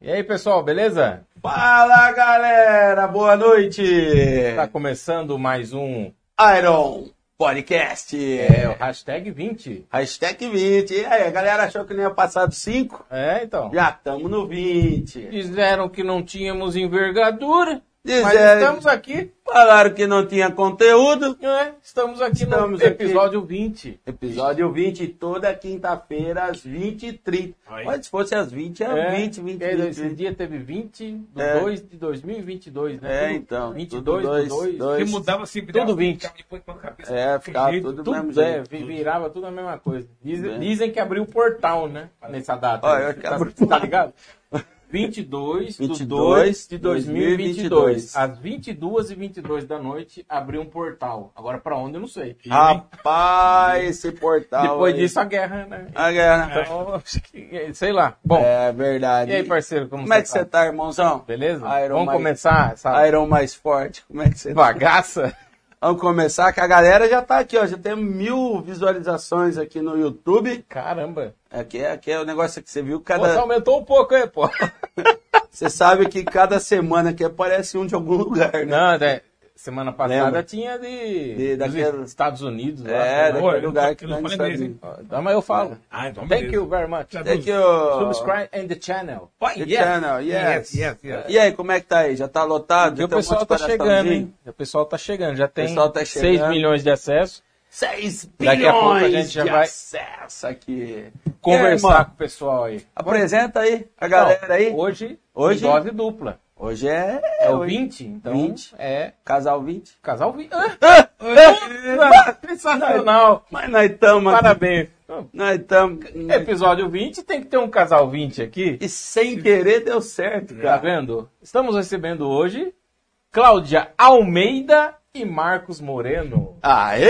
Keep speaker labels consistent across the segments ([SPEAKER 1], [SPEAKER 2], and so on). [SPEAKER 1] E aí, pessoal, beleza?
[SPEAKER 2] Fala galera, boa noite! É.
[SPEAKER 1] Tá começando mais um
[SPEAKER 2] Iron Podcast!
[SPEAKER 1] é, o hashtag 20.
[SPEAKER 2] Hashtag 20. E aí, a galera achou que não ia passar do 5?
[SPEAKER 1] É, então.
[SPEAKER 2] Já estamos no 20.
[SPEAKER 1] Disseram que não tínhamos envergadura, mas
[SPEAKER 2] Disseram-
[SPEAKER 1] estamos aqui.
[SPEAKER 2] Falaram que não tinha conteúdo.
[SPEAKER 1] né? Estamos aqui
[SPEAKER 2] Estamos aqui.
[SPEAKER 1] no episódio 20.
[SPEAKER 2] Episódio 20, toda quinta-feira, às 20h30.
[SPEAKER 1] Aí.
[SPEAKER 2] Mas se fosse às 20, era
[SPEAKER 1] É,
[SPEAKER 2] 20, 20,
[SPEAKER 1] porque
[SPEAKER 2] 20.
[SPEAKER 1] Esse dia teve 20 de
[SPEAKER 2] É.
[SPEAKER 1] 2 de 2022, né?
[SPEAKER 2] É,
[SPEAKER 1] Tudo
[SPEAKER 2] então.
[SPEAKER 1] 22
[SPEAKER 2] tudo
[SPEAKER 1] de 2.
[SPEAKER 3] Que
[SPEAKER 2] dois.
[SPEAKER 3] mudava sempre.
[SPEAKER 1] Tudo
[SPEAKER 3] dava- um
[SPEAKER 1] 20.
[SPEAKER 3] depois pra cabeça.
[SPEAKER 2] É, ficava
[SPEAKER 3] jeito,
[SPEAKER 2] tudo, do mesmo
[SPEAKER 1] Tudo,
[SPEAKER 2] jeito.
[SPEAKER 1] é, vi- virava tudo a mesma coisa. Dizem,
[SPEAKER 2] É.
[SPEAKER 1] dizem que abriu o portal, né? Nessa data.
[SPEAKER 2] Olha,
[SPEAKER 1] aí. tá,
[SPEAKER 2] abriu o
[SPEAKER 1] tá
[SPEAKER 2] portal.
[SPEAKER 1] ligado? 22 de
[SPEAKER 2] 22
[SPEAKER 1] 2 de 2022.
[SPEAKER 2] 2022.
[SPEAKER 1] Às 22 e 22 da noite abriu um portal. Agora pra onde eu não sei.
[SPEAKER 2] Rapaz, esse portal.
[SPEAKER 1] Depois
[SPEAKER 2] aí.
[SPEAKER 1] disso a guerra, né?
[SPEAKER 2] A guerra.
[SPEAKER 1] Então, acho que- sei lá. Bom,
[SPEAKER 2] É verdade.
[SPEAKER 1] e aí, parceiro, como,
[SPEAKER 2] Como é que
[SPEAKER 1] você
[SPEAKER 2] você
[SPEAKER 1] tá?
[SPEAKER 2] tá, irmãozão?
[SPEAKER 1] Beleza?
[SPEAKER 2] Iron
[SPEAKER 1] Vamos
[SPEAKER 2] Mike.
[SPEAKER 1] começar essa
[SPEAKER 2] Ah, Iron mais forte, como é que você tá?
[SPEAKER 1] bagaça?
[SPEAKER 2] Vamos começar, que a galera já tá aqui, ó. Já tem mil visualizações aqui no YouTube.
[SPEAKER 1] Caramba.
[SPEAKER 2] Aqui é, aqui é o negócio que você viu,
[SPEAKER 1] Pô, um- você
[SPEAKER 2] cada.
[SPEAKER 1] aumentou um pouco, hein, pô?
[SPEAKER 2] Você sabe que cada semana aqui aparece um de algum lugar, né?
[SPEAKER 1] Não, né? Semana passada
[SPEAKER 2] Lembra?
[SPEAKER 1] tinha de,
[SPEAKER 2] De- daquele-
[SPEAKER 1] dos Estados Unidos. lá,
[SPEAKER 2] É,
[SPEAKER 1] sei lá.
[SPEAKER 3] Pô,
[SPEAKER 2] daquele
[SPEAKER 3] eu não
[SPEAKER 2] lugar
[SPEAKER 3] fa-
[SPEAKER 2] que
[SPEAKER 3] eu não
[SPEAKER 2] nós não
[SPEAKER 3] falei desse.
[SPEAKER 2] sabemos.
[SPEAKER 1] Tá, mas eu falo.
[SPEAKER 3] Ah, então
[SPEAKER 1] Thank
[SPEAKER 3] belhank
[SPEAKER 1] you very much. É,
[SPEAKER 3] Tá.
[SPEAKER 2] Tem que o.
[SPEAKER 1] Subscribe and the channel.
[SPEAKER 3] é,
[SPEAKER 2] The channel, yes.
[SPEAKER 3] yes, yes.
[SPEAKER 2] E aí, como é que tá aí? Já tá lotado?
[SPEAKER 1] Porque
[SPEAKER 2] Já
[SPEAKER 1] o
[SPEAKER 2] tem um
[SPEAKER 1] pessoal
[SPEAKER 2] monte de
[SPEAKER 1] tá chegando,
[SPEAKER 2] coraçãozinho?
[SPEAKER 1] hein? O pessoal tá chegando. Já tem
[SPEAKER 2] pessoal tá
[SPEAKER 1] 6
[SPEAKER 2] chegando.
[SPEAKER 1] milhões de acesso.
[SPEAKER 2] 6
[SPEAKER 1] Daqui a pouco a gente
[SPEAKER 2] bilhões
[SPEAKER 1] já
[SPEAKER 2] de
[SPEAKER 1] vai-
[SPEAKER 2] acesso aqui.
[SPEAKER 1] Conversar
[SPEAKER 2] E aí,
[SPEAKER 1] com o pessoal aí.
[SPEAKER 2] Apresenta aí a galera aí.
[SPEAKER 1] Então, Hoje,
[SPEAKER 2] Hoje?
[SPEAKER 1] hoje dose dupla.
[SPEAKER 2] Hoje é.
[SPEAKER 1] É o
[SPEAKER 2] hoje.
[SPEAKER 1] 20, então
[SPEAKER 2] 20.
[SPEAKER 1] é
[SPEAKER 2] Casal 20.
[SPEAKER 1] casal 20. Ah,
[SPEAKER 2] Ah,
[SPEAKER 1] sensacional.
[SPEAKER 2] Mas nós estamos.
[SPEAKER 1] Parabéns.
[SPEAKER 2] Nós estamos.
[SPEAKER 1] Episódio 20 tem que ter um casal 20 aqui.
[SPEAKER 2] então, E sem querer deu certo,
[SPEAKER 1] Tá
[SPEAKER 2] cara.
[SPEAKER 1] vendo? Estamos recebendo hoje Cláudia Almeida e Marcos Moreno.
[SPEAKER 2] Aê!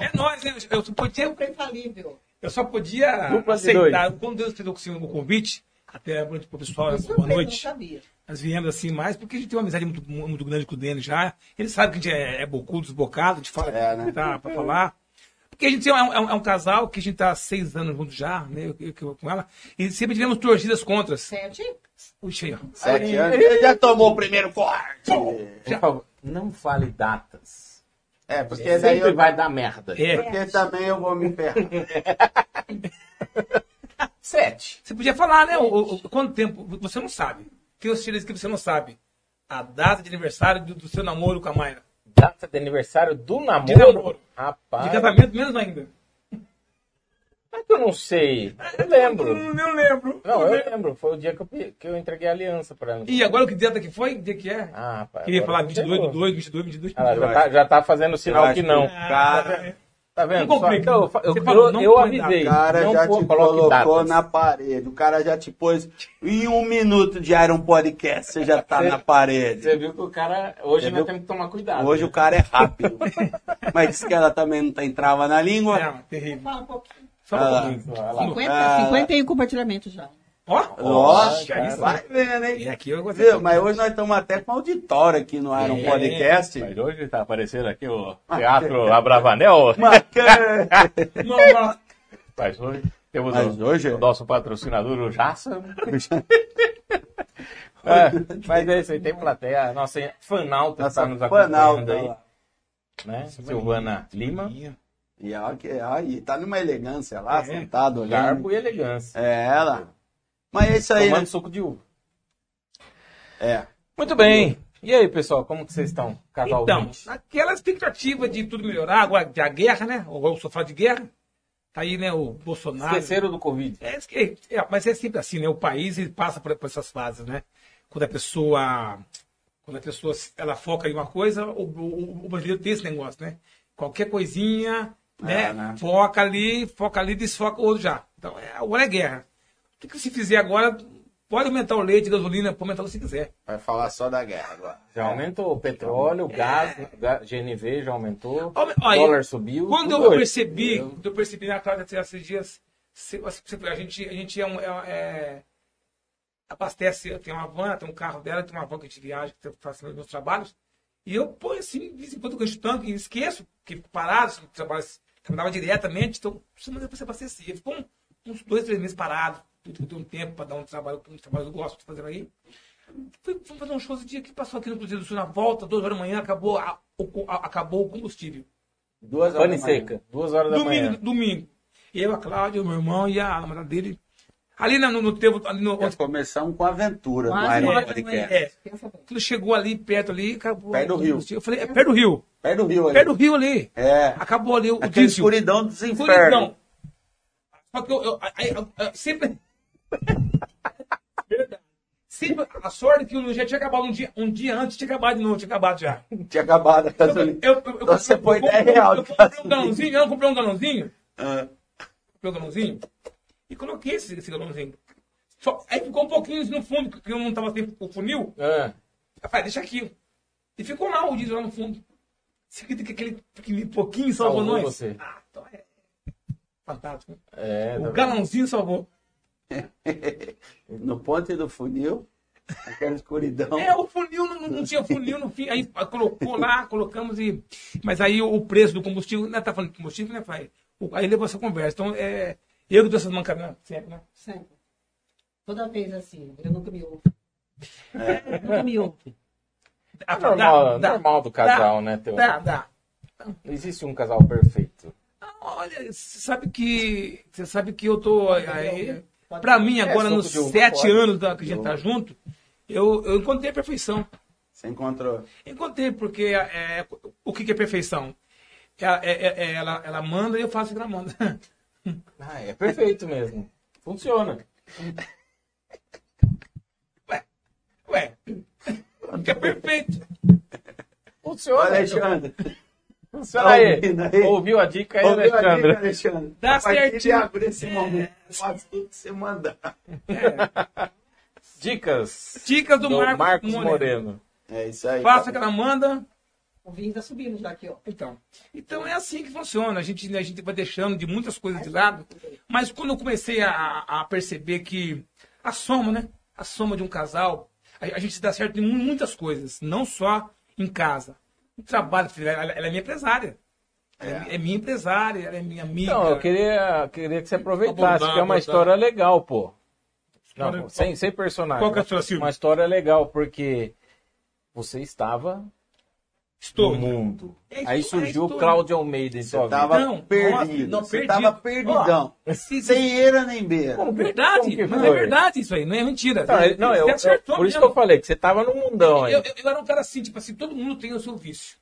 [SPEAKER 3] É nóis, hein? eu só podia,
[SPEAKER 4] infalível.
[SPEAKER 3] eu só podia
[SPEAKER 1] Dupla de
[SPEAKER 3] aceitar. Quando eu fiz o convite, o convite, até boa noite pro pessoal, boa
[SPEAKER 4] Não
[SPEAKER 3] noite.
[SPEAKER 4] sabia.
[SPEAKER 3] Nós viemos assim mais, porque a gente tem uma amizade muito, muito grande com o Denis já. Ele sabe que a gente é, é bocudo, desbocado, a gente fala
[SPEAKER 2] É, né?
[SPEAKER 3] que tá pra falar. Porque a gente é um, é um- é um casal que a gente tá há seis anos juntos já, né? Eu, eu- eu com ela. E sempre tivemos torcidas contras.
[SPEAKER 4] Sente?
[SPEAKER 3] Puxa aí, ó.
[SPEAKER 2] Sete anos. Ele já tomou o primeiro corte.
[SPEAKER 1] Por favor, não fale datas.
[SPEAKER 2] É, porque daí
[SPEAKER 1] Sempre
[SPEAKER 2] eu...
[SPEAKER 1] vai dar merda.
[SPEAKER 3] É.
[SPEAKER 2] Porque também eu vou me ferrar.
[SPEAKER 1] Sete.
[SPEAKER 3] Você podia falar, né? O, o- o- quanto tempo? Você não sabe. Tem os filhos que você não sabe. A data de aniversário do, do seu namoro com a Mayra.
[SPEAKER 1] Data de aniversário do namoro.
[SPEAKER 3] De namoro.
[SPEAKER 1] Rapaz.
[SPEAKER 3] De casamento, menos ainda.
[SPEAKER 1] Como é que eu não sei? Eu lembro.
[SPEAKER 3] Não, não lembro.
[SPEAKER 1] Não, eu lembro. Foi o dia que eu, pe- que eu entreguei a aliança pra ela.
[SPEAKER 3] E agora que data que foi? Que dia que é?
[SPEAKER 1] Ah, rapaz.
[SPEAKER 3] Queria
[SPEAKER 1] agora
[SPEAKER 3] falar
[SPEAKER 1] você
[SPEAKER 3] 22 do
[SPEAKER 1] pegou.
[SPEAKER 3] 2, 22, 22.
[SPEAKER 1] Ela
[SPEAKER 2] Eu
[SPEAKER 1] já tá, já tá fazendo
[SPEAKER 2] Eu
[SPEAKER 1] sinal
[SPEAKER 2] acho
[SPEAKER 1] que
[SPEAKER 2] que-
[SPEAKER 1] não.
[SPEAKER 2] Cara,
[SPEAKER 1] Tá vendo?
[SPEAKER 3] é. Não complica.
[SPEAKER 1] Só- eu, eu,
[SPEAKER 3] Você falou,
[SPEAKER 1] eu-
[SPEAKER 3] não
[SPEAKER 1] eu
[SPEAKER 3] põe
[SPEAKER 1] avisei.
[SPEAKER 2] O cara
[SPEAKER 1] não
[SPEAKER 2] já
[SPEAKER 1] pô-
[SPEAKER 2] te
[SPEAKER 1] coloque
[SPEAKER 2] colocou
[SPEAKER 1] datas.
[SPEAKER 2] na parede. O cara já te pôs. Em um minuto de Iron Podcast, você já tá
[SPEAKER 1] Você-
[SPEAKER 2] na parede.
[SPEAKER 1] Você viu que o cara. Hoje
[SPEAKER 2] Você
[SPEAKER 1] nós
[SPEAKER 2] viu?
[SPEAKER 1] temos que tomar cuidado.
[SPEAKER 2] Hoje o cara é rápido. Mas diz que ela também não tem trava na língua.
[SPEAKER 3] Não, terrível.
[SPEAKER 4] Fala um pouquinho.
[SPEAKER 3] É, Só
[SPEAKER 2] Ah lá.
[SPEAKER 3] um
[SPEAKER 1] Ah lá.
[SPEAKER 3] pouquinho.
[SPEAKER 4] 50,
[SPEAKER 2] Ah.
[SPEAKER 4] 51 compartilhamentos um já.
[SPEAKER 3] Ó,
[SPEAKER 2] Nossa,
[SPEAKER 3] Olha, isso
[SPEAKER 2] vai vendo, hein?
[SPEAKER 3] E aqui eu gostei.
[SPEAKER 2] Viu? Mas hoje nós estamos até com auditório aqui no Iron
[SPEAKER 1] É.
[SPEAKER 2] Podcast.
[SPEAKER 1] Mas hoje tá aparecendo aqui o Teatro Abravanel.
[SPEAKER 2] Bacana.
[SPEAKER 3] Normal.
[SPEAKER 1] Mas hoje temos
[SPEAKER 2] Mas
[SPEAKER 1] o,
[SPEAKER 2] hoje é.
[SPEAKER 1] o nosso patrocinador, o Jassa.
[SPEAKER 2] Tá
[SPEAKER 1] É, mas é isso aí, tem plateia. a Nossa fanalta está
[SPEAKER 2] Nossa,
[SPEAKER 1] Tá nos
[SPEAKER 2] fanal
[SPEAKER 1] acompanhando
[SPEAKER 2] tá
[SPEAKER 1] aí.
[SPEAKER 2] lá.
[SPEAKER 1] Né? Silvana Lima.
[SPEAKER 2] E ó, que, ó, e tá numa elegância lá,
[SPEAKER 3] É.
[SPEAKER 2] sentado olhando.
[SPEAKER 1] Garbo e elegância.
[SPEAKER 2] É ela. Mas é isso aí,
[SPEAKER 1] Tomando
[SPEAKER 2] né?
[SPEAKER 1] suco de uva.
[SPEAKER 2] É.
[SPEAKER 1] Muito bem. E aí, pessoal, como que vocês estão? Casal
[SPEAKER 3] Então,
[SPEAKER 1] 20?
[SPEAKER 3] aquela expectativa de tudo melhorar, agora de a guerra, né? Agora eu só falo de guerra. Tá aí, né, o Bolsonaro.
[SPEAKER 1] Esqueceram do Covid.
[SPEAKER 3] É, esque- é, mas é sempre assim, né? O país ele passa por, por essas fases, né? Quando a pessoa, quando a pessoa ela foca em uma coisa, o, o- o brasileiro tem esse negócio, né? Qualquer coisinha, né?
[SPEAKER 2] É, né?
[SPEAKER 3] Foca ali, foca ali, desfoca o outro já. Então, é, agora é guerra. O que se fizer agora, pode aumentar o leite, gasolina, pode aumentar o que você quiser.
[SPEAKER 2] né? Vai falar só da guerra agora.
[SPEAKER 1] Já aumentou o petróleo, o gás, o ga- GNV já aumentou,
[SPEAKER 3] Aume-
[SPEAKER 1] o
[SPEAKER 3] Olha,
[SPEAKER 1] dólar subiu.
[SPEAKER 3] Quando
[SPEAKER 1] tudo
[SPEAKER 3] É. eu
[SPEAKER 1] hoje.
[SPEAKER 3] percebi, quando eu percebi na Cláudia esses dias, se- se- a gente, a gente é, um, é, é- abastece, tem uma van, tem um carro dela, tem uma van que a gente viaja, que eu faço meus trabalhos, e eu ponho assim, de vez em quando eu gancho tanque e esqueço, que fico parado, se eu trabalho, trabalhava diretamente, então semana depois você abastecia. Ficou um- uns dois, três meses parado, tudo deu um tempo para dar um trabalho, um trabalho que eu gosto de fazer aí. Fui, fomos fazer um show esse dia que passou aqui no Cruzeiro do Sul, na volta, duas horas da manhã, acabou, a- o, a- acabou o combustível.
[SPEAKER 2] Duas
[SPEAKER 1] Pane
[SPEAKER 2] da manhã.
[SPEAKER 1] seca. Duas horas da
[SPEAKER 3] Domingo,
[SPEAKER 1] manhã.
[SPEAKER 3] domingo. Eu, a Cláudia, meu irmão e a namorada dele. Ali na- no, no tempo, ali no,
[SPEAKER 2] Nós
[SPEAKER 3] onde,
[SPEAKER 2] começamos com a aventura do
[SPEAKER 4] Quase
[SPEAKER 2] Iron
[SPEAKER 4] uma
[SPEAKER 2] Man
[SPEAKER 4] hora da manhã.
[SPEAKER 2] Podcast.
[SPEAKER 3] é,
[SPEAKER 4] Pensa bem.
[SPEAKER 3] quando chegou ali perto ali, acabou.
[SPEAKER 2] Perto do
[SPEAKER 3] o
[SPEAKER 2] rio.
[SPEAKER 3] combustível. Eu falei, é perto do rio.
[SPEAKER 2] Perto do Rio ali.
[SPEAKER 3] Perto do rio ali.
[SPEAKER 2] É.
[SPEAKER 3] Acabou ali o, o
[SPEAKER 2] Aquela
[SPEAKER 3] diesel.
[SPEAKER 2] escuridão dos infernos.
[SPEAKER 3] Escuridão. Só que eu, eu- aí- eu- eu sempre. Verdade. Sempre, a sorte é que o já tinha acabado um dia, um dia antes, tinha acabado de novo, tinha acabado já.
[SPEAKER 2] Tinha acabado a
[SPEAKER 3] Eu,
[SPEAKER 2] gasolina.
[SPEAKER 3] eu- eu- eu-
[SPEAKER 2] Você
[SPEAKER 3] eu-
[SPEAKER 2] põe
[SPEAKER 3] eu comprei-
[SPEAKER 2] 10 real
[SPEAKER 3] Eu
[SPEAKER 2] de
[SPEAKER 3] comprei um
[SPEAKER 2] gasolina.
[SPEAKER 3] galãozinho, eu comprei um galãozinho,
[SPEAKER 2] Ah,
[SPEAKER 3] comprei um galãozinho, e coloquei esse, esse galãozinho. Só, aí ficou um pouquinho no fundo, que eu não tava sem o funil.
[SPEAKER 1] Ah,
[SPEAKER 3] Eu falei, deixa aqui. E ficou lá o diesel lá no fundo. Você acredita que aquele pequenininho pouquinho salvou
[SPEAKER 1] Salvou
[SPEAKER 3] nós?
[SPEAKER 1] você.
[SPEAKER 3] Ah, então é. Fantástico.
[SPEAKER 1] é, tá
[SPEAKER 3] O
[SPEAKER 1] vendo?
[SPEAKER 3] galãozinho salvou.
[SPEAKER 2] No ponte do funil, aquela escuridão.
[SPEAKER 3] É, o funil não, não tinha funil no fim. Aí colocou lá, colocamos e. Mas aí o preço do combustível, né? Tá falando de combustível, né, pai? O- Aí levou essa conversa. Então, é. Eu que dou essas mancadas, né? Sempre, né?
[SPEAKER 4] Sempre. Toda vez assim, eu nunca me ouvo. Nunca me ouve.
[SPEAKER 3] tá
[SPEAKER 1] É normal, normal do casal, né? Teu...
[SPEAKER 3] Dá, dá.
[SPEAKER 1] Não existe um casal perfeito.
[SPEAKER 3] Olha, você sabe que. Você sabe que eu tô. Aí,
[SPEAKER 4] Pode-
[SPEAKER 3] pra mim, agora,
[SPEAKER 1] suco
[SPEAKER 3] nos
[SPEAKER 1] de uva,
[SPEAKER 3] sete
[SPEAKER 1] pode.
[SPEAKER 3] anos da- que a gente tá junto, eu, eu encontrei a perfeição.
[SPEAKER 2] Você encontrou.
[SPEAKER 3] Encontrei, porque é, o que, que é perfeição? Ela, é- é- é- ela, ela manda e eu faço o que ela manda.
[SPEAKER 1] Ah, é perfeito mesmo. Funciona.
[SPEAKER 3] Ué, que é perfeito.
[SPEAKER 1] Funciona. então.
[SPEAKER 2] Alexandre.
[SPEAKER 1] Funciona
[SPEAKER 2] Tá
[SPEAKER 1] aí.
[SPEAKER 2] ouvindo aí?
[SPEAKER 1] Ouviu a dica né? aí,
[SPEAKER 2] ouviu a dica,
[SPEAKER 1] É Alexandre?
[SPEAKER 2] Alexandre.
[SPEAKER 3] Dá
[SPEAKER 2] a partir de
[SPEAKER 3] certinho.
[SPEAKER 2] abrir esse momento, faz tudo que você mandar.
[SPEAKER 1] Dicas
[SPEAKER 3] Dicas do,
[SPEAKER 1] do
[SPEAKER 3] Marcos,
[SPEAKER 1] Marcos
[SPEAKER 3] Moreno.
[SPEAKER 1] Moreno.
[SPEAKER 2] É isso aí.
[SPEAKER 3] Faça o que
[SPEAKER 2] cara.
[SPEAKER 3] ela manda.
[SPEAKER 4] O vinho tá subindo já aqui, ó.
[SPEAKER 3] Então, então é assim que funciona. A gente, a gente vai deixando de muitas coisas de lado. Mas quando eu comecei a, a- a perceber que a soma, né? A soma de um casal, a, a gente se dá certo em mu- muitas coisas, não só em casa. O trabalho, filha, ela, ela é minha empresária. Ela É. é minha empresária, ela é minha amiga.
[SPEAKER 1] Não, eu queria, queria que
[SPEAKER 3] Tá
[SPEAKER 1] você aproveitasse,
[SPEAKER 3] Abordar,
[SPEAKER 1] que é uma
[SPEAKER 3] abordar.
[SPEAKER 1] história legal, pô.
[SPEAKER 3] História-
[SPEAKER 1] Não, sem, sem personagem.
[SPEAKER 3] Qual que é a sua, Silvio?
[SPEAKER 1] Uma história legal, porque você estava
[SPEAKER 3] Estou.
[SPEAKER 1] no mundo.
[SPEAKER 3] É,
[SPEAKER 1] Aí
[SPEAKER 3] estou-
[SPEAKER 1] surgiu
[SPEAKER 3] é,
[SPEAKER 1] o
[SPEAKER 3] estou-
[SPEAKER 1] Cláudio Almeida em sua
[SPEAKER 2] Você
[SPEAKER 1] vida.
[SPEAKER 2] tava
[SPEAKER 3] Não, nossa,
[SPEAKER 2] perdido.
[SPEAKER 3] não,
[SPEAKER 2] você
[SPEAKER 3] perdido.
[SPEAKER 2] tava perdidão.
[SPEAKER 3] Se- se-
[SPEAKER 2] Sem eira nem beira.
[SPEAKER 1] Como que- como
[SPEAKER 3] Verdade,
[SPEAKER 1] que
[SPEAKER 3] mas
[SPEAKER 1] foi?
[SPEAKER 3] é verdade isso aí, não é mentira.
[SPEAKER 1] Não, ele- não, eu-
[SPEAKER 3] Você
[SPEAKER 1] eu-
[SPEAKER 3] acertou
[SPEAKER 1] por isso que
[SPEAKER 3] mesmo.
[SPEAKER 1] eu falei que você tava no mundão aí.
[SPEAKER 3] Eu, eu- eu era um cara assim, tipo assim, todo mundo tem o seu vício.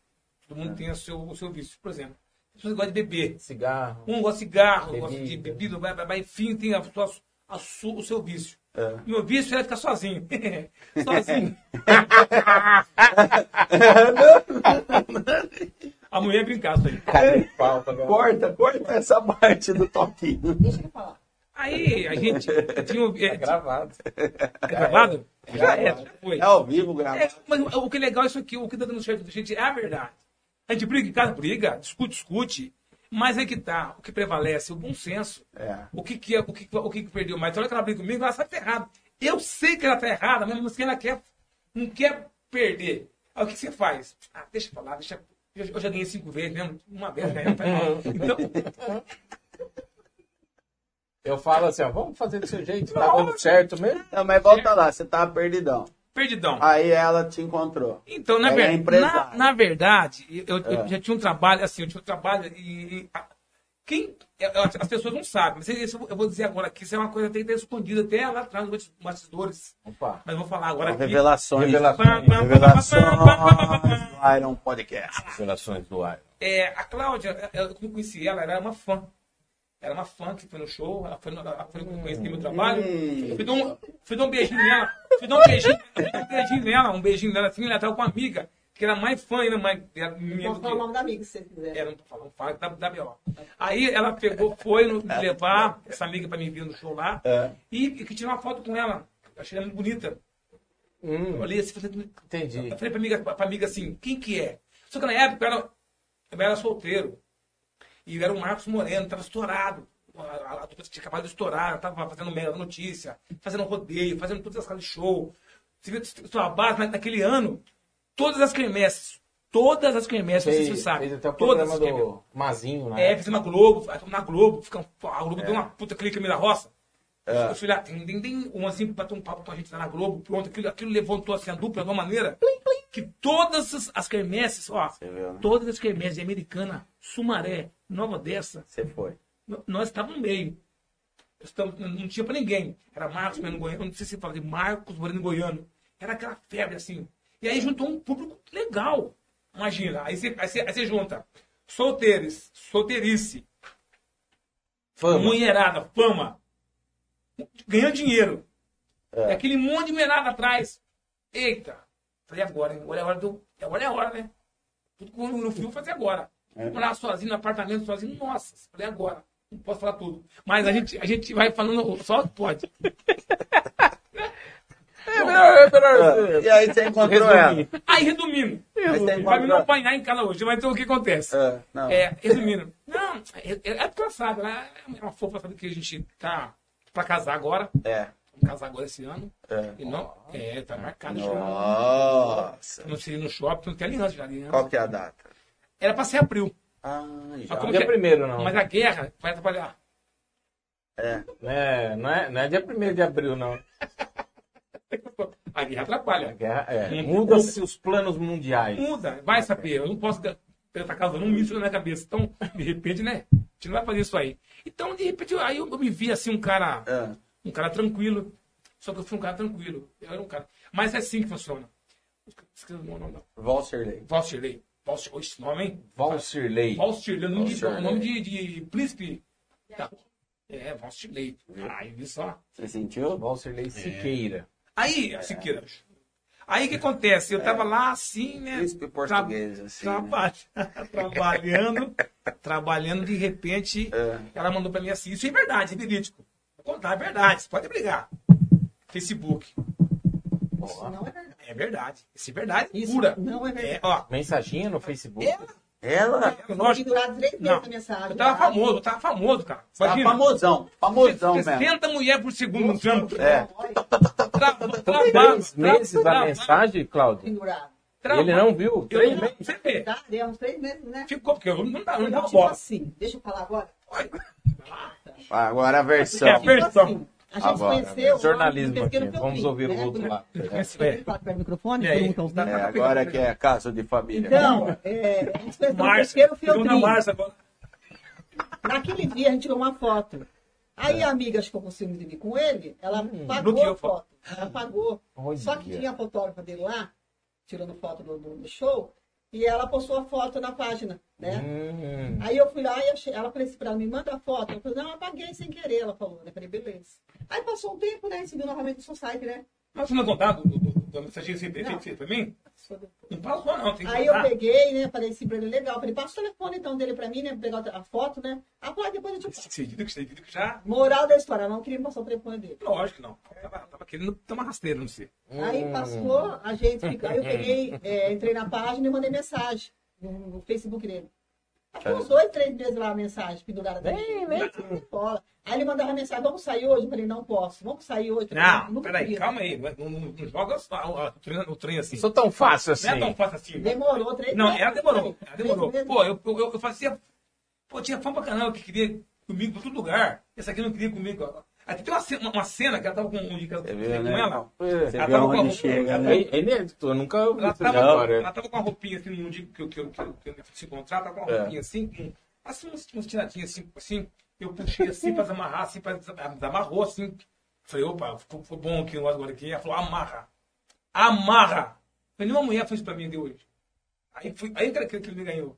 [SPEAKER 3] Todo
[SPEAKER 2] É.
[SPEAKER 3] mundo tem o seu, o seu vício. Por exemplo, as pessoas gostam de beber.
[SPEAKER 1] Cigarro.
[SPEAKER 3] Um gosta de cigarro, gosta
[SPEAKER 2] é.
[SPEAKER 3] de
[SPEAKER 1] Bebida.
[SPEAKER 3] bebida, vai, vai, vai, enfim, tem a sua- a sua- o seu vício.
[SPEAKER 2] É.
[SPEAKER 3] Meu vício era ficar sozinho. sozinho. a mulher brincava isso aí.
[SPEAKER 1] Cara de pau
[SPEAKER 2] é.
[SPEAKER 1] pra caralho.
[SPEAKER 2] Corta, corta essa parte do toquinho.
[SPEAKER 4] Deixa ele falar.
[SPEAKER 3] Aí a gente tinha um-
[SPEAKER 1] Tá
[SPEAKER 3] é, tinha-
[SPEAKER 1] gravado.
[SPEAKER 3] é gravado? Já é, já foi.
[SPEAKER 2] É ao vivo,
[SPEAKER 3] É,
[SPEAKER 2] gravado.
[SPEAKER 3] mas o- o que é legal é isso aqui, o que tá dando certo da gente é a verdade. A gente briga em casa, briga, discute, discute. Mas aí que tá, o que prevalece, é o bom senso.
[SPEAKER 2] É.
[SPEAKER 3] O que que, é- o que, que- o que que perdeu mais? Então, olha que ela briga comigo, ela sabe que tá errada. Eu sei que ela tá errada, mas mesmo assim ela quer, não quer perder. Aí o que você faz? Ah, deixa pra lá, deixa. Eu, eu já ganhei cinco vezes mesmo, uma vez ganhei, não faz mal. Então,
[SPEAKER 1] Eu falo assim, ó, vamos fazer do seu jeito, tá dando certo mesmo?
[SPEAKER 2] Não, mas volta lá, você tava perdidão.
[SPEAKER 3] perdidão.
[SPEAKER 2] Aí ela te encontrou.
[SPEAKER 3] Então, na,
[SPEAKER 2] Ela
[SPEAKER 3] ver-
[SPEAKER 2] é empresária.
[SPEAKER 3] na, na verdade, eu, eu já tinha um trabalho, assim, eu tinha um trabalho e. e- a- quem, eu- eu- as pessoas não sabem, mas isso eu vou dizer agora aqui, isso é uma coisa até escondida até lá atrás nos bate- bastidores.
[SPEAKER 1] Opa.
[SPEAKER 3] Mas eu vou falar agora aqui.
[SPEAKER 2] Revelações.
[SPEAKER 1] Revelações.
[SPEAKER 3] Pam, pam,
[SPEAKER 2] Revelações
[SPEAKER 3] pam, pam, pam, pam, pam, pam.
[SPEAKER 2] do Iron Podcast.
[SPEAKER 1] Relações do ar.
[SPEAKER 3] É, a Cláudia, eu quando conheci ela, ela era uma fã. Era uma fã que foi no show, ela foi, no, ela foi no, conhecer meu trabalho. Fui, dar um, fui dar um beijinho nela, fui dar um beijinho, fui dar um beijinho nela, um beijinho nela assim, ela tava com uma amiga, que era mais fã ainda, mais era minha
[SPEAKER 4] Pode
[SPEAKER 3] do que
[SPEAKER 4] falar o nome da amiga se você quiser.
[SPEAKER 3] Era, não tô falando, fala que dá, dá B.O. Aí ela pegou, foi no- me levar essa amiga pra mim vir no show lá
[SPEAKER 2] É.
[SPEAKER 3] e, e que tirou uma foto com ela. Eu achei ela muito bonita. Eu
[SPEAKER 1] Hum,
[SPEAKER 3] olhei assim, falei,
[SPEAKER 1] entendi.
[SPEAKER 3] eu falei pra amiga, pra amiga assim, quem que é? Só que na época eu era, eu era solteiro. E eu era o Marcos Moreno, tava estourado. A- A a dupla tinha acabado de estourar, tava fazendo mega notícia, fazendo rodeio, fazendo todas as casas de show. Você viu sua base na- naquele ano? Todas as quermesses. Todas as quermesses, não sei se
[SPEAKER 1] Fez,
[SPEAKER 3] você sabe.
[SPEAKER 1] fez até o
[SPEAKER 3] todas
[SPEAKER 1] programa
[SPEAKER 3] as quermesses.
[SPEAKER 1] do Mazinho, né?
[SPEAKER 3] um,
[SPEAKER 1] É.
[SPEAKER 3] É, fiz na Globo, na Globo, fica, a Globo deu uma puta clica Mira Roça. Eu fui lá, tem, tem, tem um assim, bateu um papo com a gente lá na Globo, pronto, aquilo, aquilo levantou assim a dupla de uma maneira que todas as, as quermesses, ó,
[SPEAKER 2] Você viu, né?
[SPEAKER 3] todas as quermesses de Americana, Sumaré, Nova Odessa,
[SPEAKER 2] Você foi.
[SPEAKER 3] no- nós estávamos no meio. Estamos, não não tinha pra ninguém. Era Marcos Moreno Goiano, não sei se fala de Marcos Moreno Goiano. Era aquela febre assim. E aí juntou um público legal. Imagina, aí você, aí você, aí você junta solteiros, solteirice,
[SPEAKER 2] Fama.
[SPEAKER 3] mulherada, fama, ganhando dinheiro.
[SPEAKER 2] É.
[SPEAKER 3] E aquele monte de mulherada atrás. Eita, falei agora, hein? Agora é a hora do. Agora é a hora, né? Tudo que eu no fio fazer agora.
[SPEAKER 2] É.
[SPEAKER 3] Morar sozinho, no apartamento sozinho, nossa, falei "É agora. Não posso falar tudo. Mas a gente, a gente vai falando só o que pode.
[SPEAKER 1] É melhor, é
[SPEAKER 2] Ah,
[SPEAKER 1] melhor.
[SPEAKER 2] E aí você encontrou ela.
[SPEAKER 1] Resumir.
[SPEAKER 3] Aí, resumindo,
[SPEAKER 2] Aí você
[SPEAKER 3] vai me
[SPEAKER 2] encontrou.
[SPEAKER 3] apanhar em casa hoje, mas então o que acontece?
[SPEAKER 2] Ah, não.
[SPEAKER 3] É, resumindo. Não, é, é porque ela sabe, ela é uma fofa, sabe que a gente tá pra casar agora.
[SPEAKER 2] É.
[SPEAKER 3] Vamos casar agora esse ano.
[SPEAKER 2] é.
[SPEAKER 3] E não, é, tá marcado.
[SPEAKER 2] Nossa.
[SPEAKER 3] Não sei, no shopping, não tem aliança já. aliança.
[SPEAKER 2] Qual que é a data?
[SPEAKER 3] Era pra ser abril.
[SPEAKER 2] Ah, já.
[SPEAKER 3] Como que
[SPEAKER 1] Dia
[SPEAKER 3] é?
[SPEAKER 1] primeiro não.
[SPEAKER 3] Mas a guerra vai atrapalhar.
[SPEAKER 2] É.
[SPEAKER 1] É, não, é, não é dia 1 de abril, não.
[SPEAKER 3] A guerra
[SPEAKER 1] A
[SPEAKER 3] atrapalha.
[SPEAKER 1] guerra é. Muda-se os planos mundiais.
[SPEAKER 3] Muda, vai saber. Eu não posso ga- eu tá causando um míssil na minha cabeça. Então, de repente, né? A gente não vai fazer isso aí. Então, de repente, eu- aí eu, eu me vi assim, um cara,
[SPEAKER 2] Ah,
[SPEAKER 3] um cara tranquilo. Só que eu fui um cara tranquilo. Eu era um cara. Mas é assim que funciona. Esqueci o nome, não.
[SPEAKER 2] Walserley.
[SPEAKER 3] Valstirley. Valstir, Olha esse nome, hein?
[SPEAKER 1] Valsirley.
[SPEAKER 3] Valstirley, nome, de,
[SPEAKER 2] Valstirley.
[SPEAKER 3] nome de, de príncipe. da- É, Valstirley. Ai, vi só.
[SPEAKER 2] Você sentiu?
[SPEAKER 3] É.
[SPEAKER 1] Valsirley Siqueira.
[SPEAKER 3] Aí,
[SPEAKER 2] É.
[SPEAKER 3] Siqueira. Aí o que acontece? Eu tava lá assim, né?
[SPEAKER 2] Príncipe português, assim,
[SPEAKER 3] traba- trabalhando, trabalhando, de repente,
[SPEAKER 2] É.
[SPEAKER 3] ela mandou pra mim assim, isso é verdade, é verídico. Vou contar, é verdade, você pode brigar. Facebook.
[SPEAKER 4] Isso não é verdade.
[SPEAKER 3] É verdade. Isso é verdade
[SPEAKER 4] Isso
[SPEAKER 3] pura.
[SPEAKER 4] não é verdade.
[SPEAKER 3] É, ó.
[SPEAKER 1] Mensaginha no Facebook.
[SPEAKER 3] É,
[SPEAKER 2] Ela tá
[SPEAKER 3] é, lógico.
[SPEAKER 4] Pendurado três vezes
[SPEAKER 3] Não.
[SPEAKER 4] a mensagem.
[SPEAKER 3] Eu tava famoso, eu tava famoso, cara.
[SPEAKER 2] tá famosão. Famosão mesmo.
[SPEAKER 3] 60 mulheres por segundo no trampo.
[SPEAKER 2] É.
[SPEAKER 4] tá
[SPEAKER 3] Trava-
[SPEAKER 1] Três
[SPEAKER 3] travado,
[SPEAKER 1] meses a
[SPEAKER 3] travado,
[SPEAKER 1] mensagem, Cláudio.
[SPEAKER 4] Pendurado.
[SPEAKER 3] travado.
[SPEAKER 1] Ele não viu.
[SPEAKER 3] Eu
[SPEAKER 1] Três
[SPEAKER 3] não,
[SPEAKER 1] meses.
[SPEAKER 3] você vê.
[SPEAKER 4] Tá? Deu uns três meses, né?
[SPEAKER 3] Ficou, porque eu não dava, É. não
[SPEAKER 4] Não,
[SPEAKER 3] dava
[SPEAKER 4] tipo
[SPEAKER 3] bola.
[SPEAKER 4] assim, deixa eu falar agora.
[SPEAKER 2] Agora a versão.
[SPEAKER 3] É,
[SPEAKER 4] Tipo
[SPEAKER 3] Versão.
[SPEAKER 4] assim, a gente
[SPEAKER 2] Agora,
[SPEAKER 4] conheceu. o
[SPEAKER 1] Jornalismo
[SPEAKER 4] pesqueiro
[SPEAKER 1] aqui.
[SPEAKER 4] que eu
[SPEAKER 1] Vamos
[SPEAKER 4] vi,
[SPEAKER 1] ouvir o
[SPEAKER 4] né?
[SPEAKER 1] outro lado.
[SPEAKER 4] Ele fala perto do microfone,
[SPEAKER 3] É. E
[SPEAKER 4] todo
[SPEAKER 3] aí?
[SPEAKER 4] mundo tá ouvindo.
[SPEAKER 2] É, agora que é caso de família.
[SPEAKER 4] Então, é, a gente conheceu o
[SPEAKER 3] Março.
[SPEAKER 4] pesqueiro
[SPEAKER 3] Segunda
[SPEAKER 4] Feltrinho.
[SPEAKER 3] março agora.
[SPEAKER 4] Naquele dia a gente tirou uma foto. Aí a amiga ficou com ciúme de mim com ele, ela apagou
[SPEAKER 3] bloqueou a
[SPEAKER 4] a foto. Ela apagou.
[SPEAKER 1] Olha.
[SPEAKER 4] Só que tinha a fotógrafa dele lá, tirando foto do, do- do show, e ela postou a foto na página,
[SPEAKER 3] É.
[SPEAKER 4] né?
[SPEAKER 1] Hum.
[SPEAKER 4] Aí eu fui lá e achei- ela falou assim pra ela, me manda a foto. Eu falei, não, apaguei sem querer, ela falou. Eu falei, beleza. Aí passou um tempo, né? Subiu novamente no seu site, né?
[SPEAKER 3] Mas você não contar do, do, do, do mensagem que você fez- fez pra mim? Não passou, não. Tem que
[SPEAKER 4] Aí eu
[SPEAKER 3] contar.
[SPEAKER 4] peguei, né? Falei, esse Breno é legal. Falei, passa o telefone então dele pra mim, né? Pegar a foto, né? Ah, pô, depois eu te passo.
[SPEAKER 3] Seguido que seguido que já.
[SPEAKER 4] Moral da história, ela não queria me passar o telefone dele.
[SPEAKER 3] Lógico que não. Tava, tava querendo tomar rasteira, não sei.
[SPEAKER 4] Aí passou, a gente fica- aí eu peguei, é, entrei na página e mandei mensagem no, no Facebook dele. Aí Ficou uns dois, três meses lá a mensagem pendurada dele. bola. Aí ele mandava mensagem, vamos sair hoje? Eu falei, não posso, vamos sair hoje. Eu falei,
[SPEAKER 3] Não,
[SPEAKER 4] nunca
[SPEAKER 3] peraí,
[SPEAKER 4] queria.
[SPEAKER 3] calma aí. Não, não, não joga o, o, o, trem- o trem assim.
[SPEAKER 1] Não sou tão fácil
[SPEAKER 3] Não é tão
[SPEAKER 1] assim.
[SPEAKER 3] fácil assim.
[SPEAKER 4] Demorou três
[SPEAKER 3] Não,
[SPEAKER 4] meses.
[SPEAKER 3] ela demorou. Ela demorou.
[SPEAKER 4] Três meses.
[SPEAKER 3] Pô, eu, eu, eu fazia. Pô, tinha fã pra caramba que queria comigo pra todo lugar. Essa aqui não queria comigo. Até tem uma, ce- uma, uma cena que ela tava com, um
[SPEAKER 2] Você
[SPEAKER 3] com
[SPEAKER 2] viu, né?
[SPEAKER 3] ela.
[SPEAKER 2] Você
[SPEAKER 3] Ela tá
[SPEAKER 2] viu
[SPEAKER 3] tava com a
[SPEAKER 2] aonde
[SPEAKER 3] roupa-
[SPEAKER 2] chega,
[SPEAKER 1] É,
[SPEAKER 2] né?
[SPEAKER 1] é inédito, eu nunca ouvi
[SPEAKER 3] Ela
[SPEAKER 1] isso
[SPEAKER 3] tava,
[SPEAKER 1] até agora.
[SPEAKER 2] É.
[SPEAKER 3] ela tava com a roupinha assim, num dia que eu, que eu, que eu, que eu se encontrar, tava com uma
[SPEAKER 2] É.
[SPEAKER 3] roupinha assim, com assim, uns, uns tiradinhos assim, assim, eu puxei assim pra desamarrar, assim, pra desam- desamarrou assim. Falei, opa, ficou, ficou bom aqui o negócio agora aqui. Ela falou, amarra. Amarra! Falei, nenhuma mulher fez isso pra mim de hoje. Aí, fui, aí que, que, que ele me ganhou.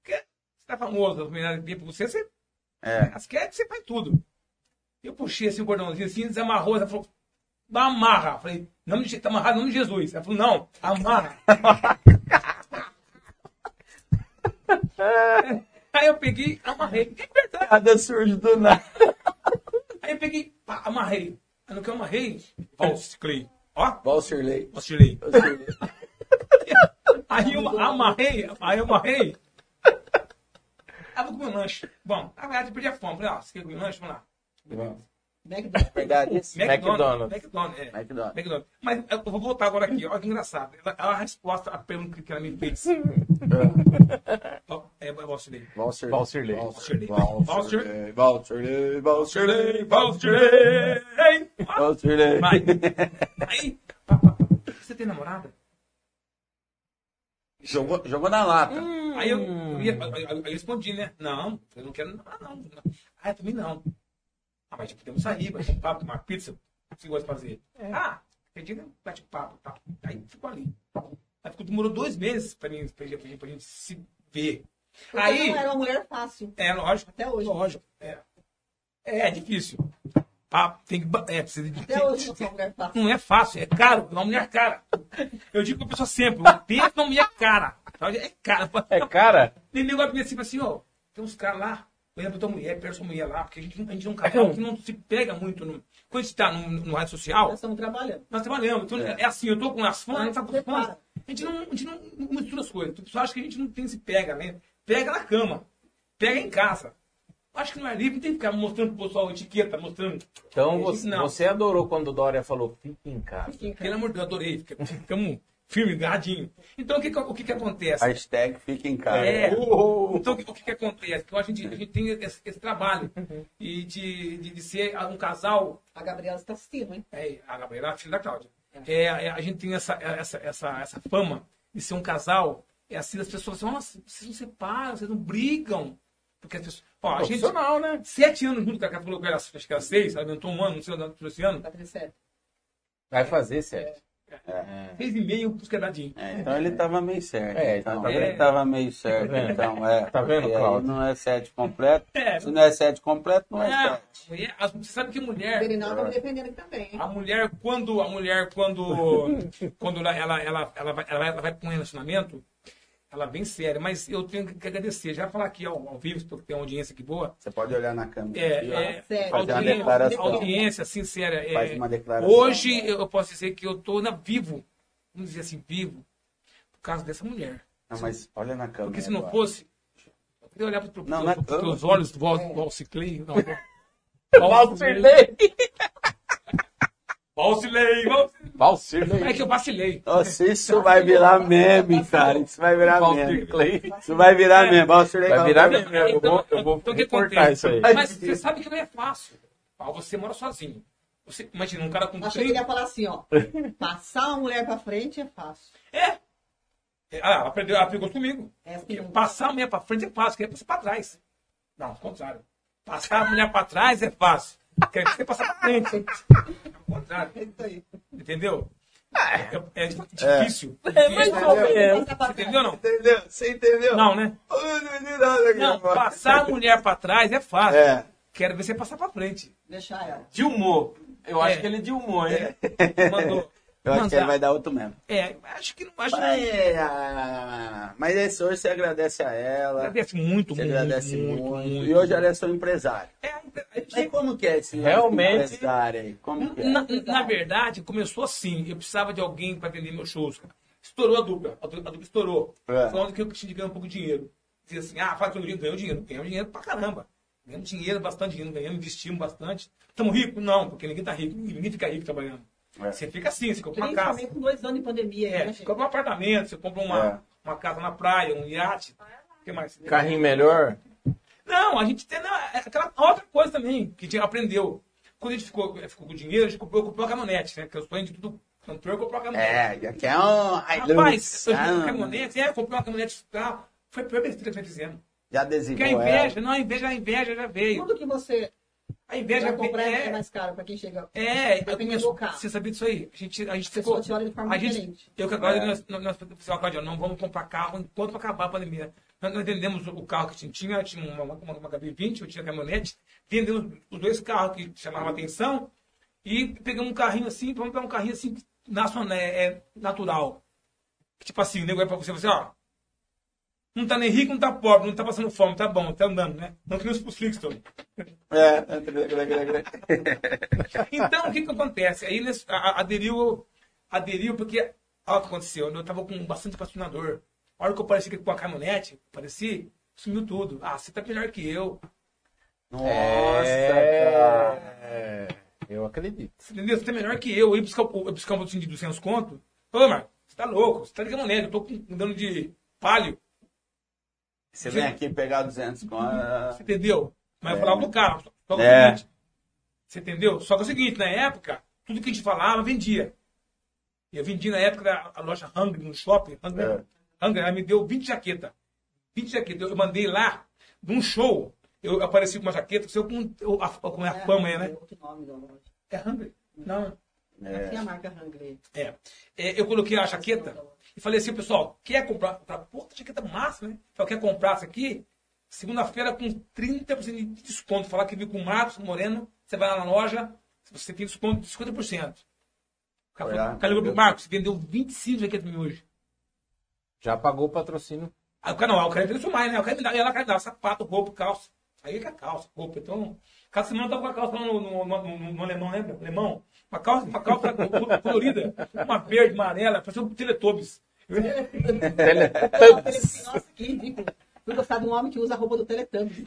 [SPEAKER 3] Porque você tá famoso, as mulheres vêm pra você, você
[SPEAKER 2] É.
[SPEAKER 3] as quer que você faz tudo. Eu puxei assim o cordãozinho assim, desamarrou, ela falou, amarra. Falei, não me tá amarrado, em nome de Jesus. Ela falou, não, amarra. Aí eu peguei, amarrei. É verdade.
[SPEAKER 2] Nada surge do nada.
[SPEAKER 3] Aí eu peguei, pá, amarrei. Aí no que eu amarrei, valsiclei. Ó,
[SPEAKER 2] Walserley.
[SPEAKER 3] valsiclei. Aí eu amarrei, aí eu amarrei. Aí eu comi um lanche. Bom, na verdade eu perdi a fome. Falei, ó, você quer comer um lanche? Vamos lá.
[SPEAKER 4] McDonald's.
[SPEAKER 2] Verdade é assim. isso?
[SPEAKER 1] McDonald's.
[SPEAKER 3] McDonald's, é.
[SPEAKER 2] McDonald's.
[SPEAKER 3] McDonald's. Mas eu vou voltar agora é aqui. Olha que engraçado. Ela, ela- a resposta à pergunta que ela me fez. Ó, É, é Valsirley.
[SPEAKER 2] Valser.
[SPEAKER 1] Valsirley.
[SPEAKER 2] Valsirley. Valsirley.
[SPEAKER 3] Valsirley.
[SPEAKER 2] Valsirley. Valsirley.
[SPEAKER 3] Valsirley!
[SPEAKER 2] Valsirley.
[SPEAKER 3] Vai. Aí, pá, pá, pá. você tem namorada?
[SPEAKER 2] Jogou, jogou na lata.
[SPEAKER 3] Aí eu,
[SPEAKER 4] Hum.
[SPEAKER 3] eu, ia- eu- eu- eu respondi, né? Não, eu não quero namorar, não. Ah, eu também não. Ah, mas podemos sair, mas um papo, uma pizza, o que você gosta de fazer?
[SPEAKER 4] É.
[SPEAKER 3] Ah, pedi um bate-papo, tá? Aí ficou ali. Aí ficou, demorou dois meses pra, mim, pra, gente- pra gente- pra gente se ver.
[SPEAKER 4] Porque
[SPEAKER 3] Aí,
[SPEAKER 4] não era uma mulher fácil.
[SPEAKER 3] é lógico,
[SPEAKER 4] Até hoje.
[SPEAKER 3] lógico. É, é difícil. Papo, tem que. ba- É, precisa de.
[SPEAKER 4] Até hoje não sou uma mulher fácil.
[SPEAKER 3] Não é fácil, é caro, é uma mulher cara. Eu digo pra pessoa sempre, uma pensa uma mulher cara. É cara.
[SPEAKER 1] É, cara,
[SPEAKER 3] Tem negócio de tipo assim, ó, tem uns caras lá, olha pra tua mulher, pega sua mulher lá, porque a gente, não- a gente é um casal que não se pega muito. No, quando a gente tá no, no rádio social,
[SPEAKER 4] Nós estamos trabalhando.
[SPEAKER 3] nós trabalhamos. Então, é. assim, eu tô com as fãs, ela tá com os fãs.
[SPEAKER 4] Prepara.
[SPEAKER 3] A gente não, a gente não não mistura as coisas. O pessoal acha que a gente não tem se pega, né? Pega na cama, pega em casa. Acho que não é livre, não tem que ficar mostrando pro pessoal etiqueta, mostrando.
[SPEAKER 1] então você,
[SPEAKER 3] Não.
[SPEAKER 1] você adorou quando Dória falou, fique em casa.
[SPEAKER 4] Fiquei em casa.
[SPEAKER 3] Pelo amor de Deus, adorei. fica- Ficamos firme, garradinho. Então, o que, que- o que, que acontece?
[SPEAKER 2] Hashtag fica em casa.
[SPEAKER 3] É.
[SPEAKER 2] Uhul.
[SPEAKER 3] Então, o que, o que que acontece? Então, a gente, a gente tem esse, esse trabalho e de, de, de ser um casal.
[SPEAKER 4] A Gabriela está assistindo, hein?
[SPEAKER 3] É, a Gabriela é a filha da Cláudia. É, é, a gente tem essa, essa, essa, essa fama de ser um casal. É assim, as pessoas falam, nossa, vocês não separam, vocês não brigam. Porque as pessoas. Ó, a gente.
[SPEAKER 1] Profissional, né?
[SPEAKER 3] Sete anos junto com a Cata, colocou ela, acho que era seis, ela aumentou um ano, não sei onde ela esse ano.
[SPEAKER 4] Tá crescendo.
[SPEAKER 1] Vai fazer, certo.
[SPEAKER 3] É. Seis e meio, pros quebradinhos.
[SPEAKER 2] É, então ele tava meio certo.
[SPEAKER 1] É,
[SPEAKER 2] então,
[SPEAKER 1] tá
[SPEAKER 2] ele
[SPEAKER 3] vendo?
[SPEAKER 2] tava meio certo,
[SPEAKER 1] Tá vendo?
[SPEAKER 2] então, é.
[SPEAKER 1] Tá vendo,
[SPEAKER 2] Porque aí
[SPEAKER 1] Cláudio?
[SPEAKER 2] Não é sete completo.
[SPEAKER 3] É.
[SPEAKER 2] Se não é sete completo, não é,
[SPEAKER 3] É,
[SPEAKER 2] sete.
[SPEAKER 3] mulher, as- você sabe que
[SPEAKER 4] O
[SPEAKER 3] mulher.
[SPEAKER 4] Berinal
[SPEAKER 1] É.
[SPEAKER 4] tá me defendendo aqui também, hein?
[SPEAKER 3] A mulher, quando a mulher, quando, quando ela, ela, ela, ela, vai, ela, vai, ela vai pra um relacionamento, ela vem séria. Mas eu tenho que agradecer. Já falar aqui ao, ao vivo, porque tem uma audiência aqui boa.
[SPEAKER 2] Você pode olhar na câmera.
[SPEAKER 3] É,
[SPEAKER 2] aqui, ó.
[SPEAKER 3] é,
[SPEAKER 4] Sério.
[SPEAKER 2] Fazer uma
[SPEAKER 3] audiência,
[SPEAKER 2] declaração.
[SPEAKER 3] audiência sincera. É,
[SPEAKER 2] Faz uma declaração.
[SPEAKER 3] Hoje eu posso dizer que eu tô na, vivo, vamos dizer assim, vivo, por causa dessa mulher.
[SPEAKER 2] Não, mas olha na câmera.
[SPEAKER 3] Porque se não
[SPEAKER 2] agora.
[SPEAKER 3] fosse, eu queria olhar para
[SPEAKER 2] Não, não é
[SPEAKER 3] os teus
[SPEAKER 2] tanto.
[SPEAKER 3] olhos do Val- do Valciclei. não, né? do-
[SPEAKER 1] Valsirley!
[SPEAKER 3] Valciclei, Valciclei. É
[SPEAKER 1] Valsirley!
[SPEAKER 3] que eu vacilei.
[SPEAKER 2] Nossa, isso vai virar meme, cara. Isso vai virar meme.
[SPEAKER 1] Valsirley!
[SPEAKER 2] Isso vai virar
[SPEAKER 3] É.
[SPEAKER 2] meme. Olha o Sr.
[SPEAKER 1] Vai
[SPEAKER 2] Legal.
[SPEAKER 1] virar
[SPEAKER 3] Não,
[SPEAKER 1] meme, eu vou, eu vou
[SPEAKER 3] Né, então o que
[SPEAKER 1] reportar
[SPEAKER 3] acontece?
[SPEAKER 1] isso aí.
[SPEAKER 3] Mas você sabe que não é fácil. Ah, Você mora sozinho. Você, imagina, um cara com
[SPEAKER 4] Achei que ele
[SPEAKER 3] 30.
[SPEAKER 4] ia falar assim, ó. Passar uma mulher pra frente é fácil.
[SPEAKER 3] É! Ah, ela aprendeu, ela brigou comigo.
[SPEAKER 4] É
[SPEAKER 3] Porque
[SPEAKER 4] assim.
[SPEAKER 3] passar a mulher pra frente é fácil, quer passar pra trás. Não, ao contrário. Passar a mulher pra trás é fácil. Quer você passar pra frente. Ao contrário.
[SPEAKER 4] É isso aí.
[SPEAKER 3] Entendeu? É, é difícil.
[SPEAKER 1] É, mais ou menos.
[SPEAKER 3] Você
[SPEAKER 4] Passar pra
[SPEAKER 3] entendeu ou não?
[SPEAKER 2] Entendeu? Você entendeu?
[SPEAKER 3] Não, né?
[SPEAKER 2] Eu não entendi nada aqui
[SPEAKER 3] Não,
[SPEAKER 2] agora.
[SPEAKER 3] passar a mulher pra trás é fácil.
[SPEAKER 2] É.
[SPEAKER 3] Quero ver você passar pra frente.
[SPEAKER 4] Deixar ela.
[SPEAKER 1] Dilmou. Eu
[SPEAKER 3] É.
[SPEAKER 1] acho que ele dilmou, hein?
[SPEAKER 3] Mandou.
[SPEAKER 2] Eu acho que
[SPEAKER 3] Mandar.
[SPEAKER 2] ele vai dar outro mesmo.
[SPEAKER 3] É, acho que não. Acho que...
[SPEAKER 2] Mas, ah, mas esse hoje você agradece a ela.
[SPEAKER 3] Agradece muito,
[SPEAKER 2] Você
[SPEAKER 3] muito,
[SPEAKER 2] agradece muito.
[SPEAKER 3] muito, muito.
[SPEAKER 2] E hoje ela é seu empresário.
[SPEAKER 3] É, a gente-
[SPEAKER 2] E como que é esse lance
[SPEAKER 1] Realmente.
[SPEAKER 2] de empresário aí? Como que é?
[SPEAKER 3] na, na verdade, começou assim. Eu precisava de alguém para vender meus shows. Estourou a dupla. A du- a dupla, estourou.
[SPEAKER 2] É.
[SPEAKER 3] Foi onde que eu tinha de ganhar um pouco de dinheiro. Dizia assim, ah, faz dinheiro, ganhou dinheiro. Ganhamos dinheiro pra caramba. Ganhamos dinheiro, bastante dinheiro. Ganhamos, investimos bastante. Estamos ricos? Não, porque ninguém tá rico. Ninguém fica rico trabalhando.
[SPEAKER 2] É.
[SPEAKER 3] Você fica assim, você compra uma casa.
[SPEAKER 4] Principalmente com dois anos de pandemia.
[SPEAKER 3] É,
[SPEAKER 4] né,
[SPEAKER 3] você
[SPEAKER 4] gente?
[SPEAKER 3] compra um apartamento, você compra uma,
[SPEAKER 2] É.
[SPEAKER 3] uma casa na praia, um iate. O que mais?
[SPEAKER 1] É. Carrinho melhor.
[SPEAKER 3] Não, a gente tem não, é aquela outra coisa também que a gente aprendeu. Quando a gente ficou, é, ficou com dinheiro, a gente comprou, comprou a caminhonete, né? Porque eu sonho de tudo cantor comprou a caminhonete.
[SPEAKER 2] É, já que é um. I
[SPEAKER 3] Rapaz,
[SPEAKER 2] lose.
[SPEAKER 3] eu comprei uma
[SPEAKER 2] Ah,
[SPEAKER 3] caminhonete, é, eu comprei uma caminhonete de carro. Foi a primeira besteira que nós né, fizemos.
[SPEAKER 2] Já
[SPEAKER 3] Porque
[SPEAKER 2] adesivou
[SPEAKER 3] a
[SPEAKER 2] ela.
[SPEAKER 3] inveja, não, a inveja, a inveja já veio.
[SPEAKER 4] Tudo que você
[SPEAKER 3] A inveja
[SPEAKER 4] vai
[SPEAKER 3] já veio.
[SPEAKER 4] comprar é
[SPEAKER 3] assim? É,
[SPEAKER 4] mais caro pra quem chega.
[SPEAKER 3] é eu
[SPEAKER 4] Dependendo
[SPEAKER 3] começo,
[SPEAKER 4] do carro.
[SPEAKER 3] você sabia disso aí? A gente, a gente ficou.
[SPEAKER 4] pessoa te olha de forma
[SPEAKER 3] A gente,
[SPEAKER 4] diferente.
[SPEAKER 3] eu que agora
[SPEAKER 2] É.
[SPEAKER 3] nós, nós, nós falamos, assim, Claudio, não vamos comprar carro enquanto não acabar a pandemia. Nós, nós vendemos o carro que a gente tinha, eu tinha uma, uma, uma HB20, eu tinha caminhonete, vendemos os dois carros que chamavam a atenção e pegamos um carrinho assim, vamos pegar um carrinho assim, nacional, é, é natural. Que, tipo assim, o nego é pra você, você, ó. Não tá nem rico, não tá pobre, não tá passando fome, tá bom, tá andando, né? Não que nem os Flixton.
[SPEAKER 2] É.
[SPEAKER 3] Então, o que que acontece? Aí nesse- a- a- aderiu, aderiu porque, olha o que aconteceu, né? eu tava com bastante patrocinador. A hora que eu pareci que com a caminhonete, pareci, sumiu tudo. Ah, você tá melhor que eu.
[SPEAKER 2] Nossa, cara.
[SPEAKER 1] É, eu acredito.
[SPEAKER 3] Entendeu? Você tá melhor que eu. Eu ia buscar, o- eu ia buscar um botinho de 200 conto. Ô, Marcos, você tá louco, você tá de caminhonete, eu tô com, andando de palio.
[SPEAKER 2] Você vem aqui pegar 200 com a...
[SPEAKER 3] Você entendeu? Mas eu falava pro cara, só que é o
[SPEAKER 2] É.
[SPEAKER 3] seguinte. Você entendeu? Só que é o seguinte, na época, tudo que a gente falava, vendia. Eu vendi na época da- a loja Hungry no shopping. Hungry,
[SPEAKER 2] É.
[SPEAKER 3] Hungry, ela me deu 20 jaquetas. 20 jaquetas. Eu mandei lá, num show, eu apareci com uma jaqueta, que eu com eu- a, com a fama, é, né?
[SPEAKER 4] Outro nome da loja.
[SPEAKER 3] É Hungry? Não.
[SPEAKER 2] É.
[SPEAKER 4] Aqui é a marca Hungry.
[SPEAKER 3] É. É, Eu coloquei a jaqueta e falei assim, pessoal, quer comprar? Pra, puta, jaqueta massa, né? Falei, quer comprar isso aqui? Segunda-feira com 30% de desconto. Falar que viu com o Marcos Moreno, você vai lá na loja, você tem desconto de 50%. O cara,
[SPEAKER 2] Olha,
[SPEAKER 3] falou- o cara ligou pro
[SPEAKER 2] meu Deus.
[SPEAKER 3] Marcos, vendeu 25 jaquetas mil hoje.
[SPEAKER 1] Já pagou o patrocínio.
[SPEAKER 3] Aí o cara, não, o cara vendeu isso mais, né? O cara me dá, e ela cara me dá sapato, roupa, calça. Aí é a calça, roupa. Então, cada semana eu tava com a calça lá no, no, no, no- no alemão, lembra? Alemão. Uma calça, uma calça co- colorida, uma verde, amarela, parecia um Teletubbies.
[SPEAKER 4] Teletubbies. Nossa, que ridículo. Fui gostar de um homem que usa a roupa do Teletubbies.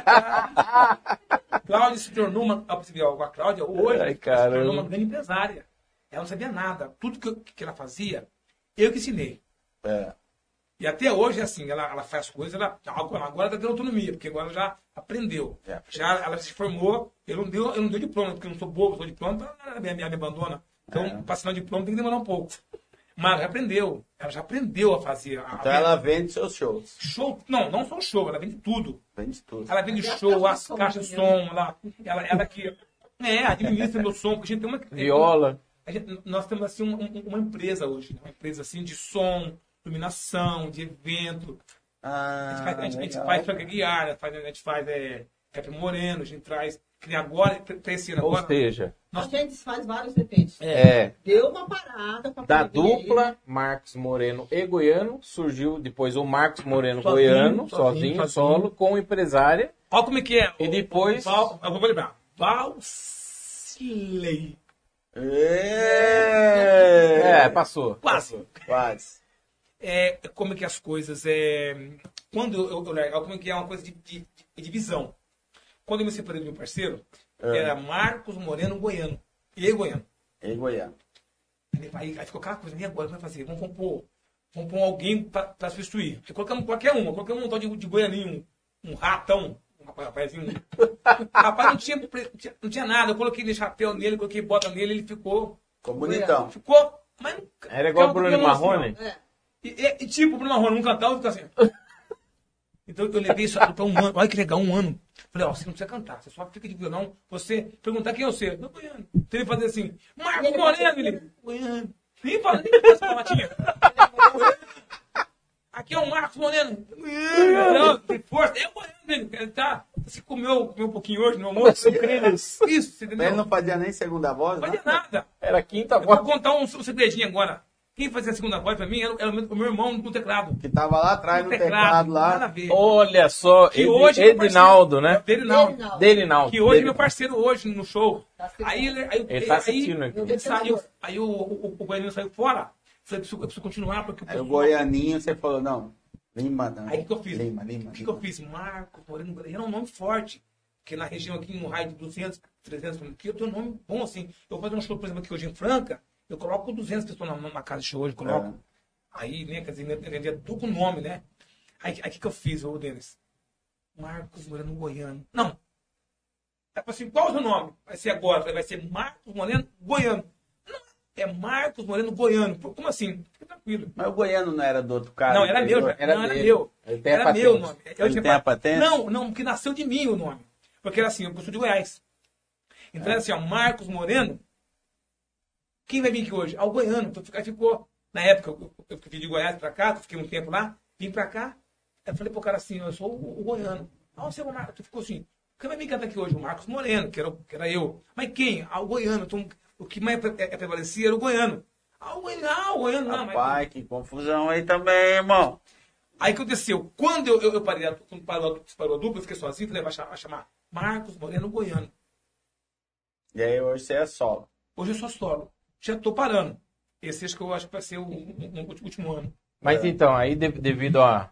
[SPEAKER 3] Cláudia se tornou uma. ó, pra você ver, ó, A Cláudia hoje
[SPEAKER 1] Ai,
[SPEAKER 3] se tornou
[SPEAKER 1] caramba.
[SPEAKER 3] uma grande empresária. Ela não sabia nada. Tudo que, eu- que ela fazia, eu que ensinei.
[SPEAKER 2] É.
[SPEAKER 3] E até hoje, assim, ela, ela faz coisas, ela, agora ela está tendo autonomia, porque agora ela já aprendeu.
[SPEAKER 2] Já.
[SPEAKER 3] Já ela se formou, eu não deu, eu não dei diploma, porque eu não sou bobo, eu sou diploma, então ela me, me, me abandona. Então,
[SPEAKER 2] É.
[SPEAKER 3] para assinar o diploma tem que demorar um pouco. Mas ela já aprendeu, ela já aprendeu a fazer. A,
[SPEAKER 2] Então
[SPEAKER 3] a-
[SPEAKER 2] ela vende seus shows.
[SPEAKER 3] Show, não, não só show, ela vende tudo.
[SPEAKER 2] Vende tudo.
[SPEAKER 3] Ela vende
[SPEAKER 4] Até a
[SPEAKER 3] show,
[SPEAKER 4] caixa
[SPEAKER 3] as
[SPEAKER 4] de som,
[SPEAKER 3] caixas de
[SPEAKER 4] né?
[SPEAKER 3] som, ela, ela, ela que. É, administra meu som, porque a gente tem uma.
[SPEAKER 1] Viola.
[SPEAKER 3] A gente- nós temos assim um- um- uma empresa hoje, né? uma empresa assim de som, iluminação, de evento. A gente
[SPEAKER 2] Ah,
[SPEAKER 3] faz, a gente, a gente
[SPEAKER 2] legal.
[SPEAKER 3] faz Franca Guiar, né? Faz- a gente faz é, Pepe Moreno, a gente traz. Que nem agora, pra- pra esse ano
[SPEAKER 1] Ou
[SPEAKER 3] agora.
[SPEAKER 1] seja,
[SPEAKER 4] A
[SPEAKER 3] Nossa.
[SPEAKER 4] gente faz vários repetes.
[SPEAKER 1] é,
[SPEAKER 4] Deu uma parada pra
[SPEAKER 1] da
[SPEAKER 4] poder ir
[SPEAKER 1] dupla Marcos Moreno e Goiano, surgiu depois o Marcos Moreno
[SPEAKER 3] Sozinho,
[SPEAKER 1] Goiano,
[SPEAKER 3] sozinho,
[SPEAKER 1] sozinho,
[SPEAKER 3] sozinho.
[SPEAKER 1] solo, com empresária.
[SPEAKER 3] Olha como é que é.
[SPEAKER 1] E
[SPEAKER 3] o-
[SPEAKER 1] depois-
[SPEAKER 3] Val- eu vou lembrar. Valsilei.
[SPEAKER 1] É,
[SPEAKER 2] É.
[SPEAKER 1] passou.
[SPEAKER 3] Quase.
[SPEAKER 2] Quase.
[SPEAKER 3] É, como é que as coisas. É, quando eu, eu, eu largo, como é que é uma coisa de, de, de divisão. Quando eu me separei do meu parceiro,
[SPEAKER 1] Ah.
[SPEAKER 2] É.
[SPEAKER 3] era Marcos Moreno Goiano. E aí, Goiano.
[SPEAKER 2] Em Goiânia.
[SPEAKER 3] Aí, aí, aí ficou aquela coisa, e agora, o que vai fazer? Vamos compor, vamos pôr alguém pra, pra substituir. Aí colocamos qualquer um, colocamos um tal de, de goianinho, um, um ratão, um rapaz- rapazinho. rapaz não tinha, pre- não tinha- não tinha nada, eu coloquei chapéu nele, coloquei bota nele, ele ficou,
[SPEAKER 2] Ficou bonitão.
[SPEAKER 3] ficou, mas... não-
[SPEAKER 1] Era igual o
[SPEAKER 3] ficava
[SPEAKER 1] Bruno
[SPEAKER 3] cabelo assim,
[SPEAKER 1] Marrone?
[SPEAKER 4] É.
[SPEAKER 3] ó. E, e- e tipo, o Bruno Marrone, um cantava e ficava assim. Então eu levei isso pra um ano, olha que legal, um ano. Falei, ó, você não precisa cantar, você só fica de violão, você perguntar quem é você. Eu, goiano. Então ele fazia assim,
[SPEAKER 4] E
[SPEAKER 3] Marco
[SPEAKER 4] ele
[SPEAKER 3] Moreno,
[SPEAKER 4] fazia-
[SPEAKER 3] ele, goiano. Nem fala, nem faz palavrinha. Aqui é o Marcos Moreno. Não, tem força. É o Moreno, ele, ele tá. Você comeu, comeu um pouquinho hoje no almoço? Isso, você entendeu?
[SPEAKER 2] Ele
[SPEAKER 3] Não
[SPEAKER 2] não fazia nem segunda voz, né?
[SPEAKER 3] fazia nada.
[SPEAKER 1] Era a quinta
[SPEAKER 3] Eu vou
[SPEAKER 1] voz.
[SPEAKER 3] contar um, um segredinho agora. Quem fazia a segunda voz pra mim era, era o meu- o meu irmão no teclado.
[SPEAKER 2] Que tava lá atrás no teclado
[SPEAKER 3] Nada a
[SPEAKER 2] lá.
[SPEAKER 3] ver.
[SPEAKER 1] Olha só,
[SPEAKER 3] Que
[SPEAKER 1] Ed-
[SPEAKER 3] hoje é meu parceiro.
[SPEAKER 1] Edinaldo, né?
[SPEAKER 3] Derinaldo.
[SPEAKER 4] Derinaldo.
[SPEAKER 1] Delinaldo.
[SPEAKER 3] Que hoje é
[SPEAKER 1] Deli-
[SPEAKER 3] meu parceiro hoje no show.
[SPEAKER 4] Tá assistindo.
[SPEAKER 3] Aí ele, aí,
[SPEAKER 1] Ele tá
[SPEAKER 3] aí-
[SPEAKER 1] assistindo aqui.
[SPEAKER 3] ele saiu, aí o, o, o, Goianinho saiu fora. Falei, eu preciso, eu preciso continuar porque tá
[SPEAKER 2] Aí É o Goianinho, você falou, não. Lima, não.
[SPEAKER 3] Aí o que eu fiz?
[SPEAKER 2] Lima, Lima.
[SPEAKER 3] O que, que eu fiz? Marco Moreno Goiânia era um nome forte. Porque na região aqui, no raio de 200, 300 quilômetros, aqui, eu tenho um nome bom assim. Eu vou fazer um show, por exemplo, aqui hoje em Franca, eu coloco 200 pessoas na, numa casa de show hoje, coloco.
[SPEAKER 2] É.
[SPEAKER 3] Aí, né, quer dizer, né, ele é tudo com nome, né? Aí o que, que eu fiz, ô Denis? Marcos Moreno Goiano. Não. Aí eu falei assim, qual é o seu nome? Vai ser agora. Eu falei, Vai ser Marcos Moreno Goiano. Não, é Marcos Moreno Goiano. Pô, Como assim? Fica tranquilo.
[SPEAKER 2] Mas o Goiano não era do outro cara?
[SPEAKER 3] Não, era meu, já.
[SPEAKER 1] era
[SPEAKER 3] não, era
[SPEAKER 1] dele.
[SPEAKER 3] meu.
[SPEAKER 2] Ele tem a
[SPEAKER 3] Era
[SPEAKER 2] patente.
[SPEAKER 3] meu o nome.
[SPEAKER 2] Ele
[SPEAKER 3] tinha
[SPEAKER 2] tem a
[SPEAKER 3] pa-
[SPEAKER 2] patente?
[SPEAKER 3] Não, não, porque nasceu de mim o nome. Porque era assim, eu sou de Goiás. Então era assim, ó, Marcos Moreno. Quem vai vir aqui hoje? Ah, o Goiano. Então fica- ficou. Na época, eu, eu fiquei de Goiás pra cá, fiquei um tempo lá, vim pra cá. Eu falei pro cara assim, eu sou o, o Goiano. Ah, você é o Marcos. Tu ficou assim, quem vai vir cantar aqui hoje? O Marcos Moreno, que era, o- que era eu. Mas quem? Ah, o Goiano. Então, o que mais pre- eh, prevalecia era o Goiano. Ah, o Goiano, ah, o Goiano. Não, mas-
[SPEAKER 2] Rapaz, que confusão aí também, irmão.
[SPEAKER 3] Aí o que aconteceu? Quando eu, eu, eu parei, a- quando parou, a- parou a dupla, eu fiquei sozinho, falei, vai chamar, vai chamar Marcos Moreno Goiano.
[SPEAKER 2] E aí hoje você é solo.
[SPEAKER 3] Hoje eu sou solo. Já tô parando. Esse acho que eu acho que vai ser o, o- o último ano.
[SPEAKER 1] Mas então, aí de- devido a.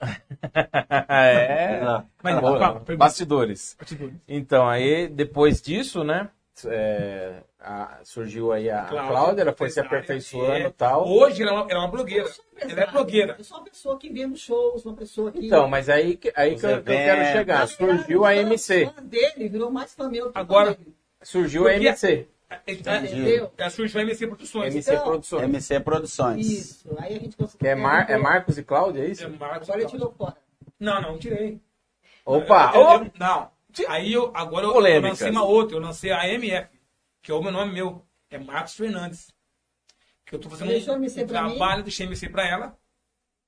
[SPEAKER 1] é.
[SPEAKER 2] Exato.
[SPEAKER 3] Mas,
[SPEAKER 1] Boa.
[SPEAKER 3] fala, pergunta.
[SPEAKER 1] É. Bastidores.
[SPEAKER 3] Bastidores.
[SPEAKER 1] Então, aí depois disso, né? é, a- surgiu aí a
[SPEAKER 3] Cláudia,
[SPEAKER 1] Cláudia, ela foi se
[SPEAKER 3] empresária,
[SPEAKER 1] aperfeiçoando
[SPEAKER 3] é.
[SPEAKER 1] e tal.
[SPEAKER 3] Hoje ela é uma, ela é uma blogueira.
[SPEAKER 4] Empresário.
[SPEAKER 3] Ela é blogueira.
[SPEAKER 4] Eu sou uma pessoa que vendo shows, uma pessoa que.
[SPEAKER 1] Então, mas aí, que- aí
[SPEAKER 2] Os
[SPEAKER 1] que, eu, que eu quero
[SPEAKER 2] eventos.
[SPEAKER 1] chegar. Surgiu a MC.
[SPEAKER 4] fã dele virou mais fã meu do que
[SPEAKER 3] Agora-
[SPEAKER 4] fã dele,
[SPEAKER 1] Surgiu a
[SPEAKER 3] Porque- é
[SPEAKER 1] MC.
[SPEAKER 3] Ela,
[SPEAKER 2] Entendi.
[SPEAKER 4] Entendeu?
[SPEAKER 3] ela surgiu na MC Produções.
[SPEAKER 1] MC
[SPEAKER 4] Então,
[SPEAKER 1] Produções.
[SPEAKER 2] MC Produções.
[SPEAKER 4] Isso. Aí a gente
[SPEAKER 1] Que
[SPEAKER 4] conseguiu.
[SPEAKER 1] é, Mar, é Marcos e Cláudia, é isso?
[SPEAKER 3] É Marcos
[SPEAKER 4] Agora ele
[SPEAKER 3] Cláudio.
[SPEAKER 4] tirou fora.
[SPEAKER 3] Não, não, tirei.
[SPEAKER 1] Opa!
[SPEAKER 3] Eu- eu-
[SPEAKER 1] ô,
[SPEAKER 3] eu- não. Aí eu agora eu, eu
[SPEAKER 1] Polêmica.
[SPEAKER 3] lancei uma outra, eu lancei a MF, que é o meu nome meu, é Marcos Fernandes. Que eu tô fazendo
[SPEAKER 4] Deixou
[SPEAKER 3] um,
[SPEAKER 4] MC
[SPEAKER 3] um
[SPEAKER 4] pra mim?
[SPEAKER 3] trabalho, deixei MC pra ela,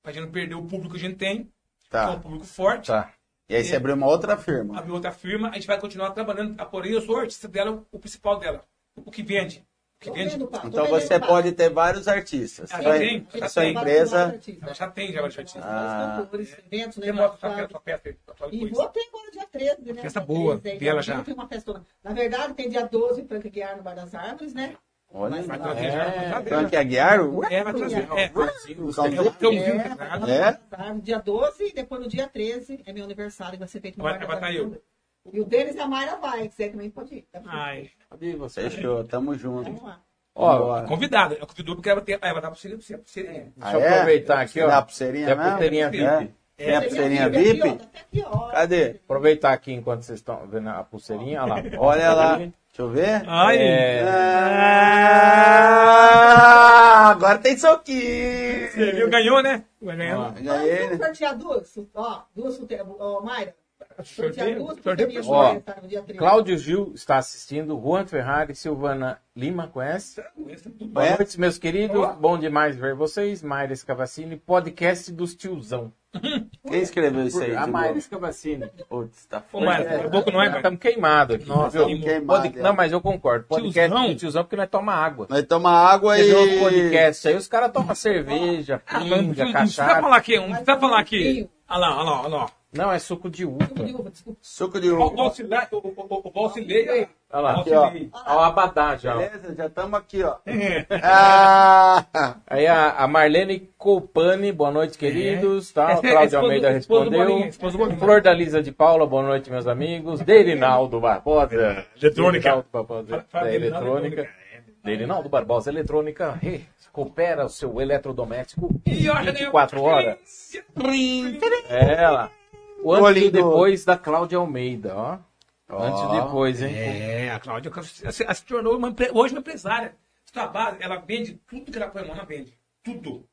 [SPEAKER 3] pra gente não perder o público que a gente tem, que é um
[SPEAKER 2] Tá,
[SPEAKER 3] público forte.
[SPEAKER 2] tá. E aí você abriu uma outra firma.
[SPEAKER 3] abriu outra firma, a gente vai continuar trabalhando. Ah, Porém, eu sou o artista dela, o principal dela. O que vende. O que
[SPEAKER 4] Tô
[SPEAKER 3] vende.
[SPEAKER 4] vendo, pá, tô
[SPEAKER 2] Então
[SPEAKER 4] vendendo,
[SPEAKER 2] você
[SPEAKER 4] pá.
[SPEAKER 2] pode ter vários artistas.
[SPEAKER 3] Ah,
[SPEAKER 2] Sua-
[SPEAKER 3] tem,
[SPEAKER 4] A gente
[SPEAKER 2] a sua
[SPEAKER 3] tem
[SPEAKER 4] trabalha com vários
[SPEAKER 2] empresa.
[SPEAKER 4] artistas.
[SPEAKER 3] Ela já tem, já, já tinha.
[SPEAKER 2] Ah.
[SPEAKER 4] Cantores, eventos, né?
[SPEAKER 3] Você mostra sua
[SPEAKER 4] Fala-
[SPEAKER 3] festa, sua festa, aí, atual
[SPEAKER 4] E
[SPEAKER 3] coisa.
[SPEAKER 4] vou ter agora dia 13, né?
[SPEAKER 3] Festa
[SPEAKER 4] Dia
[SPEAKER 3] boa,
[SPEAKER 4] 13, aí,
[SPEAKER 3] dela
[SPEAKER 4] então,
[SPEAKER 3] já.
[SPEAKER 4] Tem uma festona. Na verdade, tem dia 12, Franca Guiar no Bar das Árvores, né?
[SPEAKER 2] Olha,
[SPEAKER 4] Mas vai
[SPEAKER 2] lá.
[SPEAKER 3] trazer tá já, vai
[SPEAKER 2] é,
[SPEAKER 3] trazer
[SPEAKER 2] então
[SPEAKER 3] já.
[SPEAKER 2] que Aguiar? Ué,
[SPEAKER 3] É, vai trazer. É, é o
[SPEAKER 2] Então,
[SPEAKER 3] cãozinho
[SPEAKER 4] É,
[SPEAKER 3] pesado.
[SPEAKER 2] É?
[SPEAKER 4] Bar das Árvores, dia 12 e depois no dia 13 é meu aniversário, vai ser feito no
[SPEAKER 3] Vai-
[SPEAKER 4] Bar das
[SPEAKER 3] vai tá
[SPEAKER 4] Árvores. E o Denis e a Mayra vai, que você também pode ir. Tá bom?
[SPEAKER 3] Ai,
[SPEAKER 1] cadê você?
[SPEAKER 2] Fechou, tamo junto.
[SPEAKER 4] Vamos lá.
[SPEAKER 1] Ó,
[SPEAKER 2] Bora.
[SPEAKER 3] convidada. Ela convidou porque ela vai ter. Ela vai dar pulseirinha pra você. pra você. É.
[SPEAKER 1] deixa eu aproveitar aqui,
[SPEAKER 2] Dá a
[SPEAKER 1] ó.
[SPEAKER 2] pulseirinha,
[SPEAKER 1] É a
[SPEAKER 2] né?
[SPEAKER 1] pulseirinha
[SPEAKER 3] É.
[SPEAKER 1] VIP.
[SPEAKER 2] Tem a
[SPEAKER 4] Você
[SPEAKER 2] pulseirinha
[SPEAKER 4] viu aqui,
[SPEAKER 2] VIP?
[SPEAKER 4] ó, tá até aqui, ó.
[SPEAKER 2] Cadê?
[SPEAKER 1] Aproveitar aqui enquanto vocês estão vendo a pulseirinha. Olha lá.
[SPEAKER 2] Olha lá. Deixa eu ver. É.
[SPEAKER 3] Ai.
[SPEAKER 2] Ah, agora tem soquinho.
[SPEAKER 3] Você viu, ganhou, né? Vai
[SPEAKER 1] É. Ó.
[SPEAKER 3] ganhando.
[SPEAKER 2] Ganhei,
[SPEAKER 4] Vamos
[SPEAKER 2] né?
[SPEAKER 4] sortear duas? Ó, duas solteiras. Ó, Mayra, sortear
[SPEAKER 3] Sorteio.
[SPEAKER 4] duas
[SPEAKER 3] Sorteio
[SPEAKER 4] pulseirinhas
[SPEAKER 1] pessoal.
[SPEAKER 4] no aniversário, no dia 13.
[SPEAKER 1] Cláudio Gil está assistindo. Juan Ferrari, Silvana Lima, conhece?
[SPEAKER 3] é
[SPEAKER 1] Boa
[SPEAKER 2] Conhece?
[SPEAKER 1] noite, meus queridos.
[SPEAKER 3] Olá.
[SPEAKER 1] Bom demais ver vocês. Mayra Escavacini, podcast dos tiozão.
[SPEAKER 2] Quem escreveu isso aí?
[SPEAKER 1] a
[SPEAKER 2] de
[SPEAKER 1] Mayra
[SPEAKER 2] novo?
[SPEAKER 1] Escavacini.
[SPEAKER 2] Putz, tá
[SPEAKER 3] Ô,
[SPEAKER 2] foda.
[SPEAKER 3] Mário,
[SPEAKER 2] É.
[SPEAKER 3] é pouco não é, Mário?
[SPEAKER 1] Estamos queimados aqui.
[SPEAKER 3] Nossa,
[SPEAKER 1] viu?
[SPEAKER 3] que
[SPEAKER 2] queimado,
[SPEAKER 1] Pod-
[SPEAKER 2] é.
[SPEAKER 1] Não, mas eu concordo. Podcast
[SPEAKER 3] Tiozão?
[SPEAKER 1] do tiozão porque nós toma água.
[SPEAKER 2] Nós toma água
[SPEAKER 1] Você vê outro
[SPEAKER 2] e...
[SPEAKER 1] podcast aí, os caras tomam cerveja,
[SPEAKER 3] Ah, mas não
[SPEAKER 1] pinga,
[SPEAKER 3] precisa- não precisa
[SPEAKER 1] cachaça.
[SPEAKER 3] falar aqui, não precisa falar aqui. Olha lá, olha lá, olha lá.
[SPEAKER 1] Não, é suco de
[SPEAKER 4] Suco de
[SPEAKER 1] uva.
[SPEAKER 4] uva, desculpa.
[SPEAKER 2] Suco de
[SPEAKER 3] O
[SPEAKER 2] uva.
[SPEAKER 3] Valsilei, o- o- o- o Valsilei,
[SPEAKER 1] Olha lá.
[SPEAKER 2] Aqui, ó.
[SPEAKER 3] Valsilei.
[SPEAKER 1] Olha o abadá já. ó.
[SPEAKER 2] Beleza? Já estamos aqui, ó.
[SPEAKER 3] É.
[SPEAKER 2] Ah,
[SPEAKER 1] Aí a, a Marlene Colpani, boa noite, queridos. Tá,
[SPEAKER 3] Essa
[SPEAKER 1] o
[SPEAKER 3] é a
[SPEAKER 1] Cláudio
[SPEAKER 3] esposa-
[SPEAKER 1] Almeida
[SPEAKER 3] esposa É. do
[SPEAKER 1] respondeu.
[SPEAKER 3] Bolinha, esposa do Bolinha.
[SPEAKER 1] Flor da Lisa de Paula, boa noite, meus amigos. Deirinaldo Barbosa.
[SPEAKER 3] Eletrônica.
[SPEAKER 1] Deirinaldo Barbosa,
[SPEAKER 3] Fala- fala
[SPEAKER 1] da
[SPEAKER 3] Deirinaldo, é
[SPEAKER 1] eletrônica. Deirinaldo Barbosa, eletrônica, recupera o seu eletrodoméstico em
[SPEAKER 3] E olha, né?
[SPEAKER 1] 24 horas.
[SPEAKER 3] Trim,
[SPEAKER 1] É ela. O antes e
[SPEAKER 2] Bolinho.
[SPEAKER 1] depois da Cláudia Almeida, ó.
[SPEAKER 2] Ó.
[SPEAKER 1] Antes e depois, hein?
[SPEAKER 3] É, a Cláudia ela se, ela se tornou uma empre- hoje uma empresária. Trabalha, ela vende tudo que ela põe a mão, ela vende. Tudo.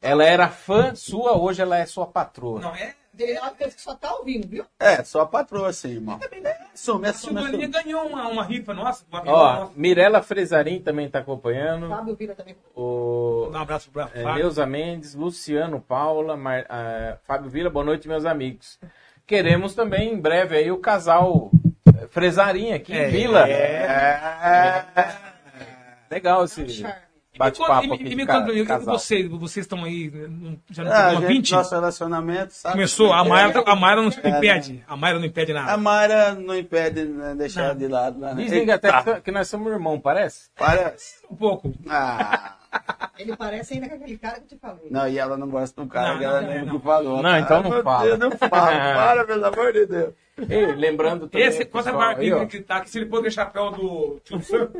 [SPEAKER 1] Ela era fã sua, hoje ela é sua patroa.
[SPEAKER 3] Não é?
[SPEAKER 4] Ele é uma coisa que só tá ouvindo, viu?
[SPEAKER 2] é, só a patroa, sim, irmão. Assume,
[SPEAKER 3] A
[SPEAKER 2] É, né? assume,
[SPEAKER 3] Silvaninha
[SPEAKER 2] assume.
[SPEAKER 3] ganhou uma, uma rifa nossa. Uma rifa
[SPEAKER 1] Ó,
[SPEAKER 3] nossa.
[SPEAKER 1] Mirella Frezarim também tá
[SPEAKER 3] Hum.
[SPEAKER 1] acompanhando.
[SPEAKER 4] Fábio Vila também.
[SPEAKER 1] O
[SPEAKER 3] Dá um abraço pra
[SPEAKER 1] é,
[SPEAKER 3] Flávia.
[SPEAKER 1] Neuza Mendes, Luciano Paula, Mar- ah, Fábio Vila, boa noite, meus amigos. Queremos também em breve aí o casal eh, Fresarinha aqui em Vila.
[SPEAKER 2] é.
[SPEAKER 1] Legal esse
[SPEAKER 4] Charme.
[SPEAKER 3] E
[SPEAKER 1] bate-papo
[SPEAKER 3] me
[SPEAKER 1] aqui.
[SPEAKER 3] conta- E
[SPEAKER 1] de
[SPEAKER 3] me
[SPEAKER 1] ca-
[SPEAKER 3] conta, e- e
[SPEAKER 1] casal.
[SPEAKER 3] vocês, vocês estão aí, né, não- já não
[SPEAKER 2] Ah,
[SPEAKER 3] estão com
[SPEAKER 2] gente,
[SPEAKER 3] 20?
[SPEAKER 2] nosso relacionamento, sabe?
[SPEAKER 3] Começou, a Mayra, tá- a Mayra não
[SPEAKER 2] né?
[SPEAKER 3] impede. A Mayra não impede
[SPEAKER 2] A
[SPEAKER 3] nada.
[SPEAKER 2] Mara não impede né, deixar
[SPEAKER 3] Não.
[SPEAKER 2] de lado. Né?
[SPEAKER 1] Dizem que
[SPEAKER 2] Eita,
[SPEAKER 1] até que- que nós somos irmão, parece?
[SPEAKER 2] Parece.
[SPEAKER 3] Um pouco.
[SPEAKER 2] Ah,
[SPEAKER 4] Ele parece ainda com aquele cara que eu te falei.
[SPEAKER 2] não, e ela não gosta do cara,
[SPEAKER 3] Não,
[SPEAKER 2] que ela
[SPEAKER 3] não,
[SPEAKER 2] lembra
[SPEAKER 3] não.
[SPEAKER 2] que falou.
[SPEAKER 1] Não, então
[SPEAKER 2] Ah,
[SPEAKER 1] não
[SPEAKER 2] meu
[SPEAKER 1] fala.
[SPEAKER 2] Deus, não fala. Para, pelo amor de Deus.
[SPEAKER 1] Ei, lembrando também.
[SPEAKER 3] Esse,
[SPEAKER 1] pessoal,
[SPEAKER 3] quanto a Mayra
[SPEAKER 1] aí, ó.
[SPEAKER 3] tem que gritar que se ele pôr o chapéu do tio Sam,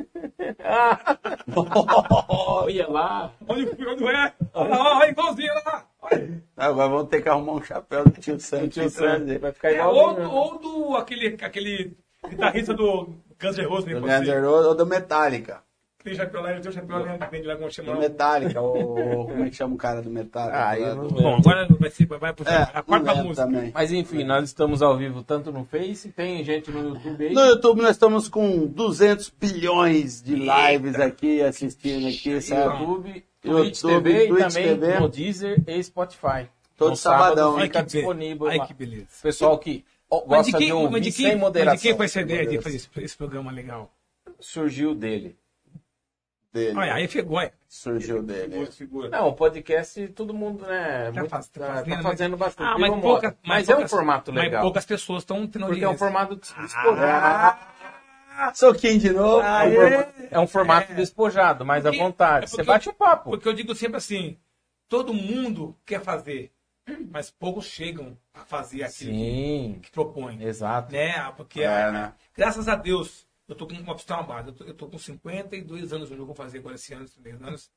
[SPEAKER 1] Olha lá.
[SPEAKER 3] onde fui, onde é? Olha lá, olha, igualzinho, olha lá. Olha.
[SPEAKER 2] Agora vamos ter que arrumar um chapéu do tio Sam.
[SPEAKER 1] Tio
[SPEAKER 2] aqui
[SPEAKER 1] Sam,
[SPEAKER 2] pra gente.
[SPEAKER 1] Vai ficar
[SPEAKER 3] É,
[SPEAKER 1] igual.
[SPEAKER 3] ou, do- ou do aquele, aquele guitarrista do Guns N' Roses, né?
[SPEAKER 2] Do
[SPEAKER 3] pode ser.
[SPEAKER 2] Guns N' Roses ou do Metallica?
[SPEAKER 3] Tem chapéu lá, ele tem um chapéu lá, vende lá como chama.
[SPEAKER 2] Do Metallica, ou como é que chama o cara do Metallica?
[SPEAKER 1] Ah, eu não lembro.
[SPEAKER 3] Bom, agora vai, ser, vai pro
[SPEAKER 2] É,
[SPEAKER 3] a quarta
[SPEAKER 2] não lembro
[SPEAKER 3] música.
[SPEAKER 2] Também.
[SPEAKER 1] Mas enfim, nós estamos ao vivo tanto no Face, tem gente no YouTube aí.
[SPEAKER 2] No YouTube nós estamos com 200 bilhões de lives aqui assistindo aqui, sabe?
[SPEAKER 1] YouTube, Twitch
[SPEAKER 2] YouTube,
[SPEAKER 1] TV e
[SPEAKER 2] Twitch
[SPEAKER 1] também
[SPEAKER 2] TV.
[SPEAKER 1] no Deezer e Spotify.
[SPEAKER 2] Todo
[SPEAKER 1] No
[SPEAKER 2] sabadão.
[SPEAKER 1] sábado
[SPEAKER 3] Ai,
[SPEAKER 1] fica
[SPEAKER 3] que be-
[SPEAKER 1] tá disponível
[SPEAKER 3] Ai,
[SPEAKER 1] lá.
[SPEAKER 3] que beleza.
[SPEAKER 1] Pessoal que ó,
[SPEAKER 3] Mas
[SPEAKER 1] gosta
[SPEAKER 3] de
[SPEAKER 1] de,
[SPEAKER 3] quem,
[SPEAKER 1] ouvir
[SPEAKER 3] mas de
[SPEAKER 1] sem
[SPEAKER 3] quem, mas
[SPEAKER 1] moderação.
[SPEAKER 3] de quem foi essa ideia de
[SPEAKER 2] moderação.
[SPEAKER 3] fazer esse, esse programa legal?
[SPEAKER 1] Surgiu dele.
[SPEAKER 2] Dele.
[SPEAKER 3] Olha, aí chegou, é. olha.
[SPEAKER 2] Surgiu dele.
[SPEAKER 3] Segura.
[SPEAKER 1] Não, o podcast todo mundo, né?
[SPEAKER 3] Tá
[SPEAKER 1] muito-
[SPEAKER 3] faz- tá
[SPEAKER 1] tá- tá
[SPEAKER 3] fazendo, né?
[SPEAKER 1] fazendo bastante.
[SPEAKER 3] Ah,
[SPEAKER 1] virou
[SPEAKER 3] mas,
[SPEAKER 1] moda.
[SPEAKER 3] pouca,
[SPEAKER 1] Mas é um
[SPEAKER 3] poucas-
[SPEAKER 1] formato
[SPEAKER 3] mas
[SPEAKER 1] legal.
[SPEAKER 3] poucas pessoas estão tendo
[SPEAKER 1] Porque é um
[SPEAKER 3] audiência.
[SPEAKER 1] formato des-
[SPEAKER 2] Ah,
[SPEAKER 1] despojado.
[SPEAKER 2] Soquinho de novo.
[SPEAKER 1] É um formato despojado, mas à
[SPEAKER 3] Porque-
[SPEAKER 1] vontade.
[SPEAKER 3] é
[SPEAKER 1] Você
[SPEAKER 3] porque-
[SPEAKER 1] bate o papo.
[SPEAKER 3] Porque eu digo sempre assim, todo mundo quer fazer, mas poucos chegam a fazer aquilo
[SPEAKER 1] Sim,
[SPEAKER 3] que propõe.
[SPEAKER 1] exato.
[SPEAKER 3] Né? Porque
[SPEAKER 2] É, né?
[SPEAKER 3] graças a Deus, Eu tô com uma pistola base. Eu tô, eu tô com 52 anos hoje, eu vou fazer agora esse ano, 53 anos.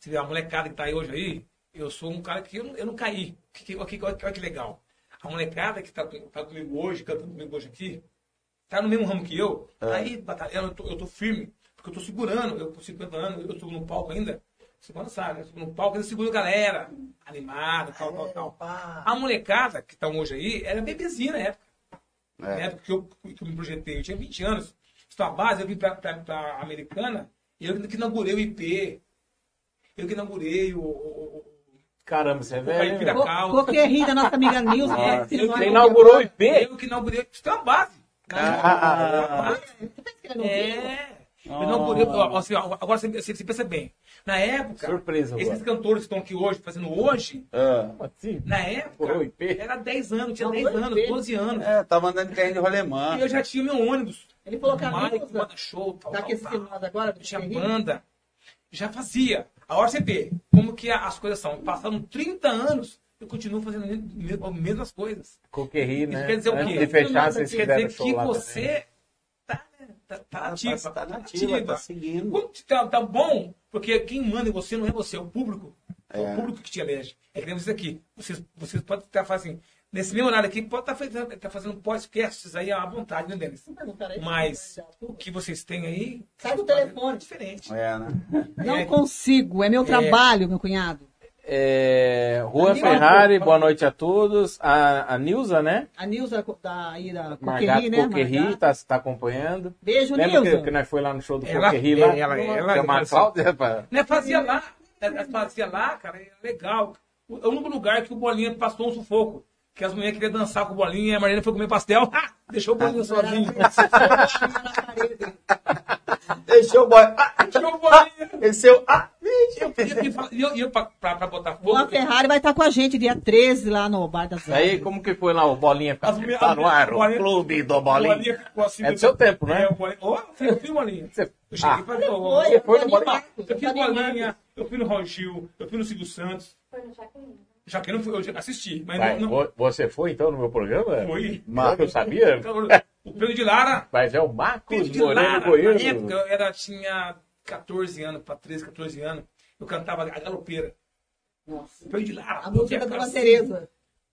[SPEAKER 3] Se vier a molecada que tá aí hoje aí, eu sou um cara que eu, não- eu não caí. Que, que, olha que, olha que- olha que legal. A molecada que tá, com- tá comigo hoje, cantando comigo hoje aqui, tá no mesmo ramo que eu. Aí, batalhando, eu tô, eu tô firme, porque eu tô segurando. Eu com 50 anos, eu subo no palco ainda. Segurando, sabe? Eu subo no palco, ainda seguro a galera. Animada, tal,
[SPEAKER 4] É.
[SPEAKER 3] tal, tal. A molecada que estão hoje aí era bebezinha na época.
[SPEAKER 1] É.
[SPEAKER 3] Na época que eu, que eu me projetei, eu tinha 20 anos. Estou à base, eu vim pra, pra, pra Americana e eu que inaugurei o IP. Eu que inaugurei o. o, o
[SPEAKER 1] Caramba, você é
[SPEAKER 3] o
[SPEAKER 1] velho. hein,
[SPEAKER 3] Caipira
[SPEAKER 1] meu?
[SPEAKER 3] Cal.
[SPEAKER 4] Coquerri é da nossa amiga Nilson.
[SPEAKER 1] Ah,
[SPEAKER 4] que
[SPEAKER 3] eu-
[SPEAKER 4] não é
[SPEAKER 1] Você inaugurou o
[SPEAKER 4] coqueiro.
[SPEAKER 1] IP?
[SPEAKER 3] Eu que inaugurei. Estou à base.
[SPEAKER 1] Ah.
[SPEAKER 4] Você pensa que ele não né? viu?
[SPEAKER 3] É. Eu inaugurei. ó, ó, assim, ó, agora você, você- você pensa bem. Na época,
[SPEAKER 1] Surpresa agora.
[SPEAKER 3] esses cantores que estão aqui hoje, fazendo hoje,
[SPEAKER 2] Ah.
[SPEAKER 1] Como assim?
[SPEAKER 3] na época,
[SPEAKER 1] Inaugurou o IP?
[SPEAKER 3] era 10 anos, tinha
[SPEAKER 4] Não,
[SPEAKER 3] 10
[SPEAKER 4] foi o
[SPEAKER 3] anos,
[SPEAKER 4] IP.
[SPEAKER 3] 12 anos.
[SPEAKER 2] É, tava andando em terreno de rolemã.
[SPEAKER 3] E eu já tinha o meu ônibus.
[SPEAKER 4] Ele falou que a
[SPEAKER 3] Mike,
[SPEAKER 4] Nilson,
[SPEAKER 3] banda show, tal,
[SPEAKER 4] daqui esse
[SPEAKER 3] tal, tal.
[SPEAKER 4] lado agora, do
[SPEAKER 3] Tinha
[SPEAKER 4] Coquerri,
[SPEAKER 3] banda. Já fazia. Agora você vê como que a- as coisas são. Passaram 30 anos, eu continuo fazendo as mes- as mesmas coisas.
[SPEAKER 1] Coquerri, né?
[SPEAKER 3] Isso quer dizer o
[SPEAKER 1] Antes
[SPEAKER 3] quê?
[SPEAKER 1] de fechar,
[SPEAKER 4] Isso
[SPEAKER 1] vocês
[SPEAKER 3] Quer
[SPEAKER 1] fizeram
[SPEAKER 3] dizer
[SPEAKER 1] show
[SPEAKER 3] que
[SPEAKER 1] lá também.
[SPEAKER 3] você tá, tá, tá ativa.
[SPEAKER 2] tá nativa, tá seguindo.
[SPEAKER 3] Quando Tá, tá bom, porque quem manda em você não é você, é o público. É,
[SPEAKER 2] É.
[SPEAKER 3] o público que te elege. É que nem vocês aqui. Vocês, vocês podem estar fazendo. Nesse mesmo horário aqui, pode estar fazendo, tá fazendo podcasts aí à vontade, né, Denis?
[SPEAKER 4] Não, peraí.
[SPEAKER 3] Mas o que vocês têm aí.
[SPEAKER 4] Sai do telefone.
[SPEAKER 3] É diferente.
[SPEAKER 2] É, né?
[SPEAKER 4] Não consigo, é meu trabalho, meu cunhado.
[SPEAKER 1] É, Rua
[SPEAKER 4] Amigo,
[SPEAKER 1] Ferrari, boa noite a todos. A, a Nilza, né?
[SPEAKER 4] A Nilza co- da, aí da
[SPEAKER 1] Margato
[SPEAKER 4] Coquerri, né?
[SPEAKER 1] Coquerri
[SPEAKER 4] Margato.
[SPEAKER 1] tá, tá acompanhando.
[SPEAKER 4] Beijo,
[SPEAKER 1] Lembra que,
[SPEAKER 4] Nilza.
[SPEAKER 1] que nós foi lá no show do
[SPEAKER 3] Ela-
[SPEAKER 1] Coquerri lá?
[SPEAKER 3] é, ela- ela-
[SPEAKER 1] Chamaram
[SPEAKER 3] ela-
[SPEAKER 1] falta, rapaz.
[SPEAKER 3] Né, fazia lá, né, fazia lá, cara, é legal. O é o único lugar que o Bolinha passou um sufoco. Que as mulheres queriam dançar com o Bolinha, a Marina foi comer pastel, ah, deixou o Bolinha sozinho.
[SPEAKER 2] Deixou o boy. Ah,
[SPEAKER 3] deixou o Bolinha.
[SPEAKER 2] desceu. Ah,
[SPEAKER 3] E eu- E eu ia pra, pra, pra botar fogo.
[SPEAKER 4] Juan Ferrari vai estar com a gente dia 13 lá no Bar das
[SPEAKER 1] Aí, como que foi lá o Bolinha? Tá
[SPEAKER 3] As mulher-
[SPEAKER 1] no ar, o
[SPEAKER 3] Bolinha-
[SPEAKER 1] clube do
[SPEAKER 3] O
[SPEAKER 1] Bolinha.
[SPEAKER 3] ficou assim,
[SPEAKER 1] É do seu tempo, né?
[SPEAKER 3] É, o Bolinha. Ó, eu fui o Bolinha.
[SPEAKER 1] Você-
[SPEAKER 3] Eu cheguei
[SPEAKER 1] Ah.
[SPEAKER 3] pra ver, ó,
[SPEAKER 4] Foi,
[SPEAKER 1] foi no
[SPEAKER 4] eu tô
[SPEAKER 1] Bolinha?
[SPEAKER 4] animado,
[SPEAKER 3] Eu fui
[SPEAKER 4] tô
[SPEAKER 3] no
[SPEAKER 4] animado.
[SPEAKER 3] Bolinha, eu fui no Raul Gil, eu fui no Silvio Santos.
[SPEAKER 5] Foi no Jaqueline.
[SPEAKER 3] Já que eu não fui, eu assisti, mas
[SPEAKER 1] Vai,
[SPEAKER 3] não, não
[SPEAKER 1] vo- Você foi então no meu programa?
[SPEAKER 3] fui.
[SPEAKER 1] Marcos, eu sabia?
[SPEAKER 3] Então, O Pedro de Lara
[SPEAKER 1] Mas é o Marcos
[SPEAKER 3] Pedro de
[SPEAKER 1] Moreira
[SPEAKER 3] Lara, na época
[SPEAKER 1] Coelho.
[SPEAKER 3] eu era, tinha 14 anos, para 13, 14 anos. Eu cantava a galopeira.
[SPEAKER 4] Nossa.
[SPEAKER 3] O Pedro de Lara.
[SPEAKER 4] A música da
[SPEAKER 3] eu
[SPEAKER 4] Dona
[SPEAKER 3] assim,
[SPEAKER 4] Tereza.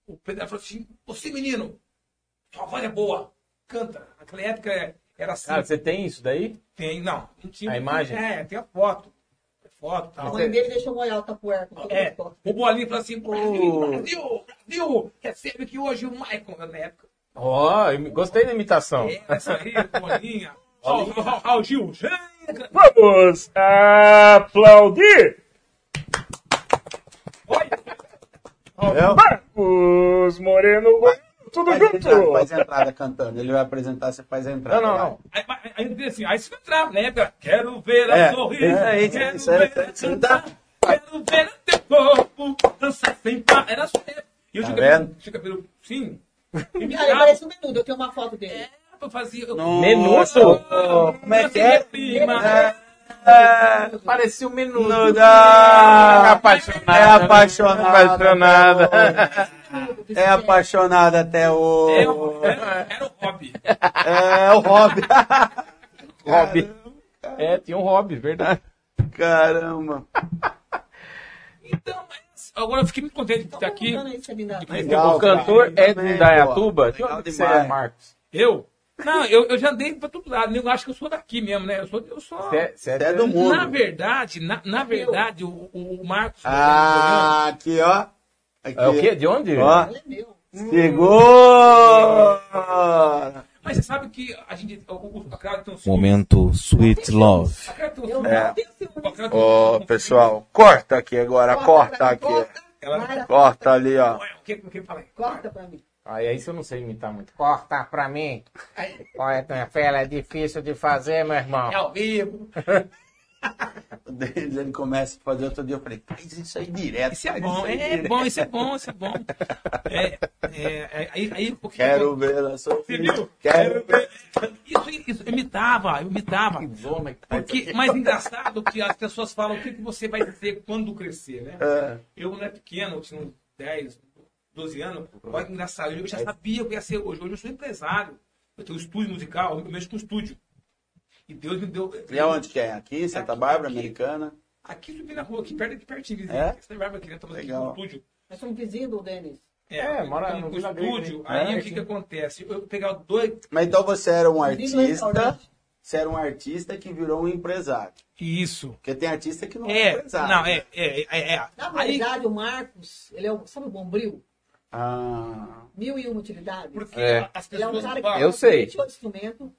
[SPEAKER 3] O Pedro ela falou assim, você menino, sua voz é boa, canta. Naquela época é- era assim.
[SPEAKER 1] Cara, Ah, você tem isso daí?
[SPEAKER 3] Tem, não, não tinha.
[SPEAKER 1] A imagem? é-
[SPEAKER 3] É, tem a foto. Tem Foto e
[SPEAKER 4] A
[SPEAKER 3] tal.
[SPEAKER 4] mãe dele deixou molhar o tapuerco.
[SPEAKER 3] É, o Bolinho falou assim, Brasil, Brasil, Brasil, recebe aqui hoje o Michael, na época.
[SPEAKER 1] Ó, eu gostei da imitação.
[SPEAKER 3] É, essa aí, o Bolinha. Ó, o Raul Raul Gil, gente,
[SPEAKER 1] Vamos aplaudir! Marcos Moreno, tudo
[SPEAKER 2] Faz entrada, faz entrada cantando. Ele vai apresentar, você faz entrada.
[SPEAKER 1] Não, não,
[SPEAKER 2] vai.
[SPEAKER 1] não.
[SPEAKER 3] Aí, aí, aí, assim, aí você entrava, né? Pra- Quero ver a
[SPEAKER 2] É,
[SPEAKER 3] sorrir,
[SPEAKER 2] isso aí,
[SPEAKER 3] quero
[SPEAKER 2] isso aí, é
[SPEAKER 3] ver a
[SPEAKER 2] isso aí,
[SPEAKER 3] cantar, quero ver o teu corpo dançar sem par. Era só época. E eu
[SPEAKER 2] Tá
[SPEAKER 3] tinha cabelo-
[SPEAKER 2] vendo?
[SPEAKER 3] tinha cabelo, sim. E me
[SPEAKER 4] Cara, ele
[SPEAKER 3] dava,
[SPEAKER 4] parece um menudo, eu tenho uma foto dele.
[SPEAKER 3] eu fazia... Eu,
[SPEAKER 1] Menudo.
[SPEAKER 2] Como é que é?
[SPEAKER 3] Prima,
[SPEAKER 2] É,
[SPEAKER 1] Parecia um menudo. Ah,
[SPEAKER 2] Menuda.
[SPEAKER 1] Apaixonada.
[SPEAKER 2] É apaixonada.
[SPEAKER 1] Apaixonada.
[SPEAKER 2] É apaixonado até o.
[SPEAKER 3] era, era, era o hobby.
[SPEAKER 2] É o hobby.
[SPEAKER 1] Hobby. É, tinha um hobby, verdade.
[SPEAKER 2] Caramba.
[SPEAKER 3] Então, mas agora eu fiquei muito contente de estar aqui.
[SPEAKER 2] Legal,
[SPEAKER 1] o cantor
[SPEAKER 2] cara.
[SPEAKER 1] é
[SPEAKER 2] Também,
[SPEAKER 1] de Dayatuba.
[SPEAKER 2] pô.
[SPEAKER 1] De onde
[SPEAKER 2] Legal
[SPEAKER 1] que você é,
[SPEAKER 2] demais.
[SPEAKER 1] Marcos?
[SPEAKER 3] Eu? Não, eu, eu já andei pra todo lado. né? Eu acho que eu sou daqui mesmo, né? Eu sou... Eu sou...
[SPEAKER 1] Você é, você
[SPEAKER 2] Você é do mundo.
[SPEAKER 3] Na verdade, na, na verdade, o, o- o Marcos...
[SPEAKER 2] Ah, aqui, ó. Aqui.
[SPEAKER 1] É o quê? De onde?
[SPEAKER 2] Ó.
[SPEAKER 4] Ele é meu.
[SPEAKER 2] Segura!
[SPEAKER 3] Mas você sabe que a gente. O, o, o, a Clara tem um ciúme.
[SPEAKER 6] Momento Sweet Love.
[SPEAKER 3] A Clara tem um
[SPEAKER 4] Eu
[SPEAKER 3] ciúme.
[SPEAKER 4] não tenho ciúme.
[SPEAKER 3] A Clara tem um
[SPEAKER 2] Ô,
[SPEAKER 3] ciúme.
[SPEAKER 2] pessoal, corta aqui agora, corta aqui.
[SPEAKER 3] Ela-
[SPEAKER 4] Mara,
[SPEAKER 2] Corta ali, ó.
[SPEAKER 3] Ué, O que, o que eu falei?
[SPEAKER 4] Corta pra mim.
[SPEAKER 1] Aí, aí você não sei imitar muito. Corta pra mim. Olha, minha fela, é difícil de fazer, meu irmão.
[SPEAKER 3] É ao vivo.
[SPEAKER 2] Ele começa a fazer outro dia, eu falei, faz isso aí direto.
[SPEAKER 3] Isso é
[SPEAKER 2] faz
[SPEAKER 3] bom,
[SPEAKER 2] aí
[SPEAKER 3] é
[SPEAKER 2] direto.
[SPEAKER 3] bom, isso é bom, isso é bom. É, é, é, aí, aí, o que
[SPEAKER 2] Quero ver a sua
[SPEAKER 3] Você viu?
[SPEAKER 2] Quero ver.
[SPEAKER 3] Isso, isso, eu imitava, eu imitava.
[SPEAKER 1] Zona que tá
[SPEAKER 3] Porque, mas engraçado que as pessoas falam o que, que você vai ser quando crescer, né?
[SPEAKER 2] É.
[SPEAKER 3] Eu, quando era pequeno, eu tinha uns 10, 12 anos, olha que engraçado, eu já sabia o que ia ser hoje. Hoje eu sou empresário, eu tenho um estúdio musical, eu mexo com estúdio. E Deus me deu.
[SPEAKER 2] E aonde que é? Aqui, em Santa
[SPEAKER 3] Aqui,
[SPEAKER 2] Bárbara,
[SPEAKER 3] aqui.
[SPEAKER 2] Americana?
[SPEAKER 3] Aqui subi na rua, aqui perto aqui pertinho, vizinho.
[SPEAKER 2] É?
[SPEAKER 3] Santa Bárbara aqui, né? Estamos aqui
[SPEAKER 2] Legal.
[SPEAKER 3] no estúdio.
[SPEAKER 4] Nós somos vizinhos do Denis.
[SPEAKER 1] É, mora
[SPEAKER 3] estamos
[SPEAKER 1] no
[SPEAKER 3] no
[SPEAKER 1] Vila Grey,
[SPEAKER 3] estúdio.
[SPEAKER 1] né?
[SPEAKER 3] Aí
[SPEAKER 1] É,
[SPEAKER 3] o que
[SPEAKER 1] sim.
[SPEAKER 3] que acontece? Eu pegar dois.
[SPEAKER 2] Mas então você era um
[SPEAKER 4] Vizinho do
[SPEAKER 3] né?
[SPEAKER 2] artista,
[SPEAKER 4] restaurante.
[SPEAKER 2] você era um artista que virou um empresário.
[SPEAKER 3] Isso.
[SPEAKER 2] Porque tem artista que não é,
[SPEAKER 3] É,
[SPEAKER 2] empresário.
[SPEAKER 3] não, é, é, é. é.
[SPEAKER 4] Na
[SPEAKER 3] Aí,
[SPEAKER 4] verdade, o Marcos, ele é o, sabe o Bombril?
[SPEAKER 2] Ah,
[SPEAKER 4] Mil e uma utilidades.
[SPEAKER 3] porque
[SPEAKER 1] É.
[SPEAKER 3] as
[SPEAKER 4] Ele é um
[SPEAKER 3] pessoas.
[SPEAKER 4] cara que
[SPEAKER 3] falam,
[SPEAKER 1] Eu
[SPEAKER 4] toca
[SPEAKER 1] sei.
[SPEAKER 4] 28 instrumentos,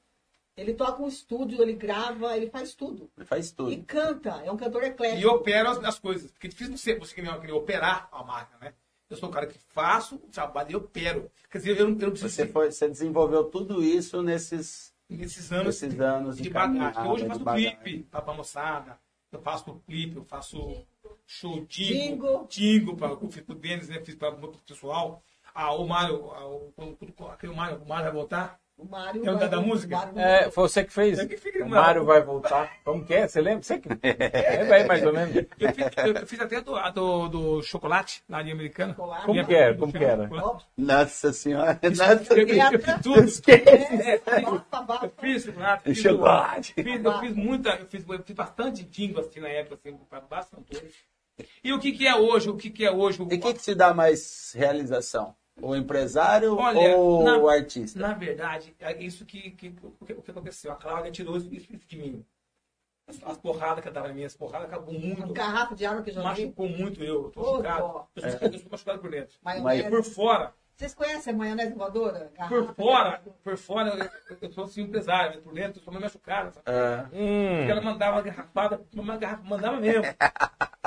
[SPEAKER 4] ele toca um estúdio, ele grava, ele faz tudo.
[SPEAKER 2] ele faz
[SPEAKER 4] E
[SPEAKER 2] tudo.
[SPEAKER 4] canta, é um cantor
[SPEAKER 3] e
[SPEAKER 4] eclético.
[SPEAKER 3] opera as, as coisas. Porque é difícil você, você querer, querer operar a máquina, né? Eu sou o cara que faço o trabalho e opero. Quer dizer, eu não, eu não preciso.
[SPEAKER 2] Você, foi, você desenvolveu tudo isso nesses,
[SPEAKER 3] Nesses anos.
[SPEAKER 2] nesses anos
[SPEAKER 3] de,
[SPEAKER 2] de
[SPEAKER 3] bagagem.
[SPEAKER 2] caminhada,
[SPEAKER 3] hoje eu
[SPEAKER 2] de
[SPEAKER 3] faço
[SPEAKER 2] bagagem.
[SPEAKER 3] clipe pra, pra moçada, eu faço clipe, eu faço show
[SPEAKER 4] Dingo.
[SPEAKER 3] tingo, tingo pra, eu fiz pro Denis, né? Fiz pra, pro pessoal. Ah, o Mário, ah, o, o- aquele Mário, o Mário vai voltar.
[SPEAKER 4] O Mário.
[SPEAKER 3] É o da- da
[SPEAKER 4] o
[SPEAKER 3] música?
[SPEAKER 4] Mário-
[SPEAKER 1] É, foi você que fez.
[SPEAKER 3] Eu que fiquei,
[SPEAKER 1] o
[SPEAKER 3] mano.
[SPEAKER 1] Mário vai voltar. Como que é? Você lembra? Você que. Lembra aí mais ou menos.
[SPEAKER 3] Eu fiz, eu fiz até do, a do, do chocolate lá de americana.
[SPEAKER 4] Chocolate.
[SPEAKER 1] Como
[SPEAKER 3] Minha-
[SPEAKER 1] que é? era?
[SPEAKER 3] do
[SPEAKER 1] Como que
[SPEAKER 3] chocolate.
[SPEAKER 1] era?
[SPEAKER 4] Ó,
[SPEAKER 2] Nossa senhora,
[SPEAKER 3] Eu,
[SPEAKER 2] nossa...
[SPEAKER 3] fiz- eu fiz tudo. É, é, fiz-
[SPEAKER 4] bafa, bafa.
[SPEAKER 3] Eu fiz chocolate, fiz,
[SPEAKER 2] Chocolate.
[SPEAKER 3] fiz- eu fiz muita, eu fiz, eu fiz bastante dingo assim na época, assim, bastante. E o que que é hoje? O que que é hoje?
[SPEAKER 2] E o que, que te dá mais realização? O empresário
[SPEAKER 3] Olha,
[SPEAKER 2] ou
[SPEAKER 3] na-
[SPEAKER 2] o artista?
[SPEAKER 3] Na verdade, é isso que, que, o que, o que aconteceu. A Cláudia tirou isso, isso de mim. As, as porradas que eu dava em mim, as porradas acabou
[SPEAKER 4] Uma
[SPEAKER 3] muito.
[SPEAKER 4] Um garrafa de água que eu joguei.
[SPEAKER 3] Machucou muito eu. Eu tô
[SPEAKER 4] Ô,
[SPEAKER 3] machucado.
[SPEAKER 4] dó.
[SPEAKER 3] Eu sou, eu sou machucado por dentro.
[SPEAKER 4] Maionese.
[SPEAKER 3] Por fora,
[SPEAKER 4] Vocês conhecem a maionese voadora? Garrafa
[SPEAKER 3] por
[SPEAKER 4] de
[SPEAKER 3] fora,
[SPEAKER 4] água.
[SPEAKER 3] por fora, eu- eu, eu sou assim, empresário, mas por dentro eu sou meio machucado. sabe?
[SPEAKER 2] Ah,
[SPEAKER 3] Porque ela
[SPEAKER 1] Hum,
[SPEAKER 3] mandava uma garrafada, uma garrafa, mandava mesmo.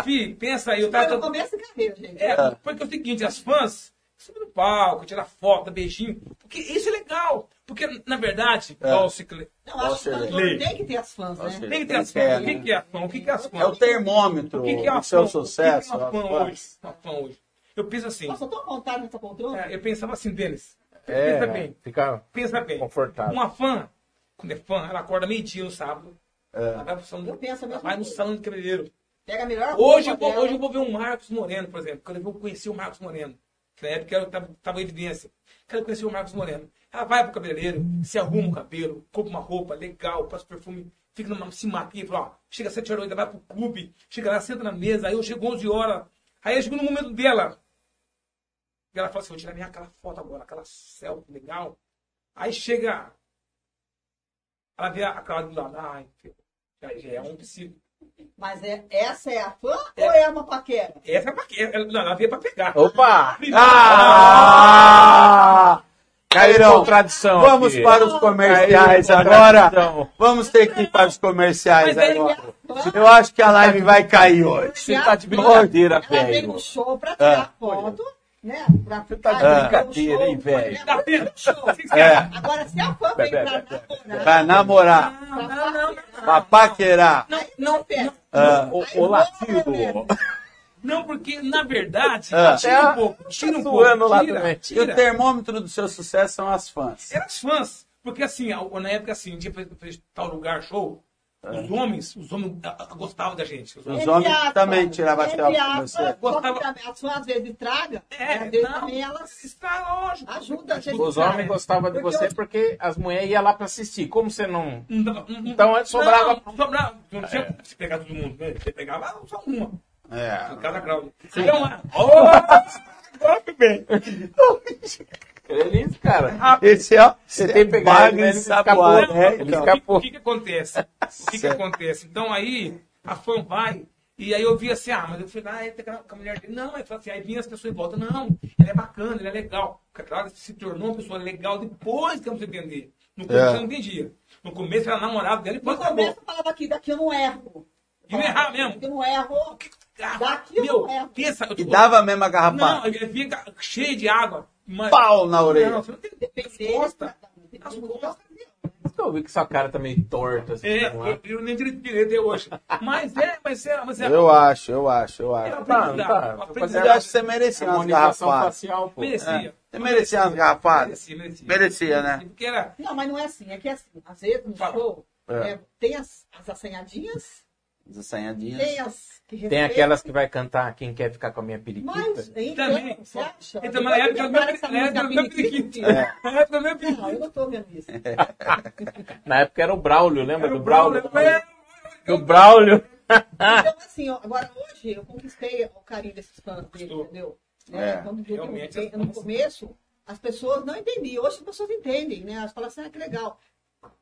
[SPEAKER 3] Fih, pensa aí, eu
[SPEAKER 4] Foi
[SPEAKER 3] tava.
[SPEAKER 4] no começo da carreira, gente.
[SPEAKER 3] É, porque é o seguinte, as fãs subem no palco, tiram foto, dá beijinho. Porque isso é legal. Porque, na verdade,
[SPEAKER 2] É.
[SPEAKER 3] Paulo Cicle-
[SPEAKER 4] Não, acho que o
[SPEAKER 2] Nossa,
[SPEAKER 4] cantor
[SPEAKER 3] gente.
[SPEAKER 4] tem que ter as fãs,
[SPEAKER 2] Nossa,
[SPEAKER 4] né?
[SPEAKER 3] Tem que ter
[SPEAKER 2] Tem
[SPEAKER 3] as
[SPEAKER 2] que ter,
[SPEAKER 3] fãs. O que
[SPEAKER 2] né?
[SPEAKER 3] que é fã? O que que é as fãs?
[SPEAKER 2] é o termômetro
[SPEAKER 3] O que que é uma
[SPEAKER 2] do seu
[SPEAKER 3] fã?
[SPEAKER 2] sucesso.
[SPEAKER 3] O que que é uma
[SPEAKER 2] a
[SPEAKER 3] fã
[SPEAKER 2] fã.
[SPEAKER 3] hoje? Uma fã hoje. Eu penso assim.
[SPEAKER 4] Nossa, eu tô à vontade nessa poltrona.
[SPEAKER 3] é, eu pensava assim, deles.
[SPEAKER 1] é,
[SPEAKER 3] pensa bem.
[SPEAKER 1] fica
[SPEAKER 3] Pensa bem.
[SPEAKER 1] confortável.
[SPEAKER 3] Uma fã, quando é fã, ela acorda meio-dia no sábado.
[SPEAKER 2] É.
[SPEAKER 3] Ela vai pro salão,
[SPEAKER 4] Eu penso a mesma
[SPEAKER 3] ela vai no
[SPEAKER 4] coisa.
[SPEAKER 3] salão de cabeleireiro.
[SPEAKER 4] Pega a melhor
[SPEAKER 3] Hoje eu,
[SPEAKER 4] roupa
[SPEAKER 3] vou,
[SPEAKER 4] dela.
[SPEAKER 3] hoje eu vou ver um Marcos Moreno, por exemplo. Quando eu vou conhecer o Marcos Moreno. que Na época eu tava, tava em evidência. Quero conhecer o Marcos Moreno. Ela vai pro cabeleireiro, se arruma o cabelo, compra uma roupa legal, passa perfume, fica numa, se maquia, fala, ó, chega às 7 horas, ainda vai pro clube, chega lá, senta na mesa, aí eu chego 11 horas. Aí eu chego no momento dela. E ela fala assim, vou tirar minha aquela foto agora, aquela selfie legal. Aí chega. Ela vê a, a Cláudia do lado, ai, já, já é um psíquico.
[SPEAKER 4] Mas é, essa é a fã
[SPEAKER 3] É.
[SPEAKER 4] ou é uma paquera?
[SPEAKER 3] Essa é pra quê? Ela, não, ela veio pra pegar.
[SPEAKER 1] Opa!
[SPEAKER 3] Primeiro-
[SPEAKER 2] Ah!
[SPEAKER 1] Cairão,
[SPEAKER 2] Cairão,
[SPEAKER 1] contradição.
[SPEAKER 2] vamos
[SPEAKER 1] aqui.
[SPEAKER 2] para os comerciais
[SPEAKER 1] Cairão,
[SPEAKER 2] agora.
[SPEAKER 1] contradição.
[SPEAKER 2] Vamos ter que ir para os comerciais
[SPEAKER 3] Mas é aí-
[SPEAKER 2] agora.
[SPEAKER 4] Fã,
[SPEAKER 2] Eu acho que a live vai cair hoje.
[SPEAKER 1] é Você tá de
[SPEAKER 2] brincadeira,
[SPEAKER 1] brincadeira,
[SPEAKER 4] ela vem
[SPEAKER 1] velho.
[SPEAKER 4] no show pra tirar
[SPEAKER 2] Ah.
[SPEAKER 4] foto, né? Pra
[SPEAKER 1] Você tá de
[SPEAKER 4] pra-
[SPEAKER 1] brincadeira,
[SPEAKER 4] pra-
[SPEAKER 1] hein, velho?
[SPEAKER 4] pra- pra- pra- show.
[SPEAKER 2] É.
[SPEAKER 4] né? Tá Agora, se a fã vem
[SPEAKER 1] Pera,
[SPEAKER 4] pra
[SPEAKER 1] pera,
[SPEAKER 2] Pra
[SPEAKER 4] namorar,
[SPEAKER 2] namorar,
[SPEAKER 3] Não, não, não, não.
[SPEAKER 2] pra paquerar.
[SPEAKER 4] não, não pega.
[SPEAKER 2] Ah.
[SPEAKER 1] Ô, ô, Latido.
[SPEAKER 3] Não, porque, na verdade,
[SPEAKER 2] Ah.
[SPEAKER 3] tira um pouco, tira um
[SPEAKER 1] Tá
[SPEAKER 3] pouco,
[SPEAKER 1] zoando lá
[SPEAKER 3] tira,
[SPEAKER 1] também.
[SPEAKER 2] E o
[SPEAKER 3] tira.
[SPEAKER 2] termômetro do seu sucesso são as fãs.
[SPEAKER 3] Eram os fãs. Porque, assim, a- na época, assim, tinha pra- pra tal lugar, show, os homens, os homens ah, ah, gostavam da gente. Os homens.
[SPEAKER 2] Os homens também tiravam as
[SPEAKER 4] as
[SPEAKER 2] calças com você.
[SPEAKER 4] As fãs às vezes tragam,
[SPEAKER 3] É,
[SPEAKER 4] às vezes
[SPEAKER 3] não,
[SPEAKER 4] também elas
[SPEAKER 3] isso tá lógico.
[SPEAKER 4] ajudam a gente.
[SPEAKER 1] Os homens gostavam de
[SPEAKER 4] Porque
[SPEAKER 1] você
[SPEAKER 4] eu-
[SPEAKER 1] porque as mulheres iam lá pra assistir. Como você não.
[SPEAKER 3] Não dava- não-
[SPEAKER 1] Então, antes sobrava- É.
[SPEAKER 3] Não, sobrava. Não tinha como se pegar todo mundo, né? Você pegava só uma.
[SPEAKER 1] Ah.
[SPEAKER 2] É.
[SPEAKER 3] Cada grau. Então, ah, oh, agora foi bem.
[SPEAKER 1] É isso, cara.
[SPEAKER 3] Ah,
[SPEAKER 2] Esse é,
[SPEAKER 1] Você tem que pegar ele, né? Ele fica
[SPEAKER 2] ensaboado,
[SPEAKER 1] puto,
[SPEAKER 2] né?
[SPEAKER 1] ele
[SPEAKER 2] Então,
[SPEAKER 1] fica-
[SPEAKER 3] O que que acontece? O que que
[SPEAKER 2] Certo.
[SPEAKER 3] acontece? Então aí, a fã vai, e aí eu vi assim, ah, mas eu fui lá, e tem aquela- com a mulher dele, não, aí, fala assim, aí vinha as pessoas em volta, não, ela é bacana, ela é legal. Porque a Clara se tornou uma pessoa legal depois que eu me entender. No começo
[SPEAKER 2] É.
[SPEAKER 3] eu não entendia. No começo era namorado dela,
[SPEAKER 4] No
[SPEAKER 3] depois
[SPEAKER 4] começo
[SPEAKER 3] acabou.
[SPEAKER 4] eu falava aqui, daqui eu não erro.
[SPEAKER 3] tá E não errar mesmo.
[SPEAKER 4] Daqui eu não erro.
[SPEAKER 3] Ah,
[SPEAKER 4] Daqui eu
[SPEAKER 3] meu,
[SPEAKER 4] não erro.
[SPEAKER 3] pensa, eu
[SPEAKER 2] E
[SPEAKER 3] tô-
[SPEAKER 2] dava a mesma
[SPEAKER 3] Não,
[SPEAKER 2] garrapada.
[SPEAKER 3] ele fica cheio de água. Mas...
[SPEAKER 2] Pau na orelha.
[SPEAKER 3] Não, você não tem
[SPEAKER 4] Depender.
[SPEAKER 3] resposta.
[SPEAKER 4] As músicas.
[SPEAKER 1] Eu vi que sua cara tá meio torta. Assim,
[SPEAKER 3] É,
[SPEAKER 1] não é?
[SPEAKER 3] eu, eu nem direito direito eu hoje. Mas é, mas é, mas é.
[SPEAKER 2] Eu acho, eu acho, eu acho.
[SPEAKER 3] Não,
[SPEAKER 1] Tá,
[SPEAKER 3] Não,
[SPEAKER 1] tá.
[SPEAKER 3] não,
[SPEAKER 1] Fazer
[SPEAKER 2] Eu acho que você merecia umas
[SPEAKER 1] harmonização
[SPEAKER 2] garrafadas.
[SPEAKER 1] facial, pô.
[SPEAKER 3] Merecia.
[SPEAKER 2] Você merecia umas garrafadas?
[SPEAKER 3] Merecia, merecia.
[SPEAKER 2] Merecia, né?
[SPEAKER 3] Porque era.
[SPEAKER 4] Não, mas não é assim. É que é assim. Às vezes no
[SPEAKER 3] Fala.
[SPEAKER 4] show
[SPEAKER 2] É.
[SPEAKER 4] é, tem as, as assanhadinhas
[SPEAKER 5] As assanhadinhas.
[SPEAKER 4] Tem as que
[SPEAKER 1] Tem
[SPEAKER 4] respeitam.
[SPEAKER 1] aquelas que vai cantar Quem Quer Ficar com a Minha Periquita.
[SPEAKER 4] é. Mas, aí,
[SPEAKER 3] Também.
[SPEAKER 4] você acha?
[SPEAKER 3] Então, na época, eu
[SPEAKER 4] eu
[SPEAKER 3] meu,
[SPEAKER 4] paro essa
[SPEAKER 3] na
[SPEAKER 4] música
[SPEAKER 3] época, meu periquito.
[SPEAKER 4] periquito.
[SPEAKER 3] Na época, meu periquito.
[SPEAKER 4] Não, eu não tô vendo isso.
[SPEAKER 1] Na época era o Braulio, lembra
[SPEAKER 3] Era
[SPEAKER 1] do
[SPEAKER 3] o né? Braulio.
[SPEAKER 1] Braulio? Do Braulio.
[SPEAKER 3] Ah.
[SPEAKER 4] Então, assim, ó, agora hoje eu conquistei o carinho desses fãs dele,
[SPEAKER 3] Estou.
[SPEAKER 4] entendeu? Né?
[SPEAKER 5] É.
[SPEAKER 4] Quando eu- eu-
[SPEAKER 3] Realmente,
[SPEAKER 4] eu-
[SPEAKER 3] as
[SPEAKER 4] no
[SPEAKER 3] fãs-
[SPEAKER 4] começo, as pessoas não entendiam. Hoje as pessoas entendem, né? Elas falam assim, ah, que legal.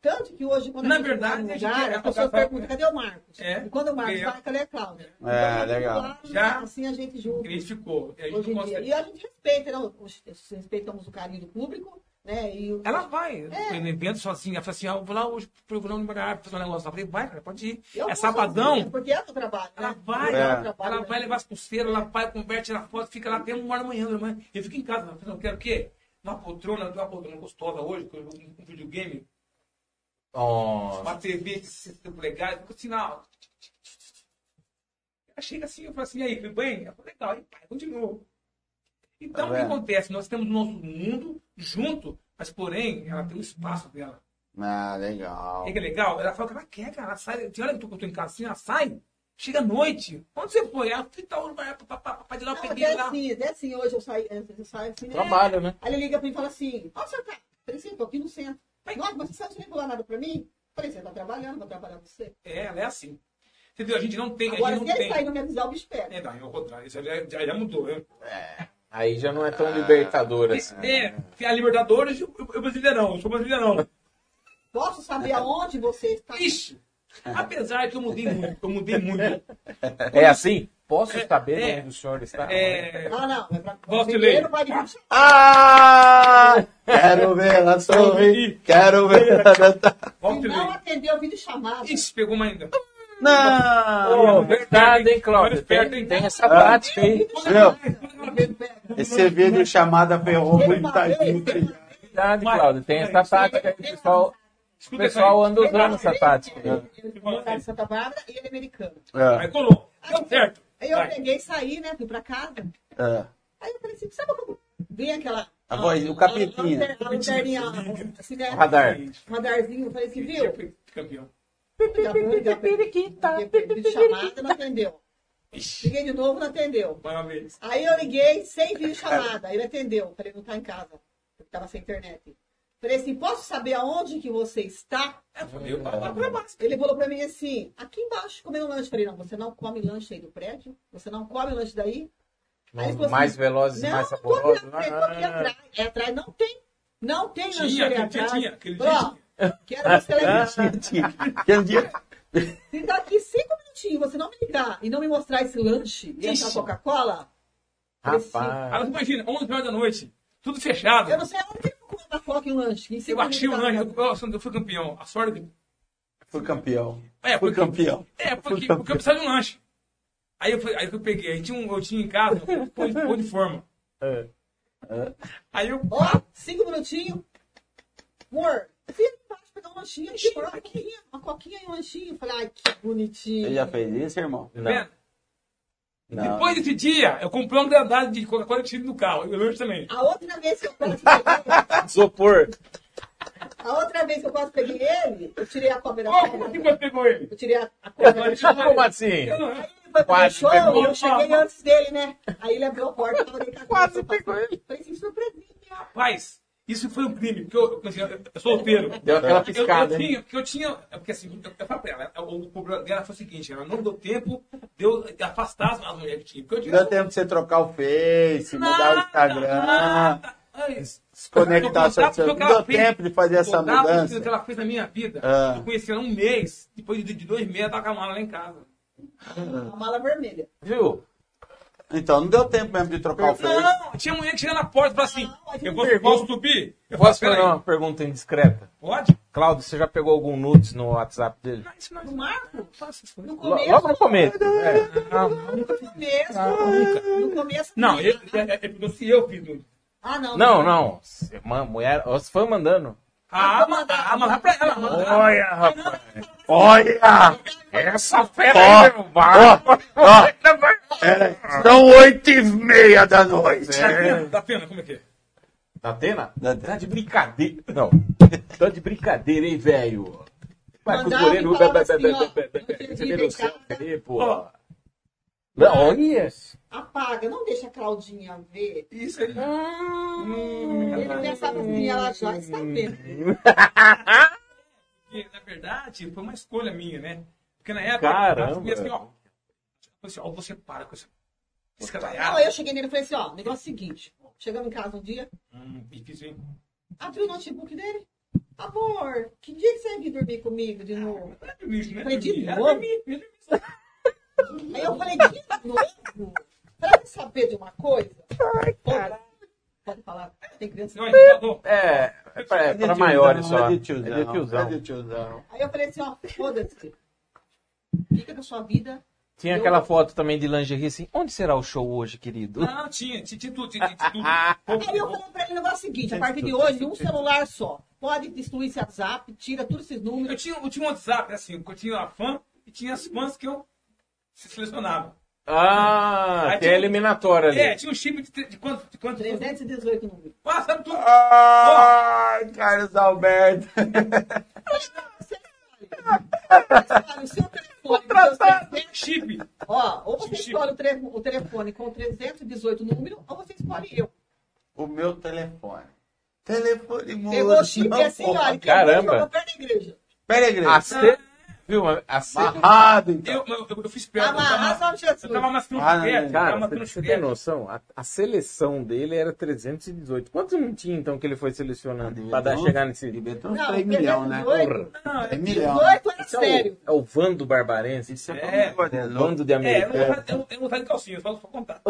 [SPEAKER 4] Tanto que hoje, quando
[SPEAKER 3] Na
[SPEAKER 4] a gente
[SPEAKER 3] verdade,
[SPEAKER 4] vai num
[SPEAKER 3] a gente
[SPEAKER 4] lugar,
[SPEAKER 3] é-
[SPEAKER 4] as pessoas
[SPEAKER 3] acaba-
[SPEAKER 4] perguntam, cadê o Marcos?
[SPEAKER 3] É.
[SPEAKER 4] E quando o Marcos
[SPEAKER 3] É.
[SPEAKER 4] vai, cadê a Cláudia? Então,
[SPEAKER 5] É,
[SPEAKER 4] muito
[SPEAKER 5] legal.
[SPEAKER 4] claro,
[SPEAKER 3] Já-
[SPEAKER 4] Assim a gente junta.
[SPEAKER 3] Identificou. E assim. a gente
[SPEAKER 4] Hoje
[SPEAKER 3] não
[SPEAKER 4] em dia.
[SPEAKER 3] consegue.
[SPEAKER 4] E a gente respeita, né? Os- os- Respeitamos o carinho do público, né? E o-
[SPEAKER 3] Ela vai,
[SPEAKER 4] É.
[SPEAKER 3] foi no evento sozinha. Ela falou assim: ah, eu vou lá hoje procurar um lugar pra fazer um negócio. Eu falei: vai, cara, pode ir.
[SPEAKER 4] eu
[SPEAKER 3] é
[SPEAKER 4] vou
[SPEAKER 3] sabadão.
[SPEAKER 4] sozinha, Porque é o trabalho.
[SPEAKER 3] Ela
[SPEAKER 4] né?
[SPEAKER 3] vai,
[SPEAKER 4] É o
[SPEAKER 5] ela-
[SPEAKER 4] trabalho,
[SPEAKER 3] Ela
[SPEAKER 4] né?
[SPEAKER 3] vai levar as pulseiras, ela vai, converte, tira foto, fica lá até uma hora da manhã, da manhã. Eu fico em casa, ela fala, eu quero o quê? Uma poltrona, uma poltrona gostosa hoje, com um um videogame,
[SPEAKER 1] Nossa.
[SPEAKER 3] uma TV de 60 polegadas, fica assim, não. Ela chega assim, eu falo assim, e aí, tudo bem? Ela falou, legal, e pai, continua. Então,
[SPEAKER 5] Tá
[SPEAKER 3] o que
[SPEAKER 5] vendo?
[SPEAKER 3] acontece? Nós temos o nosso mundo junto, mas porém, ela tem o espaço dela.
[SPEAKER 5] Ah, legal.
[SPEAKER 3] O que que é legal? Ela fala o que ela quer, cara. Ela sai. Tem hora que eu tô- que eu tô em casa assim, ela sai. Chega à noite. Onde você foi? Ela fui tal lugar, papai de lá, eu
[SPEAKER 4] Não, mas
[SPEAKER 3] peguei
[SPEAKER 4] é
[SPEAKER 3] lá.
[SPEAKER 4] assim, é assim, hoje eu saio, eu saio assim, né?
[SPEAKER 1] Trabalho, né?
[SPEAKER 4] Aí ele liga pra mim e fala assim, ó, você tá, falei assim, tô aqui no centro. Falei, nossa, mas você sabe que não falar nada pra mim? Falei, você tá trabalhando, vou trabalhar com você.
[SPEAKER 3] É, ela é assim. Entendeu? A gente não tem, a
[SPEAKER 4] Agora,
[SPEAKER 3] gente
[SPEAKER 4] se
[SPEAKER 3] não
[SPEAKER 4] ele
[SPEAKER 3] tem.
[SPEAKER 4] sair e não me avisar, eu me espero.
[SPEAKER 3] É, não, é o contrário. Isso já, já, já mudou. É,
[SPEAKER 1] Aí já não é tão libertador assim.
[SPEAKER 3] é tem a Libertadores e o o Brasileirão. Eu sou brasileirão.
[SPEAKER 4] Posso saber aonde você está?
[SPEAKER 3] Ixi! Apesar que eu mudei muito, eu mudei muito.
[SPEAKER 1] É assim? Posso saber
[SPEAKER 3] é.
[SPEAKER 1] onde o senhor está?
[SPEAKER 3] É,
[SPEAKER 4] Ah, não, é pra...
[SPEAKER 3] Volte
[SPEAKER 4] primeiro
[SPEAKER 3] lei.
[SPEAKER 4] vai de
[SPEAKER 5] Ah! Quero ver ela sorrir. Quero ver ela.
[SPEAKER 3] volte
[SPEAKER 4] Se não é-
[SPEAKER 3] lei.
[SPEAKER 4] atender o vídeo chamado,
[SPEAKER 3] Ixi, pegou uma ainda.
[SPEAKER 1] Ô,
[SPEAKER 5] Não!
[SPEAKER 1] verdade, hein, Cláudio?
[SPEAKER 3] Olha, perto, né?
[SPEAKER 1] Tem,
[SPEAKER 3] hein?
[SPEAKER 1] tem essa prática aí.
[SPEAKER 5] Esse vídeo chamada ferrou
[SPEAKER 4] Ele
[SPEAKER 5] muito
[SPEAKER 4] uma
[SPEAKER 5] tadinho.
[SPEAKER 4] vez, ele uma
[SPEAKER 1] Verdade, Cláudio.
[SPEAKER 3] é,
[SPEAKER 1] Tem essa tática aí. O pessoal, o
[SPEAKER 3] Escuta essa
[SPEAKER 1] pessoal
[SPEAKER 3] aí.
[SPEAKER 1] anda usando essa tática.
[SPEAKER 4] Ele é ele- ele- de Santa Bárbara e ele é americano.
[SPEAKER 5] É,
[SPEAKER 3] Aí colou. Deu certo.
[SPEAKER 4] Aí eu
[SPEAKER 3] Vai.
[SPEAKER 4] peguei e saí, né, fui pra casa.
[SPEAKER 5] é.
[SPEAKER 4] Aí eu falei assim, sabe quando vem aquela...
[SPEAKER 5] A voz, o capetinha.
[SPEAKER 4] A, a, lanterninha, assim, né?
[SPEAKER 1] Radar.
[SPEAKER 4] radarzinho, eu falei assim,
[SPEAKER 3] Eu
[SPEAKER 4] viu?
[SPEAKER 3] fui tipo, campeão.
[SPEAKER 4] Vídeo chamada, não atendeu. Liguei de novo, não atendeu.
[SPEAKER 3] Mais uma vez.
[SPEAKER 4] Aí eu liguei sem vídeo chamada, ele atendeu. Falei, não tá em casa, porque tava sem internet. Falei assim, posso saber aonde que você está?
[SPEAKER 3] Eu falei, eu tava lá pra baixo.
[SPEAKER 4] Ele falou pra mim assim, aqui embaixo comendo lanche. Falei, não, você não come lanche aí do prédio? Você não come lanche daí? Aí ele falou assim,
[SPEAKER 1] Mais velozes e
[SPEAKER 4] Não,
[SPEAKER 1] mais
[SPEAKER 4] não tô aqui
[SPEAKER 1] saborosos. né?
[SPEAKER 4] atrás, tô aqui atrás. É atrás, não tem. Não tem
[SPEAKER 3] Tinha,
[SPEAKER 4] lancheira
[SPEAKER 3] aquele dia
[SPEAKER 4] atrás.
[SPEAKER 3] tinha, aquele
[SPEAKER 4] Ó,
[SPEAKER 3] dia
[SPEAKER 4] Quero você lá em cima.
[SPEAKER 2] um
[SPEAKER 5] Aquele dia.
[SPEAKER 4] Se daqui cinco minutinhos você não me ligar e não me mostrar esse lanche e essa
[SPEAKER 3] Ixi.
[SPEAKER 4] Coca-cola,
[SPEAKER 1] Rapaz.
[SPEAKER 3] Aí imagina, 11 horas da noite, tudo fechado.
[SPEAKER 4] eu não sei aonde eu vou comer Coca-Cola e um lanche. Em
[SPEAKER 3] Eu
[SPEAKER 4] cinco
[SPEAKER 3] achei o
[SPEAKER 4] minutos
[SPEAKER 3] lanche,
[SPEAKER 4] tá-
[SPEAKER 3] eu, eu- eu fui campeão. A sorte.
[SPEAKER 5] Fui campeão.
[SPEAKER 3] É,
[SPEAKER 5] Fui campeão.
[SPEAKER 3] É,
[SPEAKER 5] Fui
[SPEAKER 3] porque,
[SPEAKER 5] campeão.
[SPEAKER 3] porque eu precisava de um lanche. Aí eu, fui- aí eu peguei, aí tinha um, eu tinha em casa, um pão de- pão de forma.
[SPEAKER 1] É.
[SPEAKER 3] Tá Aí eu.
[SPEAKER 4] Ó, cinco minutinhos. Amor, filho, embaixo pegar um lanchinho. Ele chegou, uma coquinha, uma coquinha e um lanchinho. Eu Falei, ai, que bonitinho.
[SPEAKER 5] Você já fez isso, irmão?
[SPEAKER 1] Não.
[SPEAKER 3] vendo?
[SPEAKER 5] Não.
[SPEAKER 3] Depois desse dia, eu comprei uma grandada de Coca-Cola que tive no carro. E o lanche também. Assim
[SPEAKER 4] A outra vez que eu quase peguei,
[SPEAKER 1] Isopor.
[SPEAKER 4] a outra vez que eu quase peguei ele, eu tirei a cópia da
[SPEAKER 3] Ó, como que
[SPEAKER 4] perna.
[SPEAKER 3] você pegou ele?
[SPEAKER 4] Eu tirei a, a cópia da perna.
[SPEAKER 1] Como assim?
[SPEAKER 3] Eu não-
[SPEAKER 4] Ele foi pro
[SPEAKER 1] Quase
[SPEAKER 4] show
[SPEAKER 1] pegou.
[SPEAKER 4] e eu cheguei antes dele, né? Aí ele abriu a porta, tava dentro da Quase pegou ele. Falei assim, surpresinha.
[SPEAKER 3] Rapaz, isso foi um crime, porque eu, assim, eu, eu sou solteiro.
[SPEAKER 1] Deu aquela
[SPEAKER 3] Eu, eu
[SPEAKER 1] piscada.
[SPEAKER 5] né?
[SPEAKER 1] hein?
[SPEAKER 3] tinha, porque eu tinha. é Porque assim, eu, eu falei pra ela, o, o problema dela foi o seguinte, ela não deu tempo de eu afastar as as mulheres que tinha. Porque eu tinha.
[SPEAKER 5] Deu tempo de você trocar o Face, mudar o Instagram.
[SPEAKER 3] nada. Ai,
[SPEAKER 5] desconectar
[SPEAKER 3] eu contava
[SPEAKER 5] seu-
[SPEAKER 3] tudo que
[SPEAKER 5] deu
[SPEAKER 3] ela fez,
[SPEAKER 5] tempo de fazer essa
[SPEAKER 3] contava tudo
[SPEAKER 5] mudança.
[SPEAKER 3] que ela fez na minha vida.
[SPEAKER 5] Ah.
[SPEAKER 3] Eu conheci ela um mês, depois de, de dois meses, ela tava com a mala lá em casa.
[SPEAKER 4] A mala vermelha.
[SPEAKER 1] Viu?
[SPEAKER 5] Então, não deu tempo mesmo de trocar o Face.
[SPEAKER 3] Não, tinha mulher que chegava na porta e falava assim:
[SPEAKER 4] Não, mas
[SPEAKER 3] Eu
[SPEAKER 4] não
[SPEAKER 3] vou,
[SPEAKER 4] pergunta.
[SPEAKER 3] posso subir? Eu
[SPEAKER 1] Posso
[SPEAKER 3] falei,
[SPEAKER 1] fazer
[SPEAKER 3] "Peraí,
[SPEAKER 1] uma pergunta indiscreta?
[SPEAKER 3] Pode?
[SPEAKER 1] Cláudio, você já pegou algum nudes no WhatsApp dele?
[SPEAKER 3] Não, isso não, isso não, não faço isso.
[SPEAKER 4] No
[SPEAKER 1] Lo-
[SPEAKER 4] começo,
[SPEAKER 1] Logo no começo. É.
[SPEAKER 4] no começo, no começo.
[SPEAKER 3] Não, ele, ele, ele perguntou se eu fiz. um. nude.
[SPEAKER 4] Ah, não.
[SPEAKER 1] Não, não. Cê- ma- mulher, ó, você foi mandando.
[SPEAKER 3] Ah, manda, ah, manda lá pra ela. manda lá.
[SPEAKER 1] Olha, rapaz.
[SPEAKER 5] Olha!
[SPEAKER 1] Essa fera
[SPEAKER 5] Ó,
[SPEAKER 1] aí, meu barco.
[SPEAKER 5] Ó, era- são oito e meia da noite.
[SPEAKER 3] Tá pena, tá pena, como é que é?
[SPEAKER 1] Tá tendo?
[SPEAKER 5] Tá tendo.
[SPEAKER 1] Tá de brincadeira. Não. Tá de brincadeira, hein, velho? Mas
[SPEAKER 4] Mandava
[SPEAKER 1] costureiro.
[SPEAKER 4] e falava assim, ó,
[SPEAKER 1] Você tem noção ali, pô.
[SPEAKER 3] Ó.
[SPEAKER 1] Não, olha.
[SPEAKER 4] Apaga, não deixa a Claudinha ver.
[SPEAKER 3] Isso aí.
[SPEAKER 4] Ele pensava assim, ela já está vendo.
[SPEAKER 3] E, na verdade, foi uma escolha minha, né? Porque na época,
[SPEAKER 1] Caramba.
[SPEAKER 3] as minhas, assim, ó, assim, ó, você para com essa
[SPEAKER 4] Não,
[SPEAKER 3] escadaiada.
[SPEAKER 4] eu cheguei nele e falei assim, ó, negócio é o seguinte. Chegamos em casa um dia,
[SPEAKER 3] Hum, difícil, hein?
[SPEAKER 4] abri o notebook dele. Amor, que dia que você vir dormir comigo de novo?
[SPEAKER 3] Não é difícil, né?
[SPEAKER 4] Falei, de
[SPEAKER 3] Era
[SPEAKER 4] novo?
[SPEAKER 3] dormir, era dormir.
[SPEAKER 4] Aí eu falei, de novo? Pra você saber de uma coisa? Pode, pode falar, tem criança.
[SPEAKER 3] Não, ele falou.
[SPEAKER 1] É, é pra, é pra maiores só.
[SPEAKER 2] É de tiozão.
[SPEAKER 1] É de tiozão.
[SPEAKER 2] É de tiozão.
[SPEAKER 4] Aí eu falei assim, ó, foda-se. Fica com a sua vida.
[SPEAKER 1] Tinha aquela foto também de lingerie assim. Onde será o show hoje, querido?
[SPEAKER 3] Não, tinha, tinha, tinha tudo, tinha, tinha tudo.
[SPEAKER 4] Aí eu falei pra ele o negócio seguinte,
[SPEAKER 3] É
[SPEAKER 4] a partir de hoje, um celular só. Pode destruir esse WhatsApp, tira todos esses
[SPEAKER 3] Eu
[SPEAKER 4] números.
[SPEAKER 3] tinha, eu tinha um WhatsApp, assim, eu tinha a fã e tinha as fãs que eu se selecionava.
[SPEAKER 1] Ah,
[SPEAKER 3] Aí
[SPEAKER 1] tem
[SPEAKER 3] tinha-
[SPEAKER 1] a eliminatória ali.
[SPEAKER 3] É, tinha um chip de, tre- de quanto? De quanto
[SPEAKER 4] né? 318 números.
[SPEAKER 3] ah, sabe tudo.
[SPEAKER 2] Ai, Carlos Alberto.
[SPEAKER 4] Você escolhe o seu telefone. com seus 300,
[SPEAKER 3] um Chip.
[SPEAKER 4] Ó, ou você escolhe o, tre- o telefone com 318 números, ou você escolhe eu.
[SPEAKER 2] O meu telefone. Telefone mudo.
[SPEAKER 4] Pegou o chip e assim, ó, ele pegou e
[SPEAKER 1] caramba.
[SPEAKER 4] jogou perto da igreja.
[SPEAKER 2] Pera, igreja.
[SPEAKER 1] A ce- Viu? A ce-
[SPEAKER 2] Amarrado, então.
[SPEAKER 3] Assim. Eu, eu, eu, eu fiz perto.
[SPEAKER 4] Amarrar só no
[SPEAKER 3] Eu
[SPEAKER 4] Jesus.
[SPEAKER 3] tava mascando
[SPEAKER 2] Ah,
[SPEAKER 3] chiclete, eu tava
[SPEAKER 1] Cara,
[SPEAKER 3] mascando
[SPEAKER 1] você tem
[SPEAKER 3] chiclete.
[SPEAKER 1] noção? A, a seleção dele era 318. Quantos não tinha, então, que ele foi selecionando
[SPEAKER 2] Devia
[SPEAKER 1] pra dar,
[SPEAKER 2] ter uns-
[SPEAKER 1] chegar nesse...
[SPEAKER 2] Devia ter uns
[SPEAKER 4] Não,
[SPEAKER 2] 3 milhões, né?
[SPEAKER 4] 318.
[SPEAKER 1] Porra.
[SPEAKER 3] Não, é-
[SPEAKER 2] 3 milhões.
[SPEAKER 4] 18 era
[SPEAKER 1] Esse é o,
[SPEAKER 4] sério.
[SPEAKER 1] é o Vando Barbarense.
[SPEAKER 2] Isso
[SPEAKER 3] É.
[SPEAKER 2] é uma coisa louca.
[SPEAKER 1] Vando um de
[SPEAKER 3] É, eu não
[SPEAKER 1] americano.
[SPEAKER 3] vou- eu não tenho vontade de calcinha, eu só vou contar.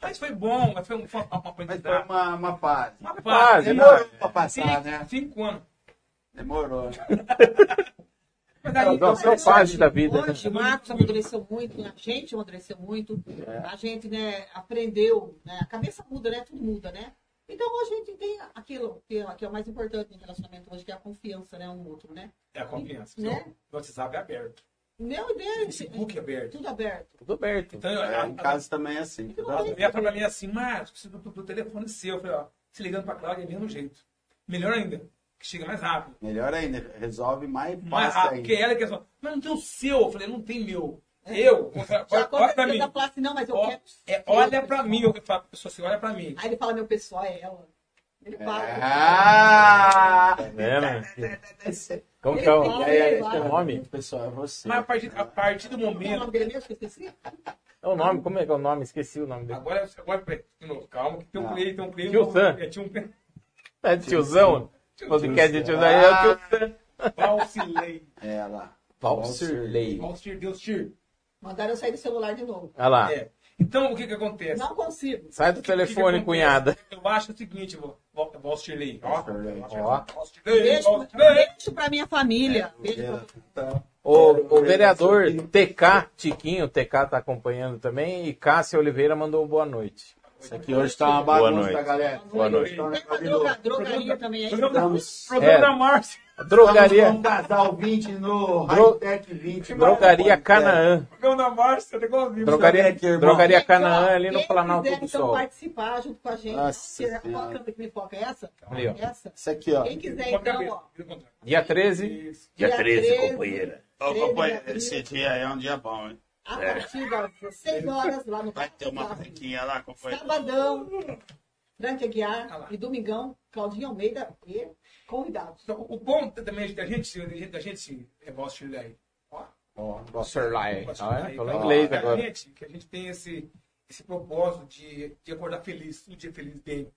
[SPEAKER 3] mas foi bom, mas foi um- foi uma, uma
[SPEAKER 2] Mas foi
[SPEAKER 3] aprendizagem.
[SPEAKER 2] uma, uma fase.
[SPEAKER 3] Uma
[SPEAKER 1] fase,
[SPEAKER 3] fase,
[SPEAKER 1] né?
[SPEAKER 2] Demorou
[SPEAKER 1] Não,
[SPEAKER 2] pra
[SPEAKER 3] cinco,
[SPEAKER 2] passar, né?
[SPEAKER 3] cinco anos.
[SPEAKER 2] Demorou.
[SPEAKER 3] Mas aí,
[SPEAKER 1] Não,
[SPEAKER 3] então,
[SPEAKER 4] Mas
[SPEAKER 1] são
[SPEAKER 4] hoje-
[SPEAKER 1] fases da vida, né?
[SPEAKER 4] Hoje o Marcos amadureceu muito, a gente amadureceu muito,
[SPEAKER 1] É.
[SPEAKER 4] a gente né, aprendeu, né, a cabeça muda, né? Tudo muda, né? Então hoje a gente tem aquilo que é, que é o mais importante no relacionamento hoje, que é a confiança, né? Um no outro, né?
[SPEAKER 3] é a confiança.
[SPEAKER 4] Né?
[SPEAKER 3] Então, O WhatsApp é aberto.
[SPEAKER 4] Meu Deus!
[SPEAKER 3] Facebook é aberto.
[SPEAKER 4] Tudo aberto.
[SPEAKER 1] Tudo aberto.
[SPEAKER 3] Então, eu,
[SPEAKER 2] É,
[SPEAKER 3] a,
[SPEAKER 2] em casa também é assim.
[SPEAKER 3] a, minha pra mim é assim, Marcos, preciso do, do telefone seu. Eu falei, ó, se ligando pra Cláudia é do mesmo jeito. Melhor ainda, que chega mais rápido.
[SPEAKER 2] Melhor ainda, resolve mais
[SPEAKER 3] Mais
[SPEAKER 2] fácil
[SPEAKER 3] rápido, porque
[SPEAKER 2] ainda.
[SPEAKER 3] ela que é só, mas não tem o seu. Eu falei, não tem meu. É Eu?
[SPEAKER 4] Já
[SPEAKER 3] Olha,
[SPEAKER 4] quando
[SPEAKER 3] olha
[SPEAKER 4] a
[SPEAKER 3] pra mim.
[SPEAKER 4] pessoa fala assim, não, mas eu
[SPEAKER 3] Ó,
[SPEAKER 4] quero.
[SPEAKER 3] é, olha pra mim, eu falo pra pessoa assim, olha pra mim.
[SPEAKER 4] Aí ele fala, meu pessoal é ela. Ele fala.
[SPEAKER 2] Ah!
[SPEAKER 1] É, né? Como
[SPEAKER 4] Ele
[SPEAKER 1] que é o,
[SPEAKER 4] fala,
[SPEAKER 1] é, é,
[SPEAKER 4] ele
[SPEAKER 1] é o
[SPEAKER 4] fala.
[SPEAKER 1] nome?
[SPEAKER 2] Pessoal, é você.
[SPEAKER 3] Mas a partir, a partir do
[SPEAKER 4] Qual é o
[SPEAKER 3] momento.
[SPEAKER 4] nome dele mesmo que eu esqueci?
[SPEAKER 1] É o nome? Como é que é o nome? Esqueci o nome dele.
[SPEAKER 3] Agora, agora peraí, de novo, calma, que tem um
[SPEAKER 2] Ah.
[SPEAKER 3] play, tem um play.
[SPEAKER 1] Tio
[SPEAKER 3] um-
[SPEAKER 1] Sam.
[SPEAKER 3] é, Tinha um play.
[SPEAKER 1] É de tiozão? Podcast de tiozão. É o tiozão.
[SPEAKER 3] Valsilei.
[SPEAKER 2] É Ela.
[SPEAKER 1] Valsirley.
[SPEAKER 3] Valsir, Deus Tir.
[SPEAKER 4] Mandaram eu sair do celular de novo.
[SPEAKER 1] Olha lá.
[SPEAKER 3] É. Então, o que que acontece?
[SPEAKER 4] Não consigo.
[SPEAKER 1] Sai do telefone,
[SPEAKER 3] O que que acontece?
[SPEAKER 1] cunhada.
[SPEAKER 3] Eu acho o seguinte, Val- Val- Valsirlei. Ó,
[SPEAKER 2] Valsirlei.
[SPEAKER 1] Ó.
[SPEAKER 3] Valsirlei,
[SPEAKER 4] Beijo,
[SPEAKER 3] Valsirlei.
[SPEAKER 4] beijo É, pra minha família. Beijo pra
[SPEAKER 2] Ela. Então,
[SPEAKER 1] O, o vereador TK, Tiquinho, TK tá acompanhando também. E Cássia Oliveira mandou um boa noite.
[SPEAKER 2] isso aqui hoje tá uma
[SPEAKER 1] Boa
[SPEAKER 2] bagunça,
[SPEAKER 1] noite.
[SPEAKER 2] galera.
[SPEAKER 1] Boa noite.
[SPEAKER 2] Tá um
[SPEAKER 4] Tem uma
[SPEAKER 2] negócio de
[SPEAKER 4] droga-
[SPEAKER 2] louco.
[SPEAKER 4] drogaria também aí.
[SPEAKER 3] Programa-
[SPEAKER 2] Estamos-
[SPEAKER 3] Programa
[SPEAKER 1] É.
[SPEAKER 3] da Márcia.
[SPEAKER 1] A drogaria,
[SPEAKER 2] Vamos casal 20 no
[SPEAKER 1] Dro-
[SPEAKER 2] Hightech 20.
[SPEAKER 1] drogaria Canaã.
[SPEAKER 3] Programa da Márcia, tá igualzinho.
[SPEAKER 1] Drogaria,
[SPEAKER 2] aqui, irmão.
[SPEAKER 1] drogaria
[SPEAKER 4] Gente, ó,
[SPEAKER 1] Canaã ali no
[SPEAKER 4] quem
[SPEAKER 1] Planalto
[SPEAKER 4] quiser,
[SPEAKER 1] do
[SPEAKER 4] então,
[SPEAKER 1] Sol.
[SPEAKER 4] participar junto com a gente.
[SPEAKER 2] Nossa
[SPEAKER 4] Será que
[SPEAKER 2] Senhora.
[SPEAKER 4] qual câmera que me foca? É essa?
[SPEAKER 1] Ali, ó.
[SPEAKER 4] Essa?
[SPEAKER 2] Isso aqui, ó.
[SPEAKER 4] Quem quiser,
[SPEAKER 3] Só
[SPEAKER 4] então,
[SPEAKER 3] cabeça.
[SPEAKER 4] ó.
[SPEAKER 1] Dia 13.
[SPEAKER 3] Isso.
[SPEAKER 4] Dia 13, companheira.
[SPEAKER 2] Ô, companheiro, esse dia aí é um dia bom, hein?
[SPEAKER 4] A partir das 16 horas, lá no
[SPEAKER 2] É. Vai ter uma
[SPEAKER 4] Parque Clássico.
[SPEAKER 2] franquinha lá, companheiro.
[SPEAKER 4] Sabadão, Frank
[SPEAKER 3] Ah lá.
[SPEAKER 4] Aguiar e Domingão, Claudinho Almeida e convidados.
[SPEAKER 3] Então, o bom também da gente, da gente, é Valsirlei. Ó.
[SPEAKER 1] Ó, Valsirley. Ah, é? Falou
[SPEAKER 3] Então,
[SPEAKER 1] inglês
[SPEAKER 3] que a
[SPEAKER 1] agora.
[SPEAKER 3] gente- que a gente tem esse, esse propósito de, de acordar feliz, um dia feliz bem.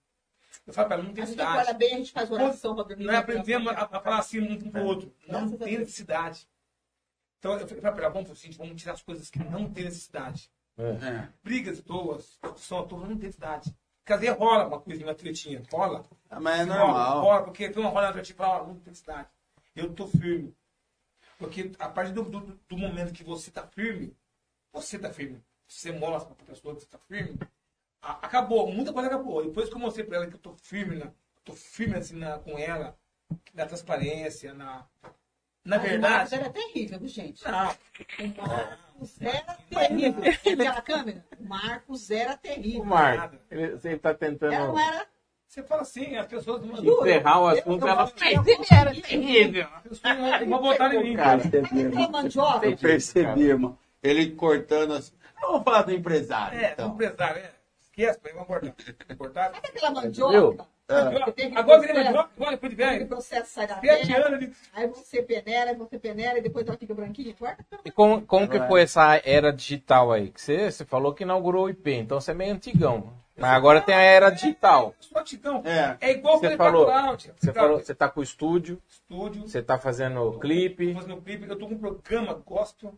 [SPEAKER 3] Eu falo pra ela, não tem
[SPEAKER 4] A gente acorda
[SPEAKER 3] cidade.
[SPEAKER 4] bem, a gente faz oração pra dormir.
[SPEAKER 1] é
[SPEAKER 3] Nós aprendemos a, a falar assim um pro outro. Não
[SPEAKER 4] É. Graças a
[SPEAKER 3] tem
[SPEAKER 4] Deus.
[SPEAKER 3] necessidade. Então, eu falei pra ela, vamos, gente, vamos tirar as coisas que não tem necessidade.
[SPEAKER 2] É.
[SPEAKER 3] Brigas à toa, discussão à toa, não tem necessidade. Cadê rola uma coisinha, uma tretinha? Rola.
[SPEAKER 2] Ah, Mas é
[SPEAKER 3] Se Rola,
[SPEAKER 2] normal.
[SPEAKER 3] rola, porque tem uma tipo, rola pra te falar, não tem necessidade. Eu tô firme. Porque a partir do, do, do momento que você tá firme, você tá firme. Você mostra pra pessoa que você tá firme. A- acabou, muita coisa acabou. Depois que eu mostrei pra ela que eu tô firme, na, tô firme assim na, com ela, na transparência, na. Na verdade.
[SPEAKER 4] Era terrível, viu, gente.
[SPEAKER 3] Não,
[SPEAKER 4] O Marcos era terrível. Quem viu a câmera? O Marcos era terrível.
[SPEAKER 1] O Marco. Ele, ele tá
[SPEAKER 4] Ela é não é
[SPEAKER 1] tentando.
[SPEAKER 4] era
[SPEAKER 3] Você fala assim, as pessoas não
[SPEAKER 1] Encerrar o assunto, ela
[SPEAKER 4] era
[SPEAKER 3] As pessoas não vão botar em mim, cara.
[SPEAKER 2] Percebi, irmão.
[SPEAKER 4] Reclamando de obra.
[SPEAKER 2] Eu percebi, irmão. Ele cortando assim. Vamos falar do empresário,
[SPEAKER 3] É,
[SPEAKER 2] então.
[SPEAKER 3] empresário, é. Esquece, pai, vamos cortar. Cortar.
[SPEAKER 4] Sabe aquela
[SPEAKER 1] Viu?
[SPEAKER 4] mandioca?
[SPEAKER 3] Agora
[SPEAKER 4] Tem que é
[SPEAKER 3] ele
[SPEAKER 4] processo.
[SPEAKER 3] mandioca, agora depois de
[SPEAKER 4] Aquele
[SPEAKER 3] velho.
[SPEAKER 4] processo
[SPEAKER 1] É.
[SPEAKER 4] sai da
[SPEAKER 3] Sete
[SPEAKER 4] terra.
[SPEAKER 3] anos de.
[SPEAKER 4] Aí você peneira, você peneira, e depois tá dá fica branquinho. tá Guarda pelo
[SPEAKER 1] E como, como que foi essa era digital aí? Que você, você falou que inaugurou o IP, então você é meio antigão. Mas agora tem a era digital.
[SPEAKER 3] Só tigão.
[SPEAKER 2] É.
[SPEAKER 3] É igual
[SPEAKER 1] Você
[SPEAKER 3] quando ele
[SPEAKER 1] falou-
[SPEAKER 3] Cláudia.
[SPEAKER 1] Você falou, você tá com o estúdio,
[SPEAKER 3] estúdio,
[SPEAKER 1] você tá fazendo
[SPEAKER 3] tô
[SPEAKER 1] clipe.
[SPEAKER 3] fazendo clipe, eu tô com um programa gospel.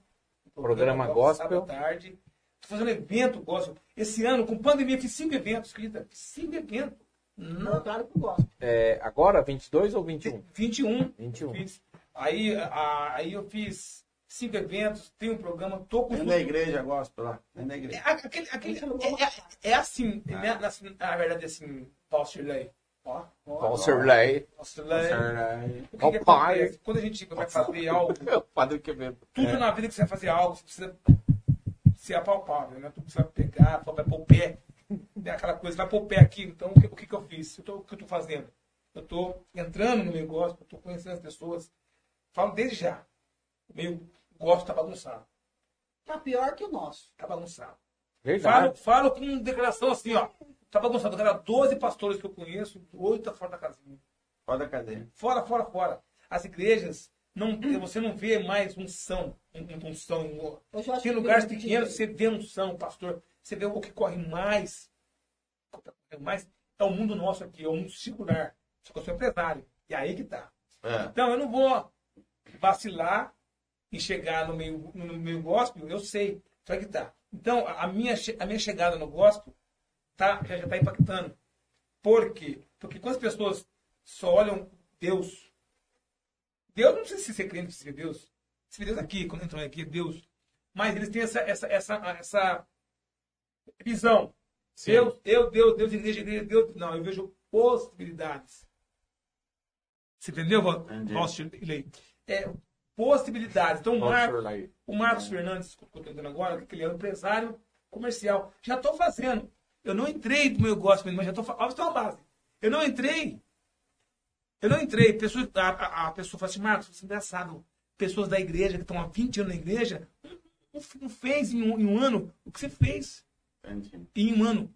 [SPEAKER 3] Um
[SPEAKER 1] Programa gospel.
[SPEAKER 3] Sábado à tarde. Tô fazendo evento gospel. Esse ano, com pandemia, fiz cinco eventos, querida. Cinco eventos. Não,
[SPEAKER 4] contrário que eu gosto.
[SPEAKER 1] É, agora, 22 ou 21?
[SPEAKER 3] 21.
[SPEAKER 1] 21.
[SPEAKER 3] Fiz. Aí, a- aí eu fiz cinco eventos, tem um programa, tô com
[SPEAKER 1] É
[SPEAKER 2] Dentro da igreja, gosto lá. Dentro da
[SPEAKER 3] É,
[SPEAKER 2] igreja.
[SPEAKER 3] aquele, aquele, é, é- é assim, né? Na, na verdade, é assim, Foster Lay. Ó, ó,
[SPEAKER 1] Walter Lay.
[SPEAKER 3] Foster Lay. O que
[SPEAKER 1] Ó,
[SPEAKER 3] que
[SPEAKER 1] pai. É,
[SPEAKER 3] acontece? Quando a gente vai fazer algo,
[SPEAKER 1] Meu padre que mesmo.
[SPEAKER 3] tudo na vida que você vai fazer algo, você precisa ser apalpável, né? Tu precisa pegar, tu vai pôr o pé, né? aquela coisa, vai pôr o pé aqui. Então, o que, o que, que eu fiz? Eu tô- o que eu tô fazendo? Eu tô entrando no negócio, eu tô conhecendo as pessoas. Falo desde já. Meio gosto, tá bagunçado.
[SPEAKER 4] Tá pior que o nosso.
[SPEAKER 3] Tá bagunçado. Falo,
[SPEAKER 1] Verdade.
[SPEAKER 3] falo com declaração assim, ó. Tá bagunçado. Cara, 12 pastores que eu conheço, oito tá fora da casinha.
[SPEAKER 2] Roda a cadeira.
[SPEAKER 3] Fora, fora, fora. As igrejas, não, você não vê mais unção. Um, um são.
[SPEAKER 4] Hoje eu acho
[SPEAKER 3] Tem
[SPEAKER 4] que- é
[SPEAKER 3] lugares pequenos, você vê unção, pastor. Você vê o que corre mais. O que corre mais é o mundo nosso aqui, é o mundo circular. Só que eu sou empresário. E aí que tá.
[SPEAKER 2] É.
[SPEAKER 3] Então eu não vou vacilar e chegar no meio, no meio gospel, eu sei. Só que tá. Então a a minha, che- a minha chegada no gospel tá, já está impactando. Por quê? Porque quando as pessoas só olham Deus, Deus não precisa se ser crente, precisa ser Deus. Se vê Deus aqui, quando entram aqui, é Deus. Mas eles têm essa, essa, essa, essa visão. Deus, eu, Deus, Deus, igreja, igreja, Deus. Não, eu vejo possibilidades. Você entendeu, Val-
[SPEAKER 2] Entendi.
[SPEAKER 3] Valstir Lei? É, possibilidades. Então, o Marcos,
[SPEAKER 1] Walter Lay.
[SPEAKER 3] o Marcos Fernandes, que eu estou tentando agora, que ele é um empresário comercial. Já estou fazendo. Eu não entrei no meu gospel, mas já estou fazendo. Óbvio, tem é uma base. Eu não entrei. Eu não entrei. Pessoa, a, a- a pessoa fala assim, Marcos, você é engraçado. Pessoas da igreja, que estão há 20 anos na igreja, não- não, f- não fez em um, em um ano o que você fez.
[SPEAKER 2] Entendi.
[SPEAKER 3] Em um ano.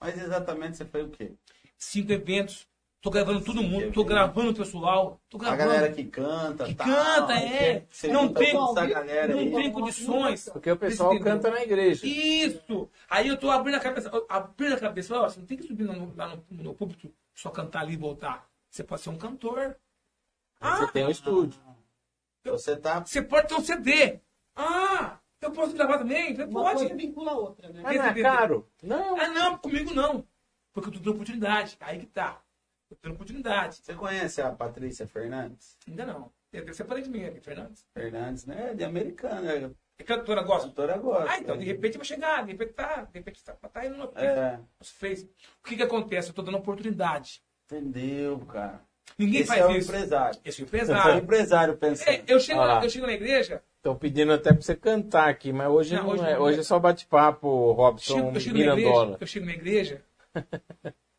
[SPEAKER 2] Mas exatamente você foi o quê?
[SPEAKER 3] Cinco eventos. Tô gravando todo
[SPEAKER 2] Cinco
[SPEAKER 3] mundo. Tô
[SPEAKER 2] eventos.
[SPEAKER 3] gravando o pessoal. Tô
[SPEAKER 2] A
[SPEAKER 3] gravando.
[SPEAKER 2] galera que canta,
[SPEAKER 3] Que
[SPEAKER 2] tal,
[SPEAKER 3] canta, é.
[SPEAKER 2] que Você
[SPEAKER 3] Não
[SPEAKER 2] junta
[SPEAKER 3] tem-
[SPEAKER 2] toda essa galera
[SPEAKER 3] não
[SPEAKER 2] aí.
[SPEAKER 3] tem condições.
[SPEAKER 1] Porque o pessoal canta na igreja.
[SPEAKER 3] Isso! Aí eu tô abrindo a cabeça, eu- abrindo a cabeça, falei, ó, você não tem que subir lá no, lá no- no púlpito, só cantar ali e voltar. Você pode ser um cantor.
[SPEAKER 1] Você
[SPEAKER 3] Ah,
[SPEAKER 1] tem um estúdio.
[SPEAKER 2] Você tá.
[SPEAKER 3] você pode ter um CD. Ah, eu posso gravar também? Falei,
[SPEAKER 4] Uma coisa
[SPEAKER 3] pode.
[SPEAKER 4] vincula a outra, né?
[SPEAKER 1] Mas não é caro? Não.
[SPEAKER 3] Ah, não, comigo não. Porque eu tô dando oportunidade. Aí que tá. Eu tô dando oportunidade.
[SPEAKER 2] Você conhece a Patrícia Fernandes?
[SPEAKER 3] Ainda não. Eu separei de mim aqui, Fernandes.
[SPEAKER 2] Fernandes, né? De americana, é
[SPEAKER 3] É cantora, gosta?
[SPEAKER 2] cantora agora.
[SPEAKER 3] Ah, então, de repente vai chegar, de repente tá, de repente tá, tá indo no
[SPEAKER 2] É,
[SPEAKER 3] fez. O que que acontece? Eu tô dando oportunidade.
[SPEAKER 2] entendeu, cara.
[SPEAKER 3] Ninguém
[SPEAKER 2] Esse
[SPEAKER 3] faz
[SPEAKER 2] é
[SPEAKER 1] um
[SPEAKER 2] o
[SPEAKER 3] isso.
[SPEAKER 2] empresário.
[SPEAKER 3] Esse é o
[SPEAKER 2] Foi o
[SPEAKER 3] empresário.
[SPEAKER 2] empresário pensando.
[SPEAKER 3] É, eu, chego
[SPEAKER 1] Olha
[SPEAKER 3] na,
[SPEAKER 1] lá.
[SPEAKER 3] eu chego na igreja,
[SPEAKER 1] Estão pedindo até pra você cantar aqui, mas hoje não,
[SPEAKER 3] Não, hoje
[SPEAKER 1] é.
[SPEAKER 3] não.
[SPEAKER 1] Hoje é só bate-papo, Robson
[SPEAKER 3] chego, eu, chego na igreja
[SPEAKER 1] um Mirandola.
[SPEAKER 3] eu chego na igreja,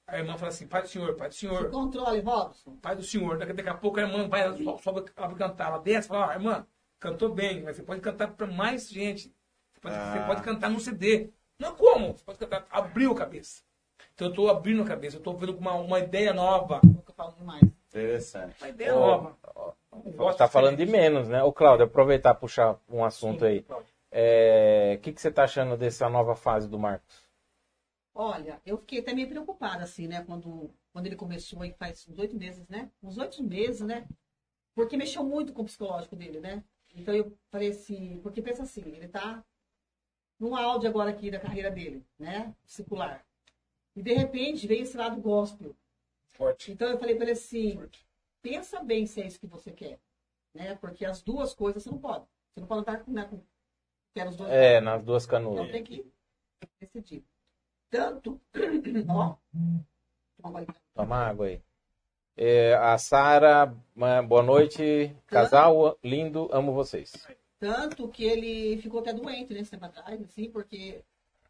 [SPEAKER 3] a irmã fala assim, pai do senhor, pai do senhor,
[SPEAKER 4] Controle, Robson.
[SPEAKER 3] pai do senhor. Daqui, daqui a pouco a irmã vai, ela sobe, sobe abre cantar, ela desce, fala, ó, irmã, cantou bem, mas você pode cantar pra mais gente. Você pode, você
[SPEAKER 1] Ah.
[SPEAKER 3] pode cantar num CD. Não como, você pode cantar, abriu a cabeça. Então eu tô abrindo a cabeça, eu tô vendo com uma, uma ideia nova.
[SPEAKER 4] É o que eu falo demais.
[SPEAKER 2] Interessante.
[SPEAKER 3] Uma ideia
[SPEAKER 1] Ó,
[SPEAKER 3] nova. Eu gosto
[SPEAKER 1] Tá falando de
[SPEAKER 3] diferente.
[SPEAKER 1] menos, né? Ô, Cláudio, aproveitar e puxar um assunto aí.
[SPEAKER 3] Cláudio.
[SPEAKER 1] É, O que, que você tá achando dessa nova fase do Marcos?
[SPEAKER 4] Olha, eu fiquei até meio preocupada, assim, né? Quando, quando ele começou aí, faz uns oito meses, né? Uns oito meses, né? Porque mexeu muito com o psicológico dele, né? Então eu falei assim, porque pensa assim, ele tá num áudio agora aqui da carreira dele, né? Circular. E de repente veio esse lado gospel.
[SPEAKER 3] Forte.
[SPEAKER 4] Então eu falei para ele assim, pensa bem se é isso que você quer, né? Porque as duas coisas você não pode. Você não pode estar com, né, com pé nos dois
[SPEAKER 1] É, nas duas
[SPEAKER 4] então
[SPEAKER 1] canoas.
[SPEAKER 4] tem que decidir. Tanto, ó, toma aí.
[SPEAKER 1] Toma água aí. É, a Sara, ma- boa noite. Casal lindo, amo vocês.
[SPEAKER 4] tanto que ele ficou até doente nesse tempo atrás, assim, porque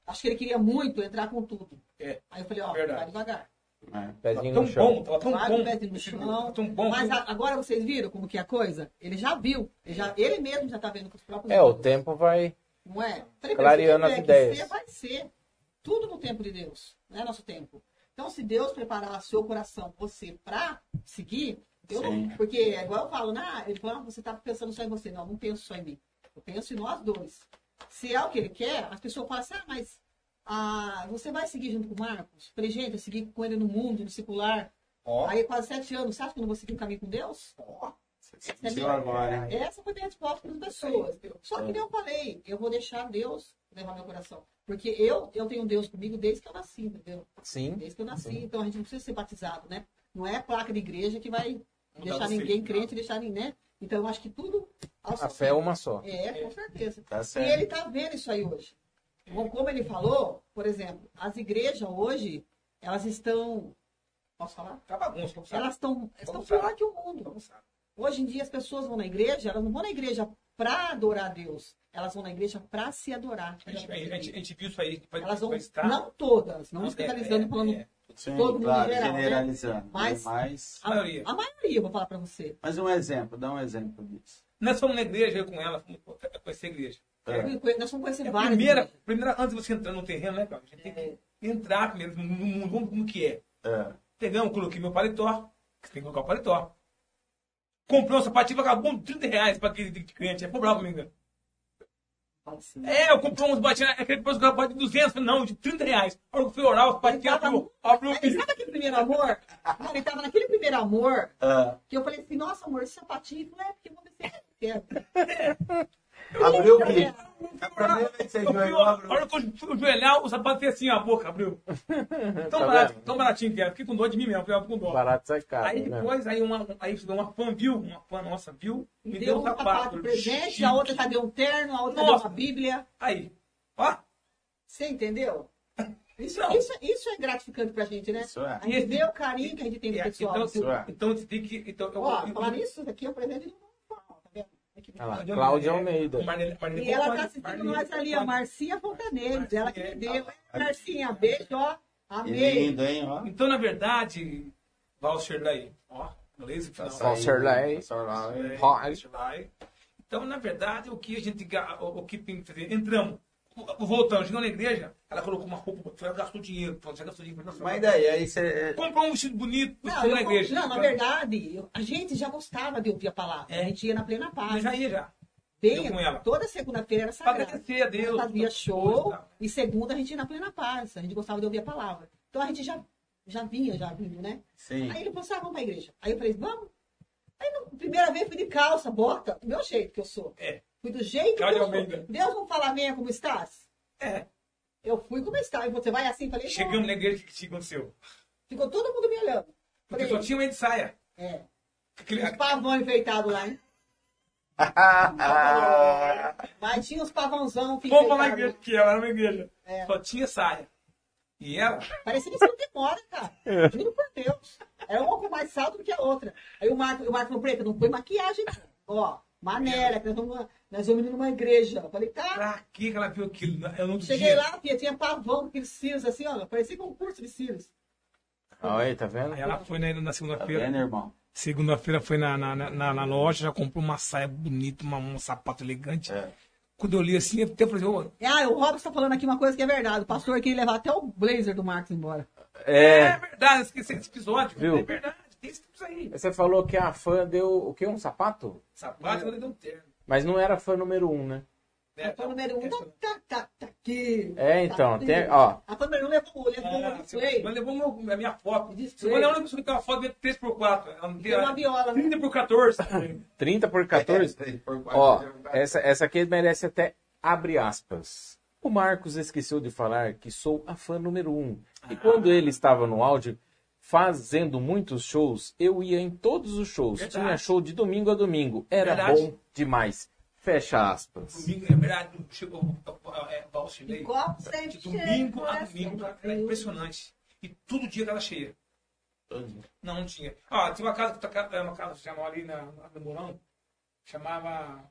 [SPEAKER 4] acho que ele queria muito entrar com tudo.
[SPEAKER 3] É,
[SPEAKER 4] Aí eu falei, ó,
[SPEAKER 3] verdade.
[SPEAKER 4] vai devagar.
[SPEAKER 5] né?
[SPEAKER 1] Pezinho
[SPEAKER 3] Tão
[SPEAKER 1] no chão.
[SPEAKER 3] bom, tava tão
[SPEAKER 4] Claro,
[SPEAKER 3] bom.
[SPEAKER 4] pedra no chão.
[SPEAKER 3] Tão bom.
[SPEAKER 4] Mas a- agora vocês viram como que é a coisa? Ele já viu. Ele, já, ele mesmo já tá vendo com os próprios
[SPEAKER 1] É, o
[SPEAKER 4] olhos,
[SPEAKER 1] tempo vai.
[SPEAKER 4] Não é? Falei,
[SPEAKER 1] Clareando
[SPEAKER 4] mas se
[SPEAKER 1] as
[SPEAKER 4] tiver que
[SPEAKER 1] ideias.
[SPEAKER 4] Ser, vai ser. Tudo no tempo de Deus. Não é nosso tempo. Então, se Deus preparar seu coração, você, pra seguir, eu não, porque é igual eu falo, na, ele fala, ah, você tá pensando só em você. Não, não penso só em mim. Eu penso em nós dois. Se é o que ele quer, as pessoas falam assim, ah, mas ah, você vai seguir junto com o Marcos? Falei, gente, eu segui com ele no mundo, no circular. Aí quase sete anos, você acha que eu não vou seguir o caminho com Deus?
[SPEAKER 5] Sentiu agora, hein?
[SPEAKER 4] é, Essa foi minha resposta para as pessoas. Só que nem eu falei, eu vou deixar Deus levar meu coração. Porque eu, eu tenho Deus comigo desde que eu nasci, entendeu?
[SPEAKER 1] Sim.
[SPEAKER 4] Desde que eu nasci. Então a gente não precisa ser batizado, né? Não é placa de igreja que vai deixar
[SPEAKER 3] você,
[SPEAKER 4] ninguém
[SPEAKER 3] não.
[SPEAKER 4] crente, deixar ninguém, né? Então eu acho que tudo. ao
[SPEAKER 1] A
[SPEAKER 4] seu
[SPEAKER 1] fé é uma só.
[SPEAKER 4] é, com certeza.
[SPEAKER 5] Tá
[SPEAKER 4] E
[SPEAKER 5] certo.
[SPEAKER 4] ele está vendo isso aí hoje. Bom, Como ele falou, por exemplo, as igrejas hoje, elas estão. Posso falar?
[SPEAKER 3] Tá bagunça, como sabe?
[SPEAKER 4] Elas estão, estão
[SPEAKER 3] sabe?
[SPEAKER 4] pior que o mundo.
[SPEAKER 3] Como sabe?
[SPEAKER 4] Hoje em dia as pessoas vão na igreja, elas não vão na igreja para adorar a Deus. Elas vão na igreja para se adorar.
[SPEAKER 3] A gente, a gente- a gente viu isso aí. Vai,
[SPEAKER 4] Elas vão,
[SPEAKER 3] vai estar-
[SPEAKER 4] não todas, não,
[SPEAKER 3] Não,
[SPEAKER 4] escandalizando,
[SPEAKER 3] é,
[SPEAKER 4] falando
[SPEAKER 3] é,
[SPEAKER 5] Sim,
[SPEAKER 4] todo mundo
[SPEAKER 5] claro,
[SPEAKER 4] geral, né?
[SPEAKER 5] generalizando.
[SPEAKER 4] Mas-
[SPEAKER 5] Mas... Mas...
[SPEAKER 4] a,
[SPEAKER 3] a maioria.
[SPEAKER 4] a maioria, eu vou falar para você.
[SPEAKER 5] um exemplo, dá um exemplo disso.
[SPEAKER 3] Nós fomos na é igreja, eu com ela, fomos conhecer a igreja.
[SPEAKER 5] É.
[SPEAKER 4] Eu conhe- Nós vamos conhecer
[SPEAKER 3] É a
[SPEAKER 4] várias.
[SPEAKER 3] primeira,
[SPEAKER 4] igrejas. É.
[SPEAKER 3] primeira, antes de você entrar no terreno, né, cara? A gente tem que entrar primeiro no mundo, vamos como que é.
[SPEAKER 5] É.
[SPEAKER 3] Pegamos, coloquei meu paletó, que você tem que colocar o paletó. Comprei um sapatinho, vagabundo, 30 reais pra aquele de cliente, é bravo comigo.
[SPEAKER 4] Fala assim.
[SPEAKER 3] É, eu comprei uns batinhos, aquele depois eu comprei de 200, falei, não, de 30 reais. A hora que eu fui orar, os
[SPEAKER 4] Ele
[SPEAKER 3] batinhos
[SPEAKER 4] tava
[SPEAKER 3] abriu,
[SPEAKER 4] no-
[SPEAKER 3] abriu o
[SPEAKER 4] Ele
[SPEAKER 3] bicho.
[SPEAKER 4] sabe aquele primeiro amor? Não, ele tava naquele primeiro amor
[SPEAKER 5] Ah,
[SPEAKER 4] que eu falei assim, nossa amor, esse sapatinho, não é porque é." eu vou descer aqui dentro.
[SPEAKER 5] abriu o
[SPEAKER 4] Eu
[SPEAKER 5] bico.
[SPEAKER 4] falei,
[SPEAKER 2] É
[SPEAKER 5] A primeira vez que você
[SPEAKER 3] Eu fui,
[SPEAKER 5] joelhou,
[SPEAKER 3] a
[SPEAKER 5] abriu.
[SPEAKER 3] hora que eu fui ajoelhar, o sapato fez assim, a boca abriu. Tão
[SPEAKER 1] Tá
[SPEAKER 3] barato,
[SPEAKER 1] vendo?
[SPEAKER 3] tão baratinho que era, fiquei com dor de mim mesmo, fiquei com dor.
[SPEAKER 1] Barato sai caro,
[SPEAKER 3] Aí
[SPEAKER 1] né?
[SPEAKER 3] depois, aí uma, um, aí uma fã viu, uma fã nossa viu, me deu um sapato.
[SPEAKER 4] de presente, a outra já deu um terno, a outra já deu
[SPEAKER 3] Nossa.
[SPEAKER 4] uma bíblia.
[SPEAKER 3] Aí, ó,
[SPEAKER 4] Você entendeu? Isso,
[SPEAKER 3] Não.
[SPEAKER 4] isso, isso é gratificante pra gente, né?
[SPEAKER 5] Isso é.
[SPEAKER 4] A gente vê o carinho que a gente tem do
[SPEAKER 3] é,
[SPEAKER 4] pessoal. assim,
[SPEAKER 3] então,
[SPEAKER 5] isso é.
[SPEAKER 3] então você tem que... Então, eu,
[SPEAKER 4] Ó,
[SPEAKER 3] eu-
[SPEAKER 4] falar nisso, isso aqui é um presente do Natal, tá vendo? Aqui.
[SPEAKER 1] Olha lá, Cláudia Almeida.
[SPEAKER 3] Marlene- Marlene
[SPEAKER 4] E ela
[SPEAKER 3] concorda,
[SPEAKER 4] tá assistindo
[SPEAKER 3] Marlene
[SPEAKER 4] nós ali, a
[SPEAKER 3] concorda.
[SPEAKER 4] Marcinha Fontaneiros, ela que me
[SPEAKER 3] Marcinha,
[SPEAKER 4] deu. Marcinha, beijo, ó.
[SPEAKER 5] Que
[SPEAKER 4] Amei.
[SPEAKER 5] lindo, hein? Ó.
[SPEAKER 3] Então, na verdade, Valser daí, ó, inglês e final.
[SPEAKER 1] Tá Valserlei.
[SPEAKER 2] É,
[SPEAKER 5] Valserlei.
[SPEAKER 1] Roy.
[SPEAKER 3] Né? Vai. Então, na verdade, o que a gente. ga- O, o que tem que fazer? Entramos. Voltamos, chegamos na igreja, ela colocou uma roupa, ela gastou dinheiro, ela já gastou dinheiro. Nossa,
[SPEAKER 5] Mas daí, aí você... é,
[SPEAKER 3] Comprou um vestido bonito,
[SPEAKER 4] Não,
[SPEAKER 3] não, na
[SPEAKER 4] eu-
[SPEAKER 3] igreja.
[SPEAKER 4] não, na verdade, eu- a gente já gostava de ouvir a palavra.
[SPEAKER 3] então. É.
[SPEAKER 4] A gente ia na plena
[SPEAKER 3] Eu
[SPEAKER 4] paz.
[SPEAKER 3] já ia
[SPEAKER 4] tá
[SPEAKER 3] já.
[SPEAKER 4] Bem,
[SPEAKER 3] eu com ela.
[SPEAKER 4] toda segunda-feira era
[SPEAKER 3] Pra
[SPEAKER 4] sagrado.
[SPEAKER 3] agradecer a Deus.
[SPEAKER 4] fazia
[SPEAKER 3] Coisa e
[SPEAKER 4] show
[SPEAKER 3] tal.
[SPEAKER 4] e segunda a gente ia na plena paz. A gente gostava de ouvir a palavra. Então a gente já, já vinha, já vindo, né?
[SPEAKER 5] Sim.
[SPEAKER 4] Aí ele falou assim, ah, vamos pra igreja. Aí eu falei, vamos? Aí na primeira vez fui de calça, bota, do meu jeito que eu sou.
[SPEAKER 3] É.
[SPEAKER 4] Fui do jeito
[SPEAKER 3] Cláudia
[SPEAKER 4] que eu sou.
[SPEAKER 3] Almeida.
[SPEAKER 4] Deus não fala meia como estás?
[SPEAKER 3] É.
[SPEAKER 4] Eu fui como estava. E você vai assim? Falei, não.
[SPEAKER 3] Chegamos na igreja, o que- que aconteceu?
[SPEAKER 4] Ficou todo mundo me olhando.
[SPEAKER 3] Porque
[SPEAKER 4] Falei,
[SPEAKER 3] só tinha uma de saia.
[SPEAKER 4] é.
[SPEAKER 3] Aquele,
[SPEAKER 4] Os pavão enfeitado lá, hein? né? Mas tinha uns pavãozão que
[SPEAKER 3] vamos falar na
[SPEAKER 4] enfeitaram.
[SPEAKER 3] igreja, que ela era uma igreja.
[SPEAKER 4] É.
[SPEAKER 3] Só tinha saia. E ela,
[SPEAKER 4] Parecia que você não demora, cara.
[SPEAKER 1] É.
[SPEAKER 4] Juro por Deus. Era uma com mais salto do que a outra. Aí o Marco, o Marco falou, Preta, não põe maquiagem, não. Ó, maneira, que nós vamos, nós vamos ir numa igreja. Eu falei, tá.
[SPEAKER 3] pra que que ela viu aquilo? Eu não
[SPEAKER 4] Cheguei lá, filha, tinha pavão com aqueles cílios assim, ó. Parecia concurso de cílios.
[SPEAKER 1] Aí, tá vendo?
[SPEAKER 3] Aí ela foi na, na
[SPEAKER 5] Tá
[SPEAKER 3] segunda-feira.
[SPEAKER 5] vendo, irmão?
[SPEAKER 3] Segunda-feira foi na, na, na- na- na loja, já comprou uma saia bonita, uma- um sapato elegante.
[SPEAKER 5] É.
[SPEAKER 3] Quando eu li assim, eu até falei, ô,
[SPEAKER 4] É, Ah, o Robson tá falando aqui uma coisa que é verdade. O pastor queria levar até o blazer do Marcos embora.
[SPEAKER 3] é,
[SPEAKER 1] É.
[SPEAKER 3] verdade, eu esqueci esse episódio.
[SPEAKER 1] Viu?
[SPEAKER 3] É verdade, tem isso aí.
[SPEAKER 1] Você falou que a fã deu o quê? Um sapato?
[SPEAKER 3] Sapato, quando ele deu um terno.
[SPEAKER 1] Mas não era fã número um, né?
[SPEAKER 3] né?
[SPEAKER 4] Foi o número um,
[SPEAKER 3] É,
[SPEAKER 4] tá, tá, tá, tá aqui.
[SPEAKER 1] É, então,
[SPEAKER 4] Tá aqui.
[SPEAKER 1] tem- ó.
[SPEAKER 4] A fã número um levou, levou
[SPEAKER 3] Ah,
[SPEAKER 4] um
[SPEAKER 3] você-
[SPEAKER 4] display.
[SPEAKER 3] Mas levou meu- a minha foto.
[SPEAKER 4] Display.
[SPEAKER 3] Segunda é a única pessoa que tem uma foto de 3x4. Ela não
[SPEAKER 4] Tem uma viola, né?
[SPEAKER 3] 30 por 14.
[SPEAKER 1] 30 por 14?
[SPEAKER 5] É,
[SPEAKER 1] Ó, é- essa, essa aqui merece até abre aspas. O Marcos esqueceu de falar que sou a fã número um. E quando ele estava no áudio, fazendo muitos shows, eu ia em todos os shows.
[SPEAKER 3] Verdade.
[SPEAKER 1] Tinha show de domingo a domingo. Era
[SPEAKER 3] Verdade.
[SPEAKER 1] bom demais. Fecha aspas.
[SPEAKER 3] domingo, é verdade, chegou o é, Valsir
[SPEAKER 4] E
[SPEAKER 3] Lei.
[SPEAKER 4] copo sempre
[SPEAKER 3] De
[SPEAKER 4] cheio,
[SPEAKER 3] domingo a
[SPEAKER 4] coração
[SPEAKER 3] domingo, cara, era
[SPEAKER 4] vazio.
[SPEAKER 3] impressionante. E todo dia ela cheia. Não, não tinha. Ah, tinha uma casa que tocava, uma casa que chamava ali na, na no Mourão, chamava.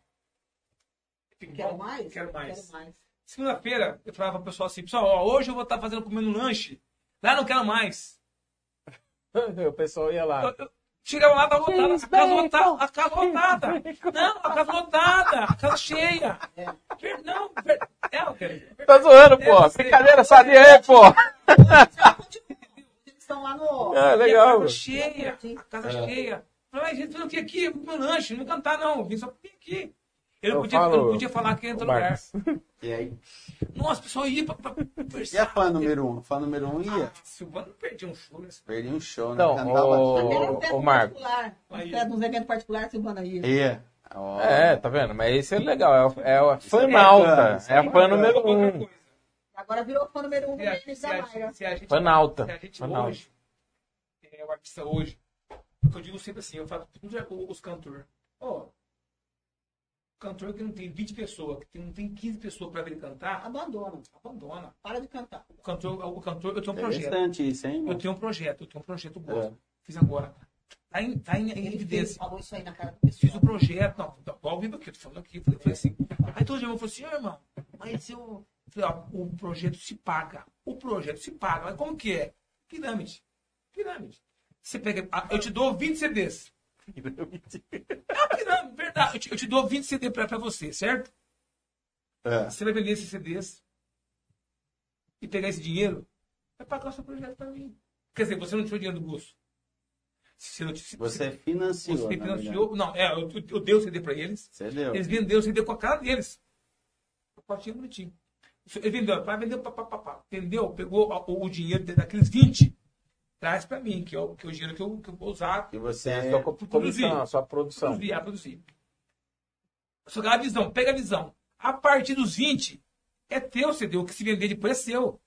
[SPEAKER 4] Quero mais?
[SPEAKER 3] Quero mais. tá Segunda-feira, eu falava pro pessoal assim, pessoal, ó, hoje eu vou estar fazendo comendo um lanche. Lá não quero mais.
[SPEAKER 1] O pessoal ia lá.
[SPEAKER 3] Eu- eu- Chegava lá, tava lotada. A casa lotada. A casa lotada. Não, a casa lotada. A casa cheia. Ver- Não, ver- é, eu quero-
[SPEAKER 1] Tá zoando, pô.
[SPEAKER 3] Eu sei.
[SPEAKER 1] Brincadeira sadia aí, pô.
[SPEAKER 4] Eles estão lá no.
[SPEAKER 1] Ah,
[SPEAKER 3] A
[SPEAKER 1] legal. É.
[SPEAKER 3] casa cheia. A casa cheia. Falei, mas gente, fazer o que aqui? Meu lanche, não cantar não. Eu vim só pra aqui. Eu
[SPEAKER 1] Eu
[SPEAKER 3] não podia, eu
[SPEAKER 1] falo-
[SPEAKER 3] não podia falar que entra no lugar.
[SPEAKER 1] Marcos.
[SPEAKER 2] E aí?
[SPEAKER 3] Nossa, o pessoal ia pra, pra
[SPEAKER 2] E a fã número um? A fã número um ia.
[SPEAKER 3] Silvano não perdia um show nesse.
[SPEAKER 2] Perdi um show,
[SPEAKER 1] Então,
[SPEAKER 2] né? Cantava
[SPEAKER 1] ô-
[SPEAKER 2] tudo.
[SPEAKER 4] Até
[SPEAKER 1] ô,
[SPEAKER 4] nos eventos
[SPEAKER 1] Marco.
[SPEAKER 4] particulares.
[SPEAKER 3] Aí.
[SPEAKER 4] Até É, Nos eventos particulares, Silvana aí.
[SPEAKER 2] Ia. Ó.
[SPEAKER 1] É, tá vendo? Mas isso é legal. É, o- é a fã
[SPEAKER 2] bacana,
[SPEAKER 1] alta.
[SPEAKER 2] isso
[SPEAKER 1] É a fã
[SPEAKER 2] bacana.
[SPEAKER 1] número
[SPEAKER 3] Outra
[SPEAKER 1] um.
[SPEAKER 3] coisa.
[SPEAKER 4] Agora virou fã número um do
[SPEAKER 3] Se a, gente-
[SPEAKER 4] Denis
[SPEAKER 3] se
[SPEAKER 4] da
[SPEAKER 3] a,
[SPEAKER 4] Mayra.
[SPEAKER 3] gente- se a gente,
[SPEAKER 1] Fanalta.
[SPEAKER 3] se a gente
[SPEAKER 1] Fanalta.
[SPEAKER 3] hoje é o artista hoje, eu digo sempre assim, eu falo para os cantores, ó, cantor que não tem 20 pessoas, que tem- não tem 15 pessoas para ele cantar,
[SPEAKER 4] Abandona.
[SPEAKER 3] abandona.
[SPEAKER 4] Para de cantar.
[SPEAKER 3] O cantor, o cantor, eu
[SPEAKER 1] É
[SPEAKER 3] tenho um projeto.
[SPEAKER 2] Interessante É isso, hein?
[SPEAKER 3] Eu
[SPEAKER 2] mano?
[SPEAKER 3] tenho um projeto, eu tenho um projeto gosto. Fiz agora. Tá em, tá em, em evidência.
[SPEAKER 4] falou isso aí na cara do
[SPEAKER 3] fiz o
[SPEAKER 4] pessoal.
[SPEAKER 3] projeto, não, tô ao vivo aqui, eu tô falando aqui, falei, falei assim. Aí todo dia eu falei assim, ah, irmão, mas eu. Falei, ó, o projeto se paga. O projeto se paga. Mas como que é? Pirâmide. Pirâmide. Você pega. ah, Eu te dou 20 CDs. É uma pirâmide, verdade. Eu te, eu te dou 20 CDs pra, pra você, certo?
[SPEAKER 2] É.
[SPEAKER 3] Você vai vender esses CDs e pegar esse dinheiro, vai pagar o seu projeto pra mim. Quer dizer, você não tirou dinheiro do bolso. Se você não te- se-
[SPEAKER 2] Você
[SPEAKER 3] se-
[SPEAKER 2] financiou.
[SPEAKER 3] você
[SPEAKER 2] na
[SPEAKER 3] financiou. Não, é, eu, eu dei o CD pra eles.
[SPEAKER 2] verdade. Você deu.
[SPEAKER 3] Eles venderam o CD com a cara deles. O patinho bonitinho. Isso, Ele vendeu, pá, vendeu, pá, pá, pá, pá. Vendeu, pegou a- o, o dinheiro daqueles 20. Traz pra mim, que é o, que é o dinheiro que eu, que eu vou usar
[SPEAKER 2] E você
[SPEAKER 1] É, sua co- comissão, a sua
[SPEAKER 3] pra
[SPEAKER 1] produção.
[SPEAKER 3] produzir, a produzir. Só que a visão, pega a visão. A partir dos 20, é teu CD. O que se vender depois é seu.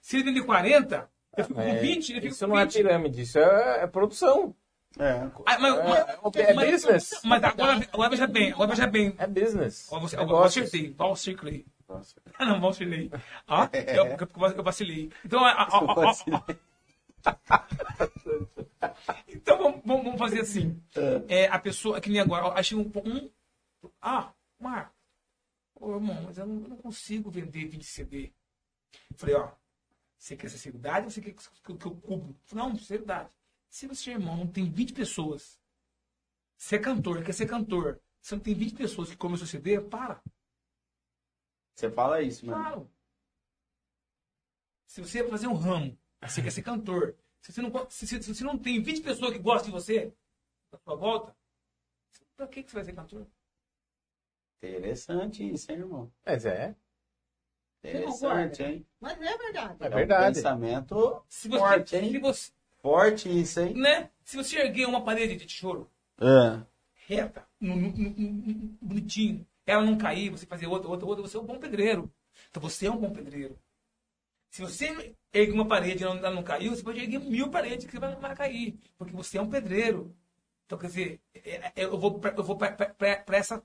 [SPEAKER 3] Se ele vender 40, eu fico com
[SPEAKER 1] É,
[SPEAKER 3] 20, ele fica
[SPEAKER 1] isso
[SPEAKER 3] com
[SPEAKER 1] não é
[SPEAKER 3] 20.
[SPEAKER 1] pirâmide, isso é, é produção.
[SPEAKER 2] É.
[SPEAKER 3] Ah, mas, mas-
[SPEAKER 1] É, é
[SPEAKER 3] mas-
[SPEAKER 1] business.
[SPEAKER 3] mas agora, agora veja bem, agora veja bem.
[SPEAKER 1] É business.
[SPEAKER 3] Ó, você, eu assim.
[SPEAKER 1] Negócios.
[SPEAKER 3] acertei, Val Circle.
[SPEAKER 2] Nossa.
[SPEAKER 3] Ah, não, vacilei. Ah, eu, eu- eu vacilei. Então, a- a- a- a- a- então vamos, vamos- vamos fazer assim. É, a pessoa, que nem agora, ó, achei um. um ah, Marco, ô irmão, mas eu não, eu não consigo vender 20 CD. Eu falei, ó, você quer sinceridade ou você quer que, que, que eu cubro? Eu falei, não, sinceridade. Se você, é irmão, tem 20 pessoas, você é cantor, quer ser cantor, você não tem 20 pessoas que comem o seu CD, para.
[SPEAKER 2] Você fala isso, mano.
[SPEAKER 3] Claro. Se você vai fazer um ramo, você quer ser cantor, se você não, go- se, se- se você não tem 20 pessoas que gostam de você, na sua volta, pra que, que você vai ser cantor?
[SPEAKER 2] Interessante isso, hein, irmão?
[SPEAKER 1] Mas é,
[SPEAKER 2] Interessante,
[SPEAKER 4] concorda?
[SPEAKER 2] hein?
[SPEAKER 4] Mas não é verdade.
[SPEAKER 1] é
[SPEAKER 2] um
[SPEAKER 1] verdade.
[SPEAKER 2] pensamento
[SPEAKER 3] Se você,
[SPEAKER 2] Forte, hein?
[SPEAKER 3] se você,
[SPEAKER 2] forte isso, hein?
[SPEAKER 3] né? Se você erguer uma parede de tijolo
[SPEAKER 2] É.
[SPEAKER 3] reta, no- no- no- no- no- bonitinho, ela não cair, você fazer outra, outra, outra, você é um bom pedreiro. Então você é um bom pedreiro. Se você ergue uma parede e ela não- ela não caiu, você pode erguer mil paredes que vai, vai cair, porque você é um pedreiro. Então, quer dizer, é- é- eu vou pra- eu vou para essa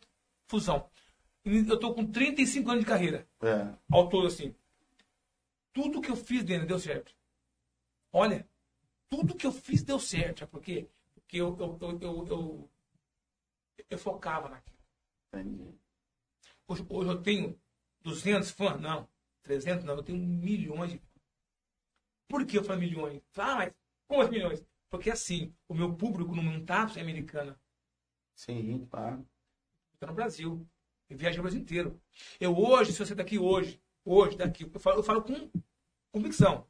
[SPEAKER 3] fusão. Eu estou com 35 anos de carreira,
[SPEAKER 2] É.
[SPEAKER 3] ao todo assim. Tudo que eu fiz dentro deu certo. Olha, tudo que eu fiz deu certo. Sabe por quê? Porque eu, eu, eu, eu, eu, eu focava naquilo.
[SPEAKER 2] Entendi.
[SPEAKER 3] Hoje, hoje eu tenho 200 fãs? Não. 300 não. Eu tenho milhões de fãs. Por que eu falo milhões? Ah, mas como as milhões? Porque assim, o meu público não está é americana.
[SPEAKER 2] Sim, claro.
[SPEAKER 3] Está no Brasil. Eu viajo o Brasil inteiro. Eu hoje, se você está aqui hoje, hoje, daqui, eu falo, eu falo com convicção.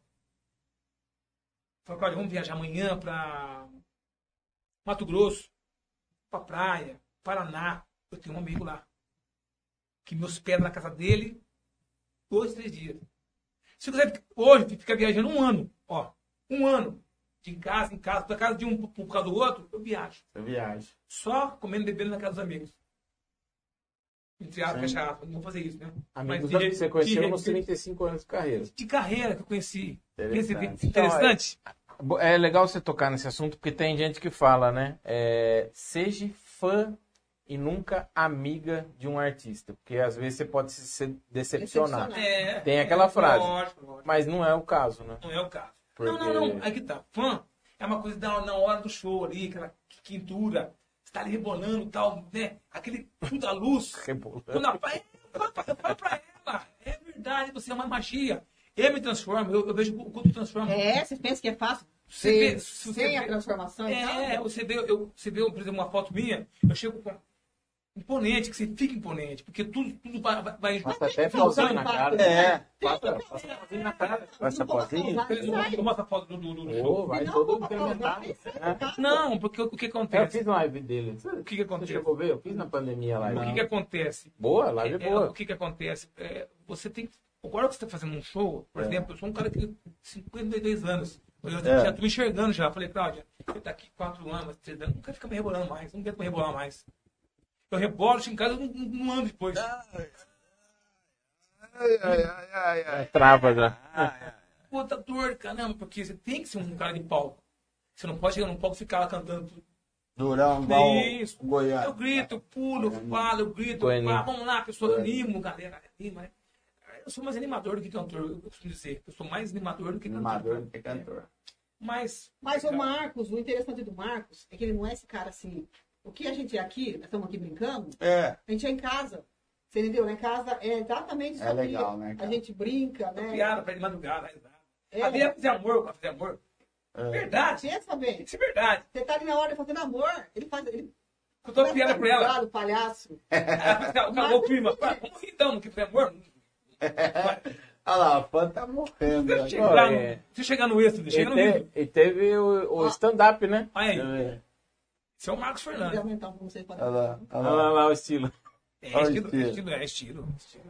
[SPEAKER 3] Eu Falo, olha, vamos viajar amanhã para Mato Grosso, para praia, Paraná. Eu tenho um amigo lá que me hospeda na casa dele dois, três dias. Se você quiser hoje ficar viajando um ano, ó, um ano, de casa em casa, da casa de um por causa do outro, eu viajo
[SPEAKER 2] Você viaja.
[SPEAKER 3] só comendo e bebendo na casa dos amigos. Entre aspas,
[SPEAKER 2] Sim.
[SPEAKER 3] fecha aspas, não vou fazer isso, né?
[SPEAKER 1] Amigos
[SPEAKER 3] Mas
[SPEAKER 1] da-
[SPEAKER 3] de-
[SPEAKER 1] que você conheceu
[SPEAKER 3] de-
[SPEAKER 1] nos 35 anos de carreira.
[SPEAKER 3] De carreira que eu conheci.
[SPEAKER 2] Interessante.
[SPEAKER 3] Interessante. Interessante.
[SPEAKER 1] Bo- É legal você tocar nesse assunto, porque tem gente que fala, né? é, seja fã e nunca amiga de um artista. Porque às vezes você pode se se decepcionar.
[SPEAKER 4] Decepcionar.
[SPEAKER 3] É,
[SPEAKER 1] Tem aquela frase.
[SPEAKER 3] Lógico, lógico.
[SPEAKER 1] Mas não é o caso, né?
[SPEAKER 3] Não é o caso.
[SPEAKER 1] Porque-
[SPEAKER 3] Não, não, não. Aí que tá. Fã é uma coisa da, na hora do show ali, aquela quintura. Você tá ali rebolando e tal, né? Aquele cu da luz.
[SPEAKER 1] Rebolando.
[SPEAKER 3] Quando a- é, fala pra- fala pra ela. É verdade, você é uma magia. Eu me transformo, eu, eu vejo o culto me transforma.
[SPEAKER 4] É, você pensa que é fácil?
[SPEAKER 3] Você vê-
[SPEAKER 4] sem
[SPEAKER 3] você vê-
[SPEAKER 4] a transformação então, e tal?
[SPEAKER 3] É, você vê, eu, você vê, por exemplo, uma foto minha, eu chego com imponente, que você fica imponente, porque tudo, tudo vai, vai- vai junto.
[SPEAKER 1] Passa até
[SPEAKER 4] Faltar
[SPEAKER 1] pauzinho na
[SPEAKER 4] um
[SPEAKER 1] cara.
[SPEAKER 4] impacto.
[SPEAKER 2] É.
[SPEAKER 1] Passa passa pauzinho na cara.
[SPEAKER 4] Passa pozinho?
[SPEAKER 1] é
[SPEAKER 3] Eu não- eu não mostro a foto do, do, do show.
[SPEAKER 1] Ô, vai todo incrementado. né?
[SPEAKER 3] Não, porque o o que
[SPEAKER 1] Eu
[SPEAKER 3] acontece?
[SPEAKER 1] fiz live dele.
[SPEAKER 3] O que que
[SPEAKER 1] Você
[SPEAKER 3] acontece?
[SPEAKER 1] É chegou a ver? Eu fiz na pandemia a
[SPEAKER 3] O que,
[SPEAKER 1] live.
[SPEAKER 3] que acontece?
[SPEAKER 1] Boa,
[SPEAKER 3] É,
[SPEAKER 1] live
[SPEAKER 3] é, o
[SPEAKER 1] boa.
[SPEAKER 3] que que acontece? É, você tem que. Agora que você está fazendo um show,
[SPEAKER 1] É.
[SPEAKER 3] por exemplo, eu sou um cara que tem 52 anos. Eu já estou enxergando já. Falei, Cláudia, você tá aqui 4 anos, 3 anos, não quero ficar me rebolando mais, não quero me rebolar mais. Eu rebolo, chego em casa um, um ano depois. é,
[SPEAKER 1] Trava já.
[SPEAKER 3] Puta dor, caramba, porque você tem que ser um cara de palco. Você não pode chegar num palco e ficar lá cantando tudo.
[SPEAKER 2] Durão, igual
[SPEAKER 3] Isso.
[SPEAKER 2] o Goiás.
[SPEAKER 3] Eu grito, pulo, falo, eu grito.
[SPEAKER 1] Goiânia.
[SPEAKER 3] pá, vamos lá, pessoal, animo, galera. anima, né? Eu sou mais animador do que cantor, eu costumo dizer. Eu sou mais animador do que cantor.
[SPEAKER 2] Animador do que cantor.
[SPEAKER 3] Mas.
[SPEAKER 4] Mas o Marcos, o interessante do Marcos é que ele não é esse cara assim. O que a gente é aqui, nós estamos aqui brincando,
[SPEAKER 2] É.
[SPEAKER 4] a gente é em casa. Você entendeu? Lá em casa é exatamente isso
[SPEAKER 2] É
[SPEAKER 4] aqui.
[SPEAKER 2] legal, né, cara?
[SPEAKER 4] A gente brinca, né?
[SPEAKER 3] Piada pra ele madrugada. risada.
[SPEAKER 4] É.
[SPEAKER 3] A vida é fazer amor, pra fazer amor. Verdade.
[SPEAKER 4] Pensa bem.
[SPEAKER 3] Isso é verdade.
[SPEAKER 4] Você tá ali na hora fazendo amor, ele faz. Ele
[SPEAKER 3] Contou piada pra ela.
[SPEAKER 4] Do palhaço.
[SPEAKER 2] É.
[SPEAKER 3] Ela fala assim, ó, acabou o clima. Pá, Vamos rir então, que foi amor.
[SPEAKER 2] Olha lá, o fã tá morrendo.
[SPEAKER 3] Se eu
[SPEAKER 2] Deixa
[SPEAKER 3] chegar no,
[SPEAKER 1] é.
[SPEAKER 3] se eu chegar no êxodo,
[SPEAKER 1] E,
[SPEAKER 3] chega no Ah. êxodo.
[SPEAKER 1] te- e teve o, o stand-up, né?
[SPEAKER 3] Aí,
[SPEAKER 2] eu ver.
[SPEAKER 3] esse é o Marcos Fernandes.
[SPEAKER 4] Quer aumentar um pra vocês
[SPEAKER 2] Olha
[SPEAKER 4] para
[SPEAKER 2] lá,
[SPEAKER 3] Ah.
[SPEAKER 2] olha
[SPEAKER 1] Olha
[SPEAKER 2] lá.
[SPEAKER 1] lá, lá o estilo.
[SPEAKER 3] É
[SPEAKER 2] Olha o
[SPEAKER 3] estilo, é
[SPEAKER 2] estilo.
[SPEAKER 3] estilo, é estilo. estilo.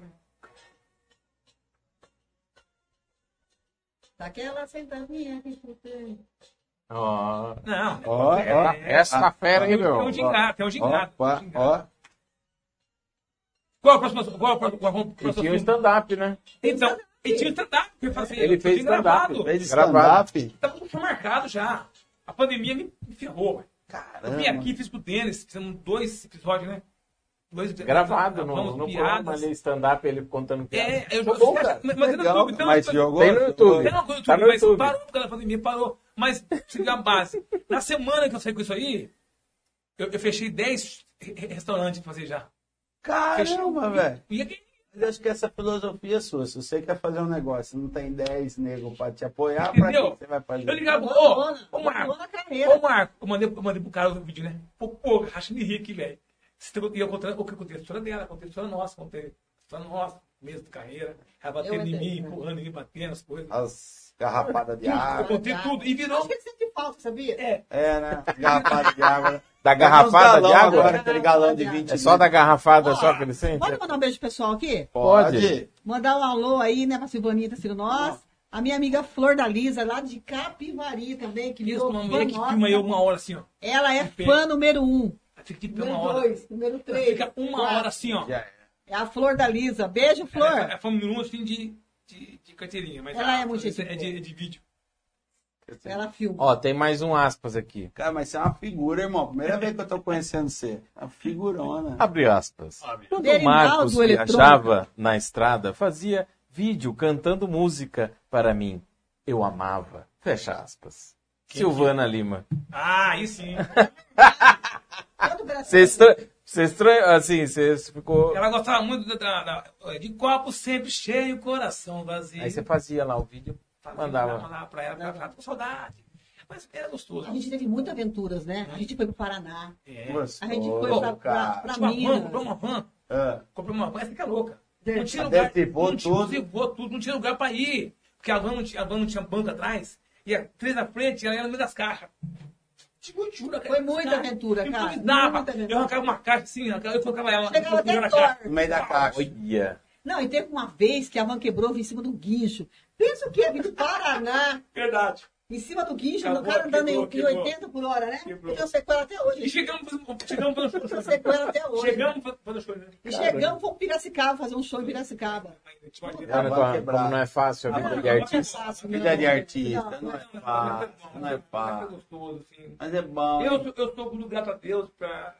[SPEAKER 4] Daquela sentadinha que tu tem.
[SPEAKER 1] Ó,
[SPEAKER 3] Não,
[SPEAKER 2] Ó,
[SPEAKER 3] é-
[SPEAKER 2] ó,
[SPEAKER 3] é-
[SPEAKER 1] essa fera aí,
[SPEAKER 3] Tem um
[SPEAKER 1] meu.
[SPEAKER 3] gingado, tem um
[SPEAKER 2] Ó,
[SPEAKER 3] gingado.
[SPEAKER 2] pá,
[SPEAKER 3] tem um gingado.
[SPEAKER 2] ó.
[SPEAKER 3] Qual é o próximo? Qual é o próximo? Qual é o
[SPEAKER 1] E tinha o
[SPEAKER 3] próximo?
[SPEAKER 1] stand-up, né?
[SPEAKER 3] Então, ele tinha o stand-up. que eu fazia,
[SPEAKER 1] Ele
[SPEAKER 3] eu
[SPEAKER 1] fez
[SPEAKER 3] tinha
[SPEAKER 1] stand-up,
[SPEAKER 3] gravado.
[SPEAKER 2] Fez
[SPEAKER 1] Gravado.
[SPEAKER 2] stand-up?
[SPEAKER 3] Tava tudo marcado já. A pandemia me me ferrou. ué. Eu vim aqui, fiz pro Denis, fizemos dois episódios, né? Dois episódios.
[SPEAKER 1] Gravado no,
[SPEAKER 3] Gravamos
[SPEAKER 1] no programa
[SPEAKER 3] piadas.
[SPEAKER 1] ali, stand-up, ele contando piadas.
[SPEAKER 3] É, eu
[SPEAKER 1] Ficou
[SPEAKER 3] jogo.
[SPEAKER 1] bom, cara.
[SPEAKER 3] Mas mas é no
[SPEAKER 2] Legal,
[SPEAKER 3] YouTube, então.
[SPEAKER 2] mas
[SPEAKER 3] mas-
[SPEAKER 2] jogou?
[SPEAKER 1] Tem no YouTube.
[SPEAKER 3] Tem no YouTube,
[SPEAKER 1] Tá no
[SPEAKER 3] mas
[SPEAKER 1] YouTube.
[SPEAKER 3] parou por causa da pandemia, parou. Mas seguiu a base. Na semana que eu saí com isso aí, eu, eu fechei 10 re- re- restaurantes pra fazer já.
[SPEAKER 2] Caramba, velho.
[SPEAKER 3] E aqui,
[SPEAKER 2] Mas acho que essa filosofia é sua. Se você quer fazer um negócio, não tem 10 negros pra te apoiar, pra que
[SPEAKER 3] Entendeu?
[SPEAKER 2] você vai fazer?
[SPEAKER 3] eu ligava,
[SPEAKER 4] Tá
[SPEAKER 3] ô,
[SPEAKER 4] Boa,
[SPEAKER 3] ô Marco,
[SPEAKER 4] boa na
[SPEAKER 3] ô
[SPEAKER 4] carreira.
[SPEAKER 3] Marco, eu mandei, eu mandei pro cara o vídeo, né? Pô, pô, racha me rir aqui, velho. Você tem- E eu contando, o que eu contei a história dela, contei a história nossa, contei a história nossa, mesmo de carreira, ela
[SPEAKER 4] Eu
[SPEAKER 3] batendo em
[SPEAKER 4] entendi,
[SPEAKER 3] mim,
[SPEAKER 4] né?
[SPEAKER 3] empurrando em mim, batendo as coisas.
[SPEAKER 2] As garrafadas de
[SPEAKER 3] Eu
[SPEAKER 2] água.
[SPEAKER 3] contei tudo e virou.
[SPEAKER 4] Ah, tá. Acho que ele sente falta, sabia?
[SPEAKER 3] É,
[SPEAKER 2] É, né? Garrafada de água.
[SPEAKER 1] Da garrafada de água?
[SPEAKER 2] Agora, aquele galão de 20
[SPEAKER 1] É só da garrafada,
[SPEAKER 4] Ó,
[SPEAKER 1] só que ele
[SPEAKER 3] É.
[SPEAKER 1] sente?
[SPEAKER 4] Pode mandar um beijo pro pessoal aqui?
[SPEAKER 2] Pode.
[SPEAKER 4] Mandar um alô aí, né, pra Silvanita Sironós. A minha amiga Flor da Lisa, lá de Capivari também, que
[SPEAKER 3] mesmo
[SPEAKER 4] virou né?
[SPEAKER 3] uma
[SPEAKER 4] fã
[SPEAKER 3] mulher que
[SPEAKER 4] nossa.
[SPEAKER 3] filma eu uma hora assim, ó.
[SPEAKER 4] Ela é
[SPEAKER 3] Perfeito.
[SPEAKER 4] fã número um.
[SPEAKER 3] Ela Fica tipo
[SPEAKER 4] Número
[SPEAKER 3] uma hora.
[SPEAKER 4] dois, número
[SPEAKER 3] Ela
[SPEAKER 4] três.
[SPEAKER 3] Fica uma
[SPEAKER 4] quatro.
[SPEAKER 3] hora assim, ó.
[SPEAKER 2] Já é.
[SPEAKER 4] É a Flor da Lisa. Beijo,
[SPEAKER 3] Ela
[SPEAKER 4] Flor.
[SPEAKER 3] É fã número um assim de, de, de carteirinha, mas
[SPEAKER 4] Ela
[SPEAKER 3] a-
[SPEAKER 4] é muito
[SPEAKER 3] isso
[SPEAKER 4] gente
[SPEAKER 3] é
[SPEAKER 4] boa.
[SPEAKER 3] de, é de vídeo. é.
[SPEAKER 4] Ela filma.
[SPEAKER 1] Ó, tem mais um aspas aqui.
[SPEAKER 2] Cara, mas você é uma figura, irmão. Primeira vez que eu tô conhecendo você. É uma figurona.
[SPEAKER 1] Abre aspas. Quando o
[SPEAKER 4] Derivaldo
[SPEAKER 1] Marcos
[SPEAKER 4] eletrônico.
[SPEAKER 1] viajava na estrada, fazia vídeo cantando música para mim. Eu amava. Fecha aspas. Silvana Lima.
[SPEAKER 3] Ah, aí sim.
[SPEAKER 4] Todo gracinha.
[SPEAKER 1] Você estranha, assim, você ficou...
[SPEAKER 3] Ela gostava muito da, da- da- de copo sempre cheio, coração vazio.
[SPEAKER 1] Aí você fazia lá o vídeo,
[SPEAKER 3] Fazia,
[SPEAKER 1] mandava.
[SPEAKER 3] pra ela, pra ela ficava com saudade. Mas era gostoso.
[SPEAKER 4] A gente teve muitas aventuras, né? A gente foi pro Paraná.
[SPEAKER 3] É.
[SPEAKER 4] A gente foi
[SPEAKER 2] Gostoso,
[SPEAKER 4] pra, pra,
[SPEAKER 2] cara.
[SPEAKER 4] pra
[SPEAKER 3] Comprei uma van,
[SPEAKER 4] Minas.
[SPEAKER 3] comprou uma van,
[SPEAKER 2] Ah,
[SPEAKER 3] comprou uma van, essa que é louca. Não tinha
[SPEAKER 2] Ela
[SPEAKER 3] lugar.
[SPEAKER 2] detivou
[SPEAKER 3] não tinha-
[SPEAKER 2] tudo.
[SPEAKER 3] detivou tudo, não tinha lugar pra ir. Porque a van não tinha, a van não tinha banco atrás. E a três na frente e ela era no meio das caixas. Tipo, jura, cara.
[SPEAKER 4] Foi muita aventura, cara.
[SPEAKER 3] Improvisava.
[SPEAKER 4] Muita aventura.
[SPEAKER 3] Então Eu arrancava uma caixa assim, eu colocava ela
[SPEAKER 4] Chegava
[SPEAKER 3] eu
[SPEAKER 4] até
[SPEAKER 3] na caixa.
[SPEAKER 2] no
[SPEAKER 4] torto.
[SPEAKER 2] meio da caixa.
[SPEAKER 1] Olha.
[SPEAKER 4] Não, e teve uma vez que a van quebrou em cima do guincho. Pensa o quê? Vim do Paraná.
[SPEAKER 3] Verdade.
[SPEAKER 4] Em cima do guincho,
[SPEAKER 3] Acabou,
[SPEAKER 4] o cara andando em
[SPEAKER 3] quebrou, quebrou.
[SPEAKER 4] 80 por hora, né?
[SPEAKER 3] Quebrou.
[SPEAKER 4] Eu tenho sequela até
[SPEAKER 3] E
[SPEAKER 4] hoje.
[SPEAKER 3] chegamos, chegamos pelo
[SPEAKER 4] Eu tenho sequela até hoje.
[SPEAKER 3] Chegamos pra- pra show, né?
[SPEAKER 4] E chegamos para Piracicaba, fazer um show em Piracicaba.
[SPEAKER 1] Cara,
[SPEAKER 2] Vai
[SPEAKER 1] como,
[SPEAKER 2] quebrar.
[SPEAKER 1] como não é fácil a vida de artista.
[SPEAKER 4] Fácil, né?
[SPEAKER 2] Vida de artista,
[SPEAKER 4] Não,
[SPEAKER 2] não é fácil, não é fácil.
[SPEAKER 3] gostoso, assim.
[SPEAKER 2] Mas é bom.
[SPEAKER 3] Eu sou- eu sou muito grato a Deus pra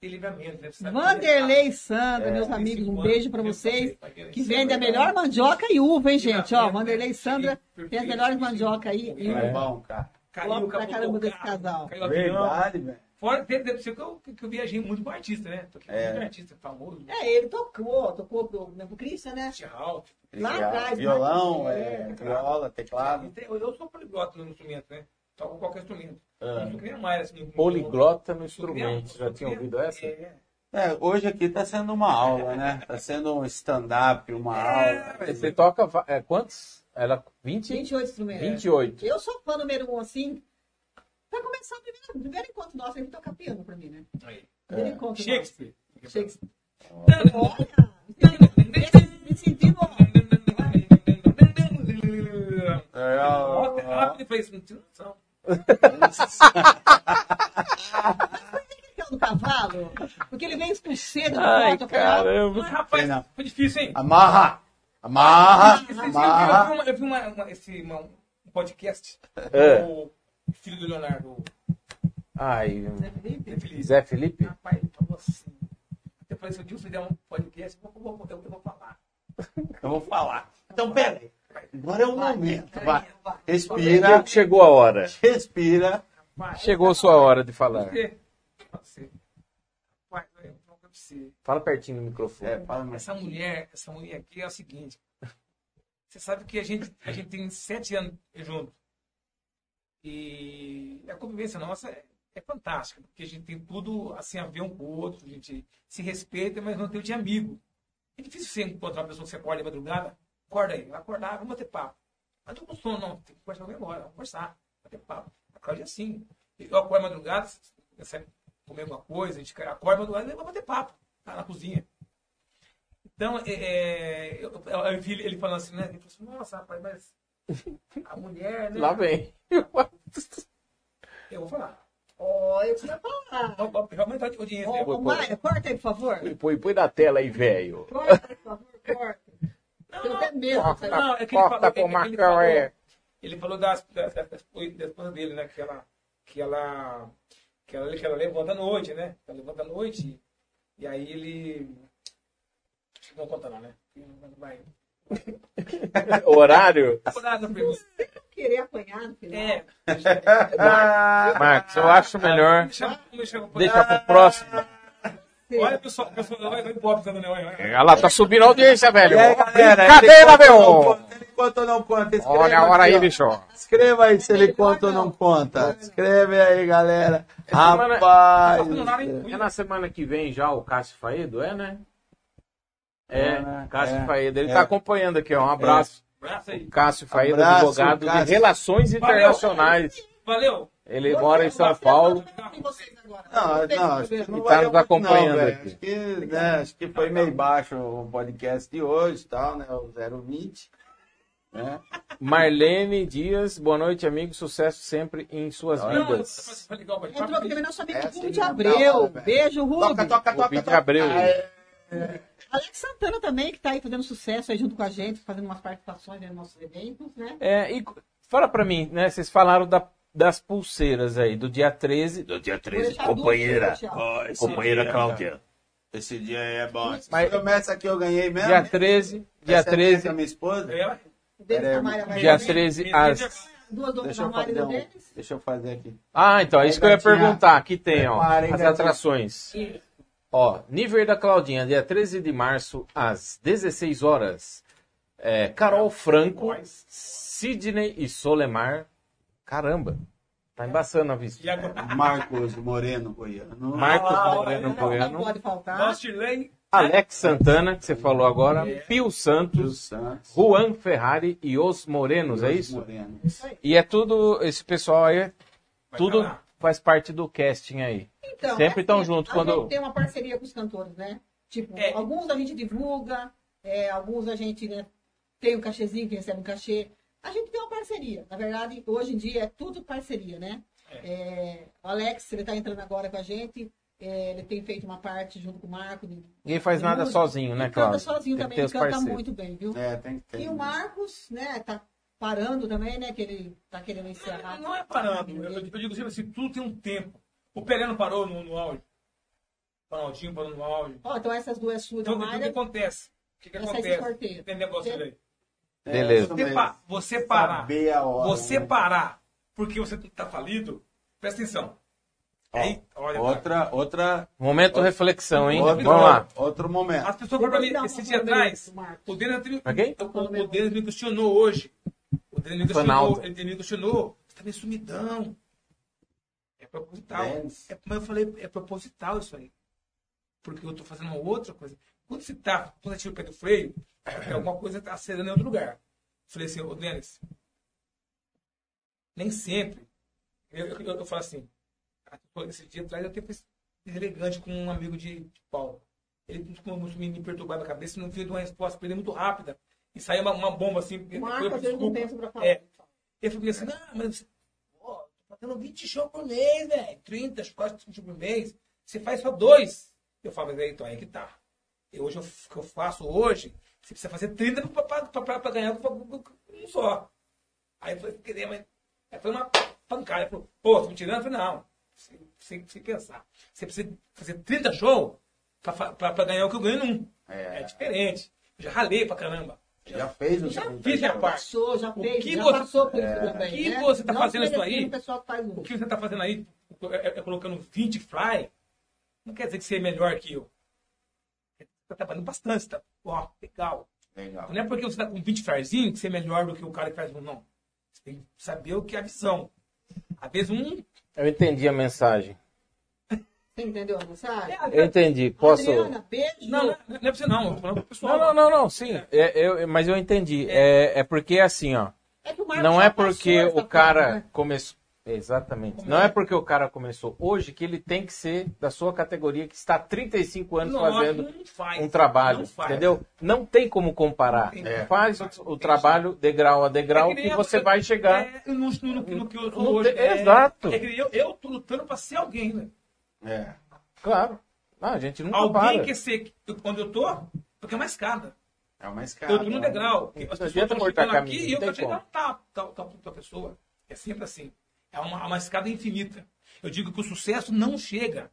[SPEAKER 3] ter livramento, né? Sabe?
[SPEAKER 4] Vanderlei e Sandra, meus amigos, um beijo para vocês. Que vende a
[SPEAKER 3] é
[SPEAKER 4] melhor mandioca e uva, hein, gente? Ó, Vanderlei e Sandra tem as melhores mandioca aí. e
[SPEAKER 2] Não
[SPEAKER 4] uva.
[SPEAKER 2] é bom, cara.
[SPEAKER 3] Caiu,
[SPEAKER 4] pra
[SPEAKER 3] capotou
[SPEAKER 4] caramba
[SPEAKER 3] o
[SPEAKER 4] desse
[SPEAKER 3] carro,
[SPEAKER 4] casal.
[SPEAKER 3] Caiu o avião.
[SPEAKER 2] Verdade, velho.
[SPEAKER 3] Fora dentro do seu que eu, que eu viajei muito com artista, né? Toquei
[SPEAKER 2] É.
[SPEAKER 3] com muito artista famoso.
[SPEAKER 4] É, ele tocou, tocou pro, né, pro Christian, né?
[SPEAKER 3] Christian Ralph.
[SPEAKER 4] Lá atrás,
[SPEAKER 5] Violão,
[SPEAKER 4] né?
[SPEAKER 5] é, viola, teclado.
[SPEAKER 3] Eu, eu sou poliglota no instrumento, né? Toco qualquer instrumento. Não sou que nem a Mayra, assim.
[SPEAKER 1] Ah. Poliglota no
[SPEAKER 3] sou que nem a-
[SPEAKER 1] instrumento. Já
[SPEAKER 3] sou que
[SPEAKER 1] tinha
[SPEAKER 3] nem a-
[SPEAKER 1] ouvido essa?
[SPEAKER 3] É.
[SPEAKER 5] É, hoje aqui tá sendo uma aula, né? Tá sendo um stand-up, uma aula.
[SPEAKER 1] Você toca va- é, quantos? Ela 20?
[SPEAKER 4] 28 instrumentos.
[SPEAKER 1] 28.
[SPEAKER 4] Eu sou fã número um, assim. Vai começar o primeiro, o primeiro encontro nosso, ele toca piano pra mim, né?
[SPEAKER 3] Aí.
[SPEAKER 4] Primeiro encontro
[SPEAKER 3] Shakespeare.
[SPEAKER 4] nosso. Shakespeare.
[SPEAKER 3] Olha.
[SPEAKER 4] Olha! me- Me sentindo.
[SPEAKER 3] Volta rápido e fez não tinha noção.
[SPEAKER 4] Então, do cavalo, porque ele veio com cedo
[SPEAKER 1] Ai,
[SPEAKER 4] foto,
[SPEAKER 3] Mas,
[SPEAKER 1] caramba.
[SPEAKER 3] rapaz,
[SPEAKER 5] Não.
[SPEAKER 3] foi difícil, hein?
[SPEAKER 5] Amarra! Amarra!
[SPEAKER 3] Esse- esse- Eu vi,
[SPEAKER 5] Amarra!
[SPEAKER 3] uma- eu vi uma- uma- esse, uma- um podcast
[SPEAKER 1] É.
[SPEAKER 3] do filho do Leonardo,
[SPEAKER 1] Ai,
[SPEAKER 4] né,
[SPEAKER 3] Zé Felipe.
[SPEAKER 1] Zé Felipe?
[SPEAKER 3] Rapaz, ele falou assim. Eu falei, se o Dilson der um podcast, eu vou, eu vou- eu vou falar.
[SPEAKER 5] Eu vou falar. Então, pera aí. Agora é o momento. Vai.
[SPEAKER 1] Chegou-
[SPEAKER 5] Respira,
[SPEAKER 1] Chegou a hora.
[SPEAKER 5] respira.
[SPEAKER 3] Vai,
[SPEAKER 1] Chegou a sua hora de falar.
[SPEAKER 3] Você, você, rapaz, eu falo pra você.
[SPEAKER 1] Fala pertinho do microfone.
[SPEAKER 5] É, fala mais.
[SPEAKER 3] Essa mulher, essa mulher aqui é o seguinte. Você sabe que a gente, a gente tem sete anos junto. E a convivência nossa é, é fantástica. Porque a gente tem tudo assim, a ver um com o outro. A gente se respeita, mas não tem de amigo. É difícil você encontrar uma pessoa que você acorda de madrugada. Acorda aí, vai acordar, vamos bater papo. Mas tô com sono, não. Tem que conversar com alguém agora. Vamos conversar, bater papo. A Cláudia é assim. Eu acordo de madrugada, eu saio comer alguma coisa, a gente acorda de madrugada e vai bater papo. Tá na cozinha. Então, é, é, eu, eu- eu vi ele- ele falando assim, né? Ele falou assim, nossa, rapaz, mas a mulher, né?
[SPEAKER 1] Lá vem.
[SPEAKER 3] Eu vou falar.
[SPEAKER 4] Ó, eu tinha falar.
[SPEAKER 3] Ó, ó, Vai aumentar a audiência.
[SPEAKER 5] é
[SPEAKER 4] Ó,
[SPEAKER 3] dele.
[SPEAKER 4] Ô, Maia, corta aí, por favor.
[SPEAKER 1] Põe, põe na tela aí, velho.
[SPEAKER 4] Corta, por favor, corta. Eu tenho medo.
[SPEAKER 1] Corta,
[SPEAKER 4] sabe?
[SPEAKER 3] Não, é que ele
[SPEAKER 1] corta
[SPEAKER 3] falou-
[SPEAKER 1] pro
[SPEAKER 3] é que ele
[SPEAKER 1] Marcão,
[SPEAKER 3] falou-
[SPEAKER 1] é.
[SPEAKER 3] Ele falou das, das, das, das coi- das coisas dele, né? Que ela, que ela, que ela, que ela levanta à noite, né? Ela levanta à noite e aí ele... Não conta não, né? Vai.
[SPEAKER 1] Horário?
[SPEAKER 3] Vou dar essa pergunta.
[SPEAKER 4] Querer apanhar no final.
[SPEAKER 3] É.
[SPEAKER 5] Ah, é
[SPEAKER 1] Marcos, eu acho melhor.
[SPEAKER 3] Deixa, deixa,
[SPEAKER 1] Deixa pro próximo.
[SPEAKER 3] Olha, pessoal, pessoal, olha, vai pobre, tá, Daniel? Olha, olha.
[SPEAKER 1] Olha lá, tá subindo a audiência, velho.
[SPEAKER 5] E aí, É, galera?
[SPEAKER 1] Brincadeira,
[SPEAKER 5] ele conta ou não
[SPEAKER 1] meu!
[SPEAKER 5] conta, Ele conta ou não conta? Escreva
[SPEAKER 1] Olha a hora
[SPEAKER 5] aqui,
[SPEAKER 1] aí,
[SPEAKER 5] ó.
[SPEAKER 1] bicho.
[SPEAKER 5] Escreva aí se ele conta ou não conta. Escreve aí, galera.
[SPEAKER 1] semana-
[SPEAKER 5] Rapaz.
[SPEAKER 3] Não, nada em
[SPEAKER 1] É na semana que vem já o Cássio Faedo, é, né? É,
[SPEAKER 5] É, né?
[SPEAKER 1] Cássio
[SPEAKER 5] É,
[SPEAKER 1] Faedo. Ele
[SPEAKER 5] é.
[SPEAKER 1] tá acompanhando aqui, ó. Um abraço.
[SPEAKER 3] Abraço aí.
[SPEAKER 1] Cássio Faedo,
[SPEAKER 5] Abraço,
[SPEAKER 1] advogado de
[SPEAKER 5] Cássio.
[SPEAKER 1] Relações
[SPEAKER 3] Valeu.
[SPEAKER 1] Internacionais.
[SPEAKER 3] Valeu.
[SPEAKER 1] Ele mora em
[SPEAKER 4] um
[SPEAKER 1] São Paulo.
[SPEAKER 4] tá?
[SPEAKER 5] Não, não, acho que
[SPEAKER 4] Não,
[SPEAKER 5] não
[SPEAKER 1] E tá nos
[SPEAKER 5] valeu muito
[SPEAKER 1] acompanhando
[SPEAKER 5] velho.
[SPEAKER 1] aqui.
[SPEAKER 5] Acho que, né, acho que foi meio baixo o podcast de hoje, e tal, né? O 020. Né?
[SPEAKER 1] Marlene Dias, boa noite, amigo. Sucesso sempre em suas
[SPEAKER 3] Não, eu
[SPEAKER 1] vidas.
[SPEAKER 3] vou ligar o bate-papo.
[SPEAKER 4] Entrou aqui também nosso amigo
[SPEAKER 5] É,
[SPEAKER 4] Rude
[SPEAKER 5] sim,
[SPEAKER 4] Abreu.
[SPEAKER 5] não, velho.
[SPEAKER 4] Beijo, Rude.
[SPEAKER 5] Toca, toca,
[SPEAKER 1] O
[SPEAKER 5] toca.
[SPEAKER 1] Vitor
[SPEAKER 5] toca.
[SPEAKER 1] Abreu.
[SPEAKER 5] É,
[SPEAKER 4] Alex Santana também, que tá aí fazendo sucesso aí junto com a gente, fazendo umas participações aí nos nossos eventos, né?
[SPEAKER 1] É, e fala pra mim, né? Vocês falaram da- das pulseiras aí, do dia 13. Do dia
[SPEAKER 4] Vou deixar duas pra você, ó.
[SPEAKER 6] Companheira Cláudia.
[SPEAKER 5] Esse dia aí é bom. Essa
[SPEAKER 1] Mas-
[SPEAKER 5] promessa que eu ganhei mesmo. né,
[SPEAKER 1] Dia 13, dia
[SPEAKER 5] É, Essa é a minha
[SPEAKER 1] 13,
[SPEAKER 5] da minha esposa.
[SPEAKER 3] É,
[SPEAKER 4] O Denis
[SPEAKER 5] Pera aí,
[SPEAKER 4] Tamara vai
[SPEAKER 1] dia
[SPEAKER 4] também.
[SPEAKER 1] 13
[SPEAKER 3] Ele
[SPEAKER 1] às...
[SPEAKER 3] tem
[SPEAKER 4] Duas donas
[SPEAKER 5] Deixa
[SPEAKER 4] da
[SPEAKER 5] eu
[SPEAKER 4] Mari e
[SPEAKER 5] fazer
[SPEAKER 4] do
[SPEAKER 5] um.
[SPEAKER 4] Denis.
[SPEAKER 5] Deixa eu fazer aqui.
[SPEAKER 1] Ah, então, é isso que eu ia
[SPEAKER 5] Gatinha.
[SPEAKER 1] perguntar. Aqui tem, ó,
[SPEAKER 5] Prepara, hein,
[SPEAKER 1] as
[SPEAKER 5] gatinha.
[SPEAKER 1] atrações.
[SPEAKER 4] Isso.
[SPEAKER 1] Ó, Nível da Claudinha, dia 13 de março, às 16 horas. É, Carol Franco, Sidney e Solemar. Caramba, tá embaçando a vista.
[SPEAKER 3] E agora?
[SPEAKER 5] Marcos Moreno Goiano.
[SPEAKER 1] Marcos
[SPEAKER 3] Ah,
[SPEAKER 1] Moreno
[SPEAKER 3] olha,
[SPEAKER 4] Não
[SPEAKER 1] Goiano,
[SPEAKER 4] pode faltar.
[SPEAKER 3] Nostilei.
[SPEAKER 1] Alex Santana, que você falou agora, Pio
[SPEAKER 5] dos
[SPEAKER 1] Santos,
[SPEAKER 5] Santos.
[SPEAKER 1] Juan Ferrari e Os Morenos, é
[SPEAKER 5] Marcos
[SPEAKER 1] isso?
[SPEAKER 5] Moreno.
[SPEAKER 1] E é tudo, esse pessoal aí,
[SPEAKER 3] Vai
[SPEAKER 1] tudo
[SPEAKER 3] pra lá.
[SPEAKER 1] faz parte do casting aí.
[SPEAKER 4] Então,
[SPEAKER 1] Sempre
[SPEAKER 4] é
[SPEAKER 1] tão
[SPEAKER 4] assim,
[SPEAKER 1] junto
[SPEAKER 4] a
[SPEAKER 1] quando-
[SPEAKER 4] gente tem uma parceria com os cantores, né? Tipo,
[SPEAKER 3] É.
[SPEAKER 4] alguns a gente divulga, é, alguns a gente né, tem um cachezinho que recebe um cachê. A gente tem uma parceria. Na verdade, hoje em dia é tudo parceria, né? É, o Alex, ele tá entrando agora com a gente. é, ele tem feito uma parte junto com o Marco. de-
[SPEAKER 1] Ninguém faz
[SPEAKER 4] de
[SPEAKER 1] nada
[SPEAKER 4] música.
[SPEAKER 1] sozinho, né,
[SPEAKER 4] Ele
[SPEAKER 1] Cláudio?
[SPEAKER 4] Canta
[SPEAKER 1] Tem
[SPEAKER 4] sozinho
[SPEAKER 1] que
[SPEAKER 4] também,
[SPEAKER 1] ter
[SPEAKER 4] ele
[SPEAKER 1] os
[SPEAKER 4] canta
[SPEAKER 1] parceiros.
[SPEAKER 4] muito bem, viu?
[SPEAKER 5] É, tem que ter.
[SPEAKER 4] E o Marcos, né, tá parando também, né? Que ele tá querendo encerrar.
[SPEAKER 3] Não é parando. Eu, eu digo sempre assim, tudo tem um tempo. O Pereira não parou no, no áudio. O Ronaldinho parou no áudio.
[SPEAKER 4] Ó, então essas duas suas,
[SPEAKER 3] Então,
[SPEAKER 4] a
[SPEAKER 3] o que que
[SPEAKER 4] Mayra,
[SPEAKER 3] acontece? O que, que
[SPEAKER 4] Vai sair
[SPEAKER 3] acontece?
[SPEAKER 4] sorteio.
[SPEAKER 3] Tem negócio
[SPEAKER 4] Tem-
[SPEAKER 3] ali.
[SPEAKER 5] É,
[SPEAKER 1] Beleza.
[SPEAKER 5] isso
[SPEAKER 3] Você,
[SPEAKER 5] mesmo.
[SPEAKER 3] pa- você parar.
[SPEAKER 5] Saber a hora,
[SPEAKER 3] Você
[SPEAKER 5] né?
[SPEAKER 3] parar porque você tá falido, presta atenção. Aí, olha,
[SPEAKER 5] Outra, outra,
[SPEAKER 1] Momento
[SPEAKER 5] Ó.
[SPEAKER 1] reflexão, hein?
[SPEAKER 5] outro,
[SPEAKER 1] Vamos lá.
[SPEAKER 5] outro momento.
[SPEAKER 3] As pessoas falaram então, pra mim esse dia atrás. O Denis, até me-
[SPEAKER 1] Pra quem?
[SPEAKER 3] o, o Denis me questionou hoje. O Denis me questionou.
[SPEAKER 1] Ronaldo.
[SPEAKER 3] Ele ele me questionou. Você tá meio sumidão. É proposital.
[SPEAKER 5] Denis.
[SPEAKER 3] É, mas eu falei, é proposital isso aí. Porque eu tô fazendo uma outra coisa. Quando você tá, quando você tira o pé do freio, é alguma coisa tá acelerando em outro lugar. Falei assim, ô Denis, nem sempre. Eu, eu, eu, eu falo assim, esse dia atrás eu tenho elegante com um amigo de, de Paulo. Ele começou a me, me perturbar na cabeça, não veio de uma resposta pra ele é muito rápida. E saiu uma, uma bomba assim. eu- eu-
[SPEAKER 4] Marcas, eu não
[SPEAKER 3] desculpa.
[SPEAKER 4] penso pra falar.
[SPEAKER 3] É. Eu fiquei assim, não, mas pô, tô fazendo 20 shows por mês, velho. 30, quase 30 por mês. Você faz só dois. Eu falo, mas aí, então aí que tá. Eu, hoje, eu, o que eu faço hoje, você precisa fazer 30 pra, pra, pra, pra, pra ganhar um só. Aí eu falei, queria, mas. Aí foi uma pancada. Ele falou, pô, tô me tirando? Eu falei, não. Sem, sem, sem pensar. Você precisa fazer 30 shows pra, fa- pra, pra ganhar o que eu ganho num. É, diferente. Eu já ralei pra caramba.
[SPEAKER 5] Já fez o
[SPEAKER 3] Já
[SPEAKER 5] seu
[SPEAKER 3] fiz minha
[SPEAKER 5] trabalho.
[SPEAKER 3] parte.
[SPEAKER 4] Passou, já
[SPEAKER 3] O
[SPEAKER 4] fez,
[SPEAKER 3] que
[SPEAKER 4] já
[SPEAKER 3] você-
[SPEAKER 4] passou por isso também.
[SPEAKER 3] O que
[SPEAKER 4] né?
[SPEAKER 3] você tá
[SPEAKER 4] Não
[SPEAKER 3] fazendo isso
[SPEAKER 4] desmerecendo
[SPEAKER 3] aí?
[SPEAKER 4] O pessoal que faz
[SPEAKER 3] o
[SPEAKER 4] muito.
[SPEAKER 3] que você está fazendo aí, é, é colocando 20 fly, não quer dizer que você é melhor que eu. Você está trabalhando bastante, tá? Ó, legal.
[SPEAKER 5] Legal.
[SPEAKER 3] Não é porque você está com 20 flyzinho que você é melhor do que o cara que faz um, não. Você tem que saber o que é a visão. Às vezes um.
[SPEAKER 1] Eu entendi a mensagem.
[SPEAKER 4] Você entendeu a mensagem?
[SPEAKER 1] Eu entendi. Posso.
[SPEAKER 4] Ah, Adriana, beijo.
[SPEAKER 3] é Não, não, não é pra você não, eu tô falando pro pessoal.
[SPEAKER 1] Não, não, não, não, sim. É, eu- mas eu entendi. É, é porque assim, ó.
[SPEAKER 4] É que o Marcos
[SPEAKER 1] Não
[SPEAKER 4] já
[SPEAKER 3] tá
[SPEAKER 1] é
[SPEAKER 4] passou
[SPEAKER 1] porque
[SPEAKER 4] essa
[SPEAKER 1] o
[SPEAKER 4] fase,
[SPEAKER 1] cara
[SPEAKER 4] né?
[SPEAKER 1] começou. Exatamente. Não é porque o cara começou hoje que ele tem que ser da sua categoria que está há 35 anos
[SPEAKER 3] Não,
[SPEAKER 1] fazendo
[SPEAKER 3] não faz.
[SPEAKER 1] um trabalho,
[SPEAKER 3] Não faz. É
[SPEAKER 1] entendeu? Não tem como comparar. É.
[SPEAKER 3] Não tem.
[SPEAKER 1] Faz o, o trabalho degrau a degrau
[SPEAKER 3] É que
[SPEAKER 1] e
[SPEAKER 3] nem a-
[SPEAKER 1] você vai chegar.
[SPEAKER 3] É, no, no, no, no que eu sou
[SPEAKER 1] Não
[SPEAKER 3] hoje.
[SPEAKER 1] tem-
[SPEAKER 3] é-
[SPEAKER 1] exato.
[SPEAKER 3] É, que eu, eu tô lutando pra ser alguém, né?
[SPEAKER 5] É.
[SPEAKER 1] Claro. Ah, a gente nunca
[SPEAKER 3] Alguém
[SPEAKER 1] para.
[SPEAKER 3] quer ser onde eu tô, porque é uma escada.
[SPEAKER 5] É uma escada.
[SPEAKER 3] Eu tô no
[SPEAKER 5] né?
[SPEAKER 3] degrau. porque
[SPEAKER 1] Não
[SPEAKER 3] As pessoas
[SPEAKER 1] adianta
[SPEAKER 3] estão
[SPEAKER 1] cortar
[SPEAKER 3] chegando
[SPEAKER 1] caminho,
[SPEAKER 3] aqui e eu
[SPEAKER 1] não
[SPEAKER 3] quero
[SPEAKER 1] tem
[SPEAKER 3] chegar
[SPEAKER 1] como.
[SPEAKER 3] um tapa tal, tal, pra pessoa. É sempre assim. É uma, uma escada infinita. Eu digo que o sucesso não chega.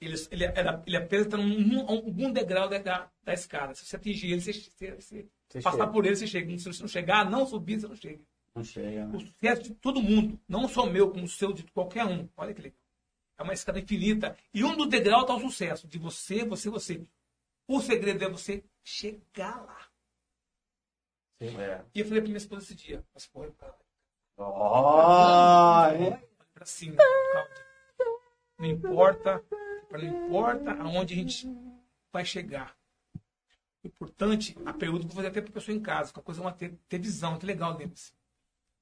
[SPEAKER 3] Ele, ele, ele- ele apenas está em algum degrau da, da, da escada. Se você atingir ele, você, você- você
[SPEAKER 1] Você
[SPEAKER 3] passar
[SPEAKER 1] chega.
[SPEAKER 3] por ele, você chega. Se você não chegar, não subir, você não chega.
[SPEAKER 5] Não chega, né?
[SPEAKER 3] O sucesso de todo mundo, não só meu, como o seu, de qualquer um. Olha que legal. É uma escada infinita. E um do degrau está o sucesso. De você, você, você. O segredo é você chegar lá.
[SPEAKER 5] É.
[SPEAKER 3] E eu falei pra minha esposa esse dia. Mas porra, cara,
[SPEAKER 5] Ó, hein?
[SPEAKER 3] pra cima. Cláudia. Não importa, não importa aonde a gente vai chegar. O importante, a pergunta que eu vou fazer até pra pessoa em casa, que a coisa é uma ter, ter visão, que legal deles.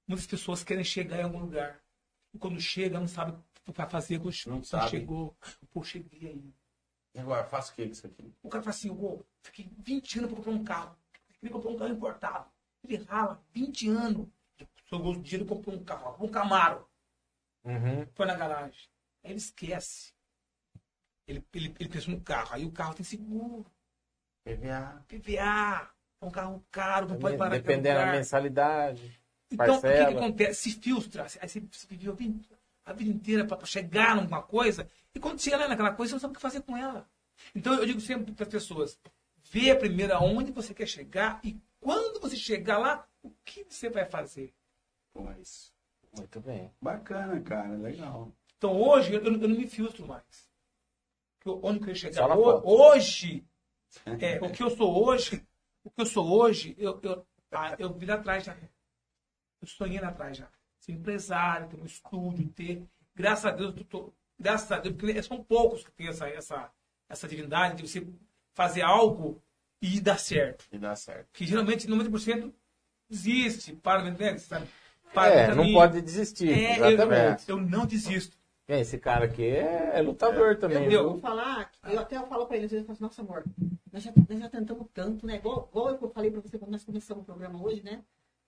[SPEAKER 3] Muitas pessoas querem chegar em algum lugar. E quando chega, não sabe o que vai fazer quando
[SPEAKER 5] Não
[SPEAKER 3] quando
[SPEAKER 5] sabe.
[SPEAKER 3] chegou. Pô, cheguei aí.
[SPEAKER 5] E agora, faço o que com isso aqui?
[SPEAKER 3] O cara fala assim, ô, fiquei 20 anos pra comprar um carro. Queria comprar um carro importado. Ele rala 20 anos. Jogou o dinheiro e comprou um carro, um Camaro
[SPEAKER 1] Uhum.
[SPEAKER 3] foi na garagem. Aí ele esquece. Ele, ele, ele pensa no carro. Aí o carro tem seguro,
[SPEAKER 5] PVA.
[SPEAKER 3] PVA. É um carro caro, não pode parar em qualquer
[SPEAKER 1] Dependendo da
[SPEAKER 3] lugar.
[SPEAKER 1] mensalidade.
[SPEAKER 3] Então, o que, que
[SPEAKER 1] parcela.
[SPEAKER 3] acontece? Se filtra. Aí você, você viveu a vida, a vida inteira para chegar numa coisa. E quando chega lá naquela coisa, você não sabe o que fazer com ela. Então, eu digo sempre para as pessoas. Vê primeiro aonde você quer chegar. E quando você chegar lá, o que você vai fazer?
[SPEAKER 5] Pô, é isso.
[SPEAKER 1] Muito bem.
[SPEAKER 5] Bacana, cara. Legal.
[SPEAKER 3] Então hoje eu, eu não me filtro mais. Que eu- Onde que eu ia
[SPEAKER 1] Só
[SPEAKER 3] chegar
[SPEAKER 1] na
[SPEAKER 3] Ho-
[SPEAKER 1] foto.
[SPEAKER 3] hoje? é, o que eu sou hoje, o que eu sou hoje, eu, eu, ah, eu vi lá atrás já. Eu sonhei lá atrás já. Ser empresário, ter um estúdio, ter. Graças a Deus, eu tô, graças a Deus, porque é, são poucos que têm essa, essa, essa divindade de você fazer algo e dar certo.
[SPEAKER 5] E dá certo.
[SPEAKER 3] Que geralmente 90% desiste, para, né? Sabe?
[SPEAKER 1] É,
[SPEAKER 3] pra
[SPEAKER 1] não
[SPEAKER 3] mim.
[SPEAKER 1] pode desistir.
[SPEAKER 3] É, eu-
[SPEAKER 1] Exatamente.
[SPEAKER 3] eu não desisto.
[SPEAKER 1] É, Esse cara aqui é, é lutador também.
[SPEAKER 3] Meu
[SPEAKER 1] viu?
[SPEAKER 4] Eu vou falar, que- eu até falo pra eles, eu falo assim, nossa amor, nós já, nós já tentamos tanto, né? Igual, igual eu falei pra você quando nós começamos o programa hoje, né?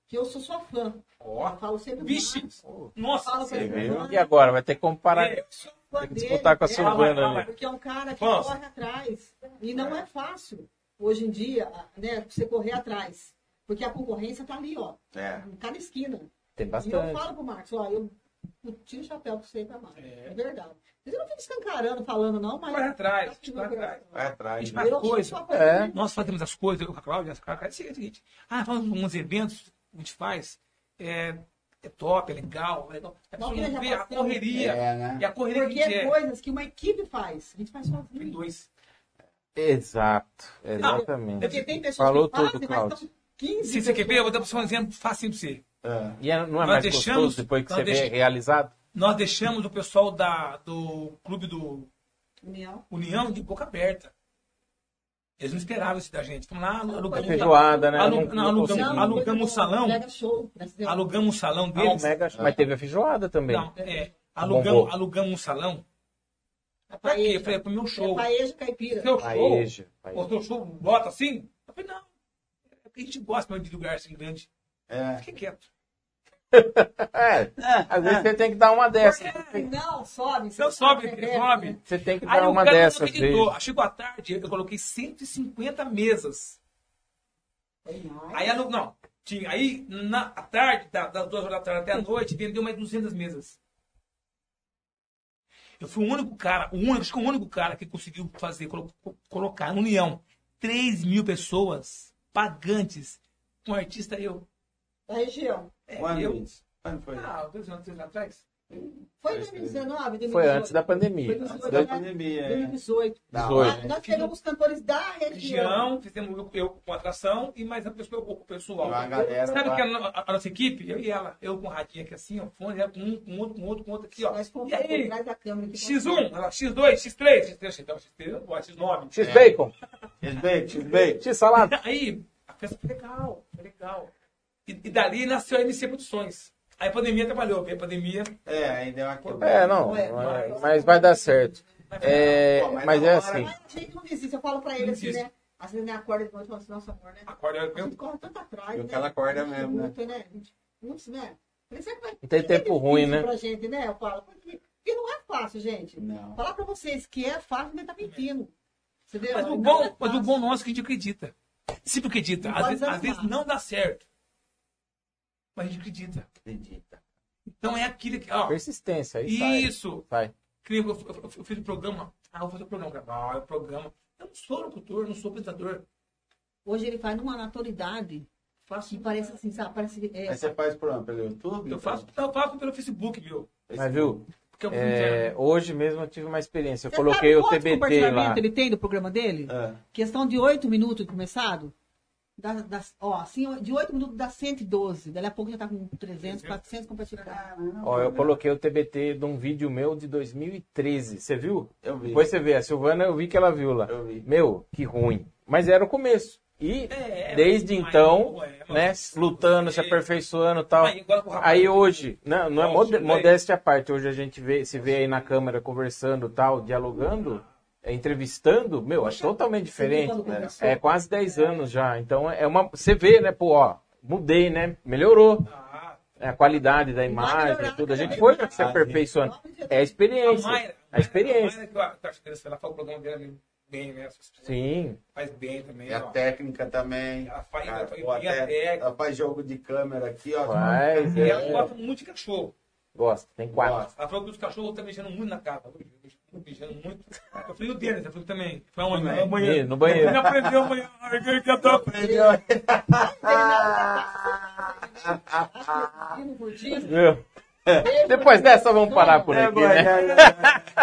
[SPEAKER 4] Que eu sou sua fã.
[SPEAKER 3] Ó,
[SPEAKER 4] Eu falo sempre do
[SPEAKER 3] Vixe!
[SPEAKER 4] Marcos,
[SPEAKER 3] nossa,
[SPEAKER 4] falo pra
[SPEAKER 5] Você
[SPEAKER 4] ele,
[SPEAKER 5] viu?
[SPEAKER 4] "Mano,
[SPEAKER 1] E agora? Vai ter que comparar.
[SPEAKER 3] É,
[SPEAKER 4] fã
[SPEAKER 1] Tem que
[SPEAKER 4] dele,
[SPEAKER 1] disputar com a né,
[SPEAKER 4] é,
[SPEAKER 1] Silvana
[SPEAKER 3] fala, né? fala.
[SPEAKER 1] ali.
[SPEAKER 4] Porque é um cara que
[SPEAKER 3] Nossa.
[SPEAKER 4] corre atrás. E não é fácil, hoje em dia, né? Você correr atrás. Porque a concorrência tá ali, ó.
[SPEAKER 5] É.
[SPEAKER 4] Em cada esquina.
[SPEAKER 1] Tem
[SPEAKER 4] E eu
[SPEAKER 1] bastante.
[SPEAKER 4] falo pro Marcos, ó, eu, eu tiro o chapéu pra você e pra Marcos. É, verdade. Mas eu não fico escancarando, falando, não, mas.
[SPEAKER 3] Vai atrás,
[SPEAKER 4] Tá aqui
[SPEAKER 3] vai
[SPEAKER 4] no meu
[SPEAKER 3] atrás.
[SPEAKER 4] coração.
[SPEAKER 5] Vai atrás.
[SPEAKER 3] Gente,
[SPEAKER 5] né?
[SPEAKER 3] vai-
[SPEAKER 4] Eu
[SPEAKER 3] Coisa.
[SPEAKER 4] sou sua fã.
[SPEAKER 1] É.
[SPEAKER 3] nós fazemos as coisas, eu com a Cláudia, a Cláudia, é o seguinte, ah, fazemos alguns eventos que a gente faz, é, é top, é legal. É legal. A pessoa
[SPEAKER 4] Nós
[SPEAKER 3] não
[SPEAKER 4] já
[SPEAKER 3] vê a
[SPEAKER 4] passamos.
[SPEAKER 3] correria.
[SPEAKER 5] É, né?
[SPEAKER 3] E a correria
[SPEAKER 4] Porque
[SPEAKER 3] que a gente
[SPEAKER 4] é
[SPEAKER 3] é.
[SPEAKER 4] coisas que uma equipe faz. A gente faz
[SPEAKER 3] Tem
[SPEAKER 4] sozinho.
[SPEAKER 3] dois.
[SPEAKER 1] Exato,
[SPEAKER 4] Ah, Porque
[SPEAKER 1] exatamente.
[SPEAKER 4] tem pessoas
[SPEAKER 1] Falou
[SPEAKER 4] que fazem,
[SPEAKER 1] tudo,
[SPEAKER 4] mas
[SPEAKER 1] Cláudio.
[SPEAKER 4] estão 15
[SPEAKER 3] Se você quer ver, eu vou dar pra você um exemplo facinho pra você.
[SPEAKER 5] É.
[SPEAKER 1] E é- não é
[SPEAKER 3] Nós
[SPEAKER 1] mais
[SPEAKER 3] deixamos-
[SPEAKER 1] gostoso depois que
[SPEAKER 3] nós
[SPEAKER 1] você vê
[SPEAKER 3] deixa-
[SPEAKER 1] realizado?
[SPEAKER 3] Nós deixamos o pessoal da, do clube do
[SPEAKER 4] União.
[SPEAKER 3] União de boca aberta. Eles não esperavam isso da gente. Fomos lá,
[SPEAKER 1] É
[SPEAKER 3] alugamos, um
[SPEAKER 4] Foi
[SPEAKER 1] feijoada, né?
[SPEAKER 3] Alu-
[SPEAKER 1] Eu não-
[SPEAKER 3] não,
[SPEAKER 1] não
[SPEAKER 3] alugamos-
[SPEAKER 1] consegui.
[SPEAKER 3] Então, alugamos
[SPEAKER 4] foi
[SPEAKER 3] um salão?
[SPEAKER 4] mega show, né? Você deu-
[SPEAKER 3] alugamos um salão
[SPEAKER 1] Ah, o
[SPEAKER 3] deles.
[SPEAKER 1] mega- Mas teve a feijoada também. Tá
[SPEAKER 3] Não, é, alugamos,
[SPEAKER 1] Bombou.
[SPEAKER 3] alugamos um salão.
[SPEAKER 4] a
[SPEAKER 3] Pra quê?
[SPEAKER 4] paeja.
[SPEAKER 3] Eu falei, pro meu
[SPEAKER 4] É
[SPEAKER 3] show.
[SPEAKER 4] paeja caipira.
[SPEAKER 3] Seu show?
[SPEAKER 1] Paeja, paeja.
[SPEAKER 3] O seu show bota assim? Eu falei, não. É porque a gente gosta mesmo de lugar assim grande.
[SPEAKER 5] É.
[SPEAKER 3] Fiquei quieto.
[SPEAKER 1] É,
[SPEAKER 3] Ah,
[SPEAKER 1] às vezes você tem que dar uma dessas.
[SPEAKER 4] Não, sobe.
[SPEAKER 3] Então
[SPEAKER 4] é
[SPEAKER 3] sobe,
[SPEAKER 4] né?
[SPEAKER 3] sobe.
[SPEAKER 1] Você tem que
[SPEAKER 3] Aí
[SPEAKER 1] dar
[SPEAKER 3] o
[SPEAKER 1] uma
[SPEAKER 3] cara
[SPEAKER 1] dessas. às
[SPEAKER 3] acreditou.
[SPEAKER 1] vezes.
[SPEAKER 3] Chegou à tarde, eu coloquei 150 mesas. Aí, alu- não, tinha, aí na à tarde, da- das duas horas da tarde até a noite, vendeu mais 200 mesas. Eu fui o único cara, o único, acho que o único cara que conseguiu fazer, colo- co- colocar na União 3 mil pessoas pagantes com um artista eu.
[SPEAKER 4] Da região.
[SPEAKER 3] É,
[SPEAKER 5] Quando
[SPEAKER 3] eu.
[SPEAKER 5] isso? Quando foi? isso?
[SPEAKER 3] Ah, dois anos, três anos atrás.
[SPEAKER 4] Foi em
[SPEAKER 5] Pode crer.
[SPEAKER 4] 2019, 2018.
[SPEAKER 1] Foi antes da pandemia.
[SPEAKER 4] Foi nos
[SPEAKER 5] Antes
[SPEAKER 4] dois
[SPEAKER 5] da
[SPEAKER 4] anos.
[SPEAKER 5] pandemia. é.
[SPEAKER 4] 2018.
[SPEAKER 5] Da
[SPEAKER 1] Foi.
[SPEAKER 5] hora,
[SPEAKER 4] Nós-
[SPEAKER 5] né?
[SPEAKER 4] Nós pegamos cantores da região.
[SPEAKER 3] Região, fizemos eu, eu com atração e mais a pessoa com o pessoal.
[SPEAKER 5] Uma galera
[SPEAKER 3] Sabe
[SPEAKER 5] lá.
[SPEAKER 3] que é a, no- a- a nossa equipe? Eu e ela. Eu com o radinho aqui assim, ó, fone, ela com um, com outro, com outro, com outro aqui, ó. um,
[SPEAKER 4] Nós fomos
[SPEAKER 3] E aí,
[SPEAKER 4] atrás da câmera. que-
[SPEAKER 3] X1, ela, X2, X3, X3, X3, X3, então, eu não gosto, X9.
[SPEAKER 1] X-Bacon,
[SPEAKER 5] X-Bacon, X-Bacon.
[SPEAKER 1] X-salada.
[SPEAKER 3] Aí, a festa foi legal, foi legal. E, e dali nasceu a MC Produções. Aí a pandemia atrapalhou, veio a pandemia.
[SPEAKER 5] É, aí deu uma quebrada.
[SPEAKER 1] É, não, mas- mas vai dar certo. É,
[SPEAKER 5] Pô, mas
[SPEAKER 1] mas
[SPEAKER 5] na
[SPEAKER 1] é
[SPEAKER 5] hora-
[SPEAKER 1] assim.
[SPEAKER 4] Mas a gente não desiste. Eu falo pra ele
[SPEAKER 3] Não
[SPEAKER 4] assim,
[SPEAKER 3] desiste.
[SPEAKER 4] né? Às vezes, né, acorda e fala assim, nosso amor, né?
[SPEAKER 3] Agora
[SPEAKER 4] A gente
[SPEAKER 3] eu.
[SPEAKER 4] corre tanto atrás,
[SPEAKER 5] E o
[SPEAKER 4] né?
[SPEAKER 5] que ela acorda
[SPEAKER 4] A gente
[SPEAKER 5] mesmo, né?
[SPEAKER 4] luta, né? A gente- Não sei, né? Por isso é que vai-
[SPEAKER 1] Não tem
[SPEAKER 4] isso é
[SPEAKER 1] tempo
[SPEAKER 4] difícil
[SPEAKER 1] ruim, né?
[SPEAKER 4] Pra gente, né? Eu falo. Porque porque não é fácil, gente.
[SPEAKER 5] Não.
[SPEAKER 4] Falar pra vocês que é fácil, mas tá mentindo. Entendeu?
[SPEAKER 3] Mas o
[SPEAKER 4] Não é
[SPEAKER 3] bom,
[SPEAKER 4] fácil.
[SPEAKER 3] mas o bom nosso é que a gente acredita. Sempre acredita.
[SPEAKER 4] Não
[SPEAKER 3] Às
[SPEAKER 4] pode
[SPEAKER 3] vezes, às
[SPEAKER 4] desanimar.
[SPEAKER 3] vezes não dá certo. Mas a gente acredita.
[SPEAKER 5] Acredita.
[SPEAKER 3] Então é aquilo que. Ó,
[SPEAKER 1] Persistência, é aí sai.
[SPEAKER 3] isso!
[SPEAKER 1] sai.
[SPEAKER 3] Que nem Eu, eu- eu- eu fiz o programa. Ah, eu vou fazer o programa. Ah, é o programa. Eu não sou locutor, não sou apresentador.
[SPEAKER 4] Hoje ele faz numa naturalidade
[SPEAKER 3] Faço,
[SPEAKER 4] que parece assim, sabe? Parece. é,
[SPEAKER 5] Aí você faz por onde? Pelo YouTube?
[SPEAKER 2] assim.
[SPEAKER 3] eu, faço, eu faço pelo Facebook, meu.
[SPEAKER 1] Mas viu,
[SPEAKER 3] Porque eu
[SPEAKER 1] é, hoje mesmo eu tive uma experiência. Eu
[SPEAKER 4] Você
[SPEAKER 1] coloquei
[SPEAKER 4] sabe
[SPEAKER 1] o
[SPEAKER 4] quanto
[SPEAKER 1] TBT
[SPEAKER 4] compartilhamento
[SPEAKER 1] lá. Ah.
[SPEAKER 4] ele tem do programa dele?
[SPEAKER 5] É.
[SPEAKER 4] Questão de 8 minutos começado. Dá- dá- ó, assim, de 8 minutos dá 112. Daí a pouco já tá com 300, 400 compartilhamentos.
[SPEAKER 1] Ó, eu coloquei o TBT de um vídeo meu de 2013. Você viu?
[SPEAKER 5] Eu vi.
[SPEAKER 1] Depois você vê. A Silvana, eu vi que ela viu lá.
[SPEAKER 5] Eu vi.
[SPEAKER 1] Meu, que ruim. Mas era o começo. E
[SPEAKER 3] É, é,
[SPEAKER 1] desde
[SPEAKER 3] mas,
[SPEAKER 1] então,
[SPEAKER 3] ué, mas-
[SPEAKER 1] né, lutando, se aperfeiçoando e tal.
[SPEAKER 3] Aí, agora com o rapaz.
[SPEAKER 1] Aí hoje, né, não é
[SPEAKER 3] Nossa,
[SPEAKER 1] mode-
[SPEAKER 3] velho.
[SPEAKER 1] modéstia à parte, hoje a gente vê, se vê aí na câmera conversando tal, dialogando, é, entrevistando, meu, é totalmente diferente.
[SPEAKER 4] quando conversou?
[SPEAKER 1] É quase 10 anos já. Então é uma. Você vê, né, pô, ó, mudei, né? Melhorou.
[SPEAKER 3] Ah,
[SPEAKER 1] É, A qualidade da imagem,
[SPEAKER 4] melhorar, né?
[SPEAKER 1] tudo. A gente
[SPEAKER 4] vai
[SPEAKER 1] foi
[SPEAKER 4] melhorar.
[SPEAKER 1] se aperfeiçoando. É a
[SPEAKER 3] a
[SPEAKER 1] experiência.
[SPEAKER 3] Mayra.
[SPEAKER 1] A experiência.
[SPEAKER 3] A Mayra, que eu acho que eu acho que ela faz o programa dela bem, né?
[SPEAKER 1] Sim.
[SPEAKER 3] Faz bem também.
[SPEAKER 5] E a
[SPEAKER 3] ó.
[SPEAKER 5] técnica também.
[SPEAKER 3] Ela faz-
[SPEAKER 5] Cara,
[SPEAKER 3] ela faz-
[SPEAKER 5] pô,
[SPEAKER 3] e a
[SPEAKER 5] até-
[SPEAKER 3] técnica.
[SPEAKER 5] ela faz jogo de câmera aqui, ó.
[SPEAKER 1] Mas,
[SPEAKER 3] E
[SPEAKER 1] é,
[SPEAKER 3] ela gosta muito de cachorro.
[SPEAKER 1] gosta, tem quatro.
[SPEAKER 5] Gosta.
[SPEAKER 3] Ela falou que os cachorros estão mijando muito na casa. Mijando muito. Eu falei o Denis, ela falou também. Foi aonde?
[SPEAKER 5] Também.
[SPEAKER 3] No banheiro.
[SPEAKER 1] Ih, no banheiro.
[SPEAKER 3] Ele aprendeu amanhã. Eu cantar.
[SPEAKER 4] Curtindo, curtindo.
[SPEAKER 1] Meu. Depois dessa, vamos parar por
[SPEAKER 5] É,
[SPEAKER 1] aqui,
[SPEAKER 5] boy,
[SPEAKER 1] né?
[SPEAKER 5] é,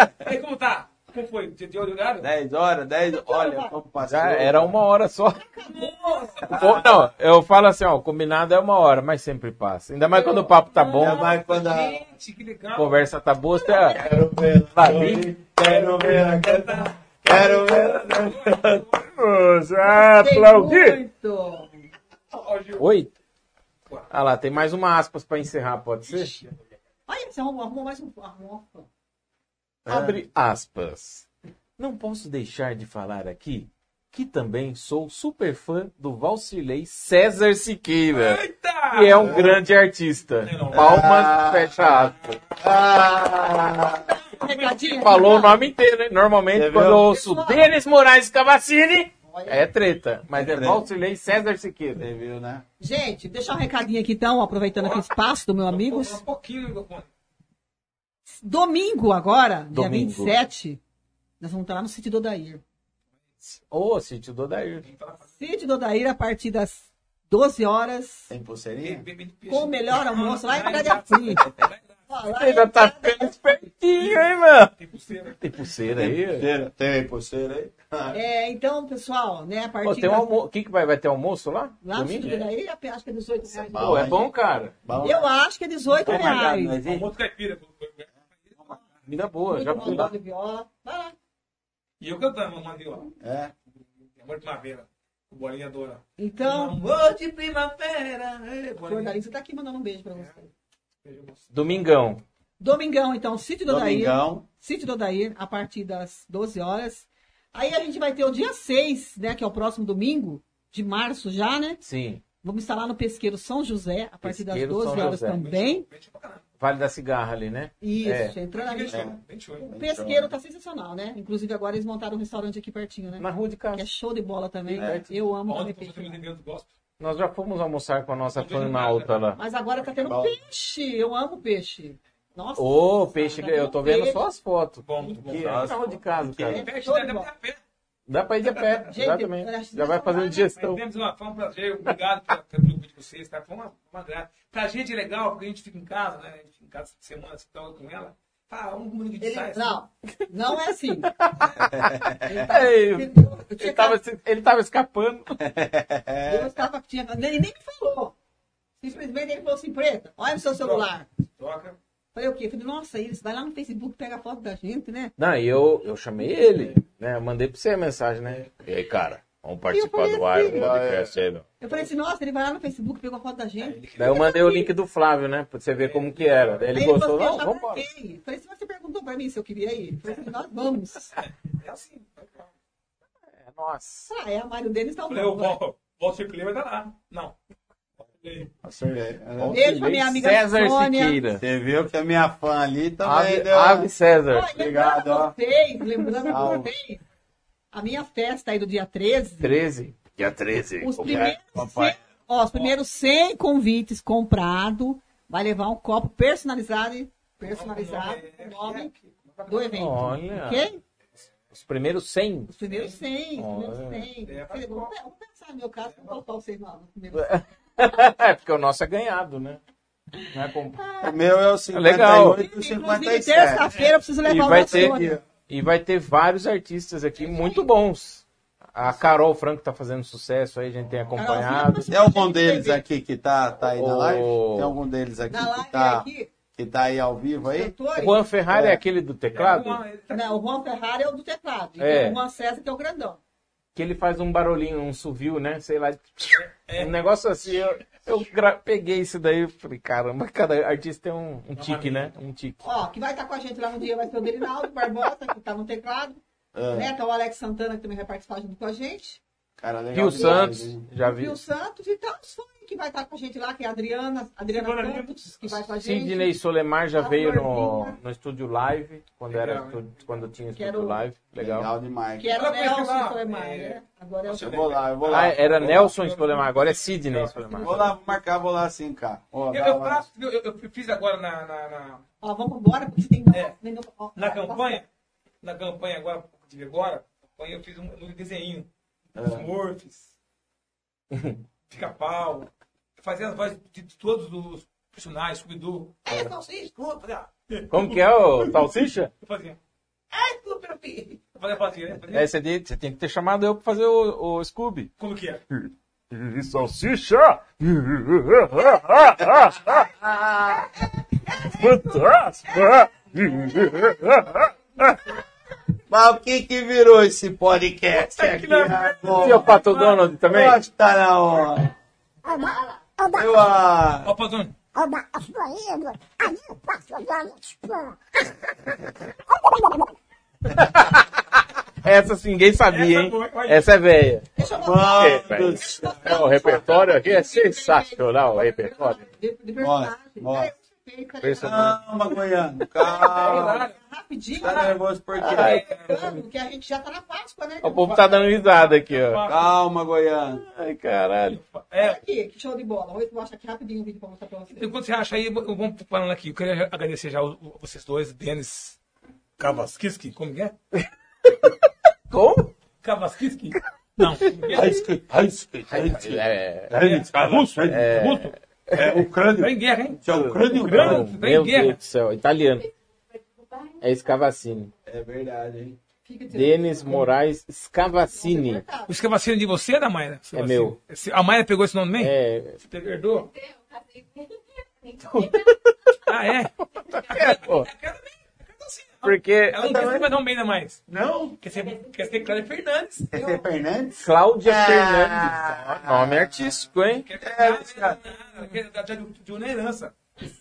[SPEAKER 5] é, é.
[SPEAKER 3] Aí, como tá? Como foi? Dia de olho horário?
[SPEAKER 2] Né?
[SPEAKER 5] 10 horas, 10 Olha, como passou.
[SPEAKER 1] Já era uma hora só.
[SPEAKER 3] Nossa!
[SPEAKER 5] Ah.
[SPEAKER 1] Ou, não, eu falo assim, ó, o combinado é uma hora, mas sempre passa. Ainda mais quando o papo tá bom,
[SPEAKER 5] Ainda mais quando a...
[SPEAKER 3] Gente, que legal!
[SPEAKER 1] a conversa tá boa, você, ó,
[SPEAKER 5] Quero ver,
[SPEAKER 1] Vai.
[SPEAKER 2] é
[SPEAKER 5] quero ver ela cantar. Quero ver ela
[SPEAKER 1] vamos
[SPEAKER 5] é
[SPEAKER 4] Tem
[SPEAKER 1] aplaudir.
[SPEAKER 4] muito.
[SPEAKER 3] Ó, Gil.
[SPEAKER 1] Oi. Ah lá, tem mais uma aspas pra encerrar, pode ser?
[SPEAKER 4] Olha, você arrumou, arrumou mais um. Arrumou.
[SPEAKER 5] tá.
[SPEAKER 1] Abre aspas. Não posso deixar de falar aqui que também sou super fã do Valcirlei César Siqueira,
[SPEAKER 3] Eita!
[SPEAKER 1] que é um grande artista.
[SPEAKER 5] Ah.
[SPEAKER 1] Palmas, fecha aspas.
[SPEAKER 5] cantar.
[SPEAKER 4] Recadinho.
[SPEAKER 1] Falou o nome inteiro, hein? Normalmente,
[SPEAKER 5] Você
[SPEAKER 1] quando
[SPEAKER 5] viu?
[SPEAKER 1] eu ouço
[SPEAKER 4] Pessoal.
[SPEAKER 1] Denis Moraes Cavacini,
[SPEAKER 4] Olha.
[SPEAKER 1] é treta. Mas é
[SPEAKER 5] treta.
[SPEAKER 1] Valcirlei César Siqueira.
[SPEAKER 5] Você viu, né?
[SPEAKER 4] Gente, deixar um recadinho aqui então, aproveitando aqui o espaço do meu amigo.
[SPEAKER 3] Um pouquinho no microfone.
[SPEAKER 4] Domingo agora,
[SPEAKER 1] Domingo.
[SPEAKER 4] dia 27, nós vamos estar lá no Sítio do Odair.
[SPEAKER 1] Ô, sítio do Odair.
[SPEAKER 4] Sítio do Odair, a partir das 12 horas,
[SPEAKER 5] Tem pulseirinha?
[SPEAKER 4] com o melhor almoço lá em Praia Fria. Ó, lá
[SPEAKER 1] Ainda
[SPEAKER 4] em
[SPEAKER 1] tá
[SPEAKER 4] Praia-
[SPEAKER 1] ficando espertinho, hein, mano?
[SPEAKER 3] Tem pulseira.
[SPEAKER 1] Tem pulseira aí.
[SPEAKER 5] Pulseira? Tem pulseira aí?
[SPEAKER 4] É, então, pessoal, né? A partir
[SPEAKER 1] Pô, tem um
[SPEAKER 4] da-
[SPEAKER 1] almo... Quem que vai, vai ter almoço lá?
[SPEAKER 4] lá no
[SPEAKER 1] Domingo?
[SPEAKER 4] Sul daí, acho que é 18 reais.
[SPEAKER 1] Pô, é bom, cara.
[SPEAKER 5] Bom. oh
[SPEAKER 4] Eu acho que é 18
[SPEAKER 5] Vamos marcar
[SPEAKER 4] reais.
[SPEAKER 5] nós ir?
[SPEAKER 3] Almoço caipira. né?
[SPEAKER 1] Vida boa, né?
[SPEAKER 4] Muito
[SPEAKER 1] já tá.
[SPEAKER 4] bom,
[SPEAKER 1] fui lá.
[SPEAKER 4] Bola de viola. Vai lá.
[SPEAKER 3] E eu cantando uma viola.
[SPEAKER 5] É.
[SPEAKER 3] Amor de primavera. O Bolinha adora.
[SPEAKER 4] Então,
[SPEAKER 3] Amor de primavera. é,
[SPEAKER 4] o
[SPEAKER 3] Bolinha.
[SPEAKER 4] jornalista tá aqui mandando um beijo pra você.
[SPEAKER 3] Beijo, moço.
[SPEAKER 1] Domingão.
[SPEAKER 4] Domingão, então, Sítio do Odair.
[SPEAKER 5] Domingão.
[SPEAKER 4] Sítio do Odair, a partir das 12 horas. Aí a gente vai ter o dia 6, né? Que é o próximo domingo de março já, né?
[SPEAKER 1] Sim.
[SPEAKER 4] Vamos instalar no Pesqueiro São José, a partir
[SPEAKER 1] Pesqueiro
[SPEAKER 4] das 12
[SPEAKER 1] São
[SPEAKER 4] horas
[SPEAKER 1] José.
[SPEAKER 4] também.
[SPEAKER 3] Bem show pra caramba.
[SPEAKER 1] Vale da cigarra ali, né?
[SPEAKER 4] Isso, entrando
[SPEAKER 1] É.
[SPEAKER 4] ali.
[SPEAKER 3] Bem show, bem show, hein?
[SPEAKER 4] O pesqueiro tá sensacional, né? Inclusive agora eles montaram um restaurante aqui pertinho, né?
[SPEAKER 1] Na rua de
[SPEAKER 4] Que
[SPEAKER 1] casa.
[SPEAKER 4] é show de bola também.
[SPEAKER 1] É.
[SPEAKER 4] Eu amo
[SPEAKER 3] Ontem
[SPEAKER 4] comer
[SPEAKER 3] eu fui
[SPEAKER 4] peixe.
[SPEAKER 3] no evento gospel.
[SPEAKER 1] Nós já fomos almoçar com a nossa
[SPEAKER 3] Não vejo
[SPEAKER 1] fã
[SPEAKER 3] nada.
[SPEAKER 1] alta lá.
[SPEAKER 4] Mas agora tá tendo
[SPEAKER 5] Bom.
[SPEAKER 4] peixe. Eu amo peixe. Nossa.
[SPEAKER 1] Ô, peixe,
[SPEAKER 4] tá
[SPEAKER 1] eu tô
[SPEAKER 4] tendo
[SPEAKER 1] vendo
[SPEAKER 4] peixe.
[SPEAKER 1] só as fotos.
[SPEAKER 3] Bom, muito bom. é
[SPEAKER 5] Que-
[SPEAKER 1] Tá na rua de casa, cara.
[SPEAKER 3] O peixe
[SPEAKER 4] show de
[SPEAKER 3] dá até
[SPEAKER 4] bola.
[SPEAKER 3] pra pé.
[SPEAKER 1] Dá pra ir de a pé,
[SPEAKER 4] Gente, eu
[SPEAKER 1] exatamente.
[SPEAKER 4] acho que
[SPEAKER 1] Já
[SPEAKER 4] não
[SPEAKER 1] vai
[SPEAKER 4] dá
[SPEAKER 1] fazendo
[SPEAKER 4] nada,
[SPEAKER 1] digestão.
[SPEAKER 3] Mas mesmo, ó, foi um prazer, obrigado pela- pelo convite de vocês, tá? Foi uma, uma graça. Pra gente é legal, porque a gente fica em casa, né? A gente fica em casa essa semana, se toca com ela. Tá, um domingo de
[SPEAKER 4] Ele-
[SPEAKER 3] sais.
[SPEAKER 4] não, não é assim.
[SPEAKER 1] Ei,
[SPEAKER 4] Eu tinha
[SPEAKER 1] É, Ele tava, se- ele tava escapando.
[SPEAKER 4] Eu estava, tinha, ele nem me falou. Simplesmente ele falou assim, preta, olha o seu celular.
[SPEAKER 3] Troca.
[SPEAKER 4] Falei o quê? Falei, nossa, eles vai lá no Facebook, pega a foto da gente, né?
[SPEAKER 1] Não, e eu, eu chamei ele, né? Eu mandei pra você a mensagem, né? E aí, cara, vamos participar
[SPEAKER 4] Eu
[SPEAKER 1] do ar, do
[SPEAKER 4] falei assim,
[SPEAKER 1] podcast aí, meu.
[SPEAKER 4] Eu falei assim, nossa, ele vai lá no Facebook, pegou a foto da gente.
[SPEAKER 1] Daí eu mandei o link do Flávio, né? Pra você ver como que era. Daí ele
[SPEAKER 4] Aí
[SPEAKER 1] gostou,
[SPEAKER 4] falou
[SPEAKER 1] não,
[SPEAKER 4] assim, eu já
[SPEAKER 1] vambora.
[SPEAKER 4] marquei. Falei, se você perguntou pra mim se eu queria ir, eu falei assim, nós vamos.
[SPEAKER 3] É assim. Eu
[SPEAKER 1] É, Nossa.
[SPEAKER 4] Ah, é, a Mário deles tá
[SPEAKER 3] Falei, o
[SPEAKER 4] bom.
[SPEAKER 3] Val- Walter Clay vai dar tá lá. Não.
[SPEAKER 5] A senhora-
[SPEAKER 4] Beijo pra minha amiga
[SPEAKER 1] César
[SPEAKER 4] Sônia. né?
[SPEAKER 1] Siqueira.
[SPEAKER 5] é, Você viu que a minha fã ali também
[SPEAKER 1] Ave,
[SPEAKER 5] deu.
[SPEAKER 1] Ave César.
[SPEAKER 4] Olha, lembrando
[SPEAKER 5] Obrigado, ó.
[SPEAKER 4] vocês, lembrando
[SPEAKER 5] Ah, o-
[SPEAKER 4] vocês, a minha festa aí do dia 13,
[SPEAKER 1] 13. Dia 13.
[SPEAKER 4] Os
[SPEAKER 1] Qualquer-
[SPEAKER 4] primeiros, 100, ó, os primeiros 100 convites comprados vai levar um copo personalizado e personalizado
[SPEAKER 3] é-
[SPEAKER 4] com o nome do evento.
[SPEAKER 1] Olha.
[SPEAKER 4] Ok?
[SPEAKER 1] Os primeiros 100.
[SPEAKER 4] Os primeiros 100, os primeiros
[SPEAKER 1] Olha.
[SPEAKER 4] 100.
[SPEAKER 3] É,
[SPEAKER 4] Quer
[SPEAKER 3] mas-
[SPEAKER 4] dizer, Vamos pe- vamos pensar no meu caso, vou colocar vocês lá. no primeiro.
[SPEAKER 1] É, porque o nosso é ganhado, né? Não é comprado.
[SPEAKER 5] O meu é o
[SPEAKER 1] Legal.
[SPEAKER 5] 58 e o
[SPEAKER 4] Inclusive,
[SPEAKER 5] 57.
[SPEAKER 4] terça-feira eu
[SPEAKER 1] é.
[SPEAKER 4] preciso
[SPEAKER 1] E
[SPEAKER 4] levar o
[SPEAKER 1] vai,
[SPEAKER 4] nosso ônibus.
[SPEAKER 1] ter, e vai ter vários artistas aqui muito bons. A Carol Franco tá fazendo sucesso aí, a gente tem acompanhado.
[SPEAKER 5] Tem algum deles aqui que tá, tá aí na
[SPEAKER 1] Ô.
[SPEAKER 5] live? Tem algum deles aqui
[SPEAKER 4] Na live
[SPEAKER 5] que tá,
[SPEAKER 4] aqui,
[SPEAKER 5] que tá aí ao
[SPEAKER 4] os
[SPEAKER 5] vivo aí?
[SPEAKER 1] O
[SPEAKER 4] cantores.
[SPEAKER 1] Juan Ferrari é,
[SPEAKER 5] É.
[SPEAKER 1] aquele do teclado?
[SPEAKER 3] tá-
[SPEAKER 4] Não, o Juan Ferrari é o do teclado. e
[SPEAKER 1] É.
[SPEAKER 4] O Juan César que é o grandão.
[SPEAKER 1] Que ele faz um barulhinho, um suvio, né? Sei lá. Um negócio assim. Eu, eu gra- peguei isso daí e falei, caramba, cada artista tem um, um tique, né? Um tique.
[SPEAKER 4] Ó, que vai estar com a gente lá no dia vai ser o Berinaldo Barbosa, que tá no teclado.
[SPEAKER 1] É.
[SPEAKER 4] Né? Tá o Alex Santana, que também vai participar junto com a gente.
[SPEAKER 5] É, Cara,
[SPEAKER 2] É
[SPEAKER 5] legal.
[SPEAKER 1] Pio
[SPEAKER 5] demais,
[SPEAKER 1] Santos,
[SPEAKER 5] hein?
[SPEAKER 1] já vi.
[SPEAKER 4] E o Santos e tal, os fãs que vai estar com a gente lá, que é a Adriana, Adriana
[SPEAKER 3] Adriana
[SPEAKER 4] Santos, que vai com a gente. Tá
[SPEAKER 1] Sidney Solemar já
[SPEAKER 4] A
[SPEAKER 1] veio no,
[SPEAKER 4] Florzinha.
[SPEAKER 1] no estúdio live, quando,
[SPEAKER 3] Legal,
[SPEAKER 1] era
[SPEAKER 3] hein?
[SPEAKER 1] estúdio- quando tinha estúdio
[SPEAKER 4] Quero-
[SPEAKER 1] live.
[SPEAKER 5] Legal.
[SPEAKER 1] Legal.
[SPEAKER 5] demais.
[SPEAKER 4] Que é era o
[SPEAKER 3] Ela conhece
[SPEAKER 4] Nelson
[SPEAKER 3] lá,
[SPEAKER 4] Solemar,
[SPEAKER 3] é,
[SPEAKER 4] né? Agora é o
[SPEAKER 3] você-
[SPEAKER 5] Eu vou lá, eu vou lá.
[SPEAKER 1] Ah, era
[SPEAKER 5] Vou lá.
[SPEAKER 1] Nelson Solemar, agora é Sidney Solemar.
[SPEAKER 5] Vou lá, vou marcar, vou lá sim, cara. Ó,
[SPEAKER 3] Eu,
[SPEAKER 5] dá
[SPEAKER 3] eu
[SPEAKER 5] uma-
[SPEAKER 3] faço, eu, eu- eu fiz agora na, na, na,
[SPEAKER 4] Ó, vamos embora, porque você tem que
[SPEAKER 3] É.
[SPEAKER 4] vender o- ó,
[SPEAKER 3] na
[SPEAKER 4] tá-
[SPEAKER 3] campanha, na campanha agora, de agora, campanha eu fiz um, um desenho. Os Smurfs, Pica-Pau, fazia as vozes de todos os personagens, Scooby-Doo.
[SPEAKER 4] É, salsicha.
[SPEAKER 3] Eu fazia,
[SPEAKER 1] Como que é o Salsicha?
[SPEAKER 3] eu fazia. Ai, Scooby, meu filho. Eu fazia, fazia, né? Fazia.
[SPEAKER 1] É, você, tem- você tem que ter chamado eu pra fazer o, o Scooby.
[SPEAKER 3] Como que é?
[SPEAKER 1] Salsicha! é?
[SPEAKER 5] Mas o que que virou esse podcast
[SPEAKER 4] É
[SPEAKER 5] aqui? agora?
[SPEAKER 1] E o Pato Donald também?
[SPEAKER 5] Eu acho que tá na hora. Eu acho.
[SPEAKER 3] Ó, Padone,
[SPEAKER 1] Essa sim, ninguém sabia,
[SPEAKER 3] Essa
[SPEAKER 1] hein?
[SPEAKER 3] foi, olha.
[SPEAKER 1] Essa é velha.
[SPEAKER 4] Deixa eu mostrar.
[SPEAKER 5] Mano
[SPEAKER 1] É,
[SPEAKER 5] do
[SPEAKER 1] velho.
[SPEAKER 5] céu.
[SPEAKER 1] É, o repertório aqui é sensacional, o repertório.
[SPEAKER 4] De, de
[SPEAKER 5] Mostra,
[SPEAKER 4] personagem.
[SPEAKER 5] mostra.
[SPEAKER 4] É, eu sei, tá
[SPEAKER 1] Personagem.
[SPEAKER 5] Calma, Goiano. Calma.
[SPEAKER 4] ligado? Rapidinho,
[SPEAKER 5] Tá
[SPEAKER 4] tá
[SPEAKER 5] nervoso por
[SPEAKER 1] Ai.
[SPEAKER 5] quê?
[SPEAKER 4] lembrando que a gente já tá na Páscoa, né?
[SPEAKER 1] O povo tá dando risada aqui, ó.
[SPEAKER 5] Calma, Goiano.
[SPEAKER 1] Ai, caralho.
[SPEAKER 4] Olha
[SPEAKER 3] é,
[SPEAKER 4] aqui, que show de bola. Vou mostrar aqui rapidinho o vídeo pra mostrar pra vocês.
[SPEAKER 3] enquanto você acha aí, eu vou- vamos falando aqui. Eu queria agradecer já o- o- vocês dois, Denis Kavaskiski, como que é?
[SPEAKER 1] Como?
[SPEAKER 3] Kavaskiski? Não.
[SPEAKER 5] Raísky, Raísky, Raísky.
[SPEAKER 1] É,
[SPEAKER 5] Raísky, Russo, Raísky, Russo. É
[SPEAKER 3] Tá
[SPEAKER 5] Ucrânia.
[SPEAKER 3] em guerra, hein?
[SPEAKER 5] Se é Ucrânia,
[SPEAKER 3] Ucrânia.
[SPEAKER 5] Ucrânia.
[SPEAKER 3] Tem
[SPEAKER 1] meu
[SPEAKER 3] guerra.
[SPEAKER 1] Deus do céu, italiano. É Scavacini.
[SPEAKER 2] É verdade, hein?
[SPEAKER 4] Fica de-
[SPEAKER 1] Denis Moraes Scavacini.
[SPEAKER 4] Cortado.
[SPEAKER 3] O escavacino de você, é da Mayra? Escavacino.
[SPEAKER 1] É meu.
[SPEAKER 3] Esse- A Mayra pegou esse nome mesmo?
[SPEAKER 1] É,
[SPEAKER 3] Você herdou? Ah, é?
[SPEAKER 1] pô,
[SPEAKER 3] É cara mesmo, é cara assim.
[SPEAKER 1] porque.
[SPEAKER 3] Ela não quer um ser mais não Meida mais.
[SPEAKER 2] Não?
[SPEAKER 3] Quer ser, quer ser Clara Fernandes.
[SPEAKER 2] Quer ser Fernandes?
[SPEAKER 1] Cláudia
[SPEAKER 2] Ah.
[SPEAKER 1] Fernandes. Nome artístico, hein?
[SPEAKER 3] Quer ser Clara Fernandes. Ela quer dar de, de uma herança.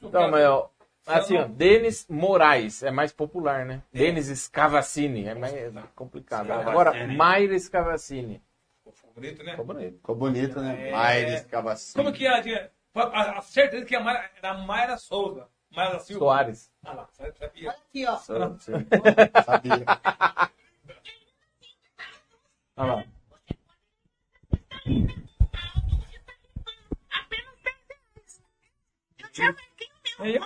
[SPEAKER 1] Então, mas ó, assim, ó, Denis Moraes é mais popular, né? Denis Scavacini é mais complicado. Agora, Mayra Scavacini.
[SPEAKER 3] Favorito, né?
[SPEAKER 1] Ficou bonito.
[SPEAKER 2] Ficou bonito, né?
[SPEAKER 3] É.
[SPEAKER 2] Mas ficava assim.
[SPEAKER 3] Como que ela tinha? A, a certeza que a Mayra era Mayra Souza. Mayra Silva.
[SPEAKER 1] Soares.
[SPEAKER 3] Ah lá, sabia.
[SPEAKER 4] Olha tá aqui, ó.
[SPEAKER 2] Só- só- Sabia.
[SPEAKER 1] Olha lá.
[SPEAKER 3] É eu.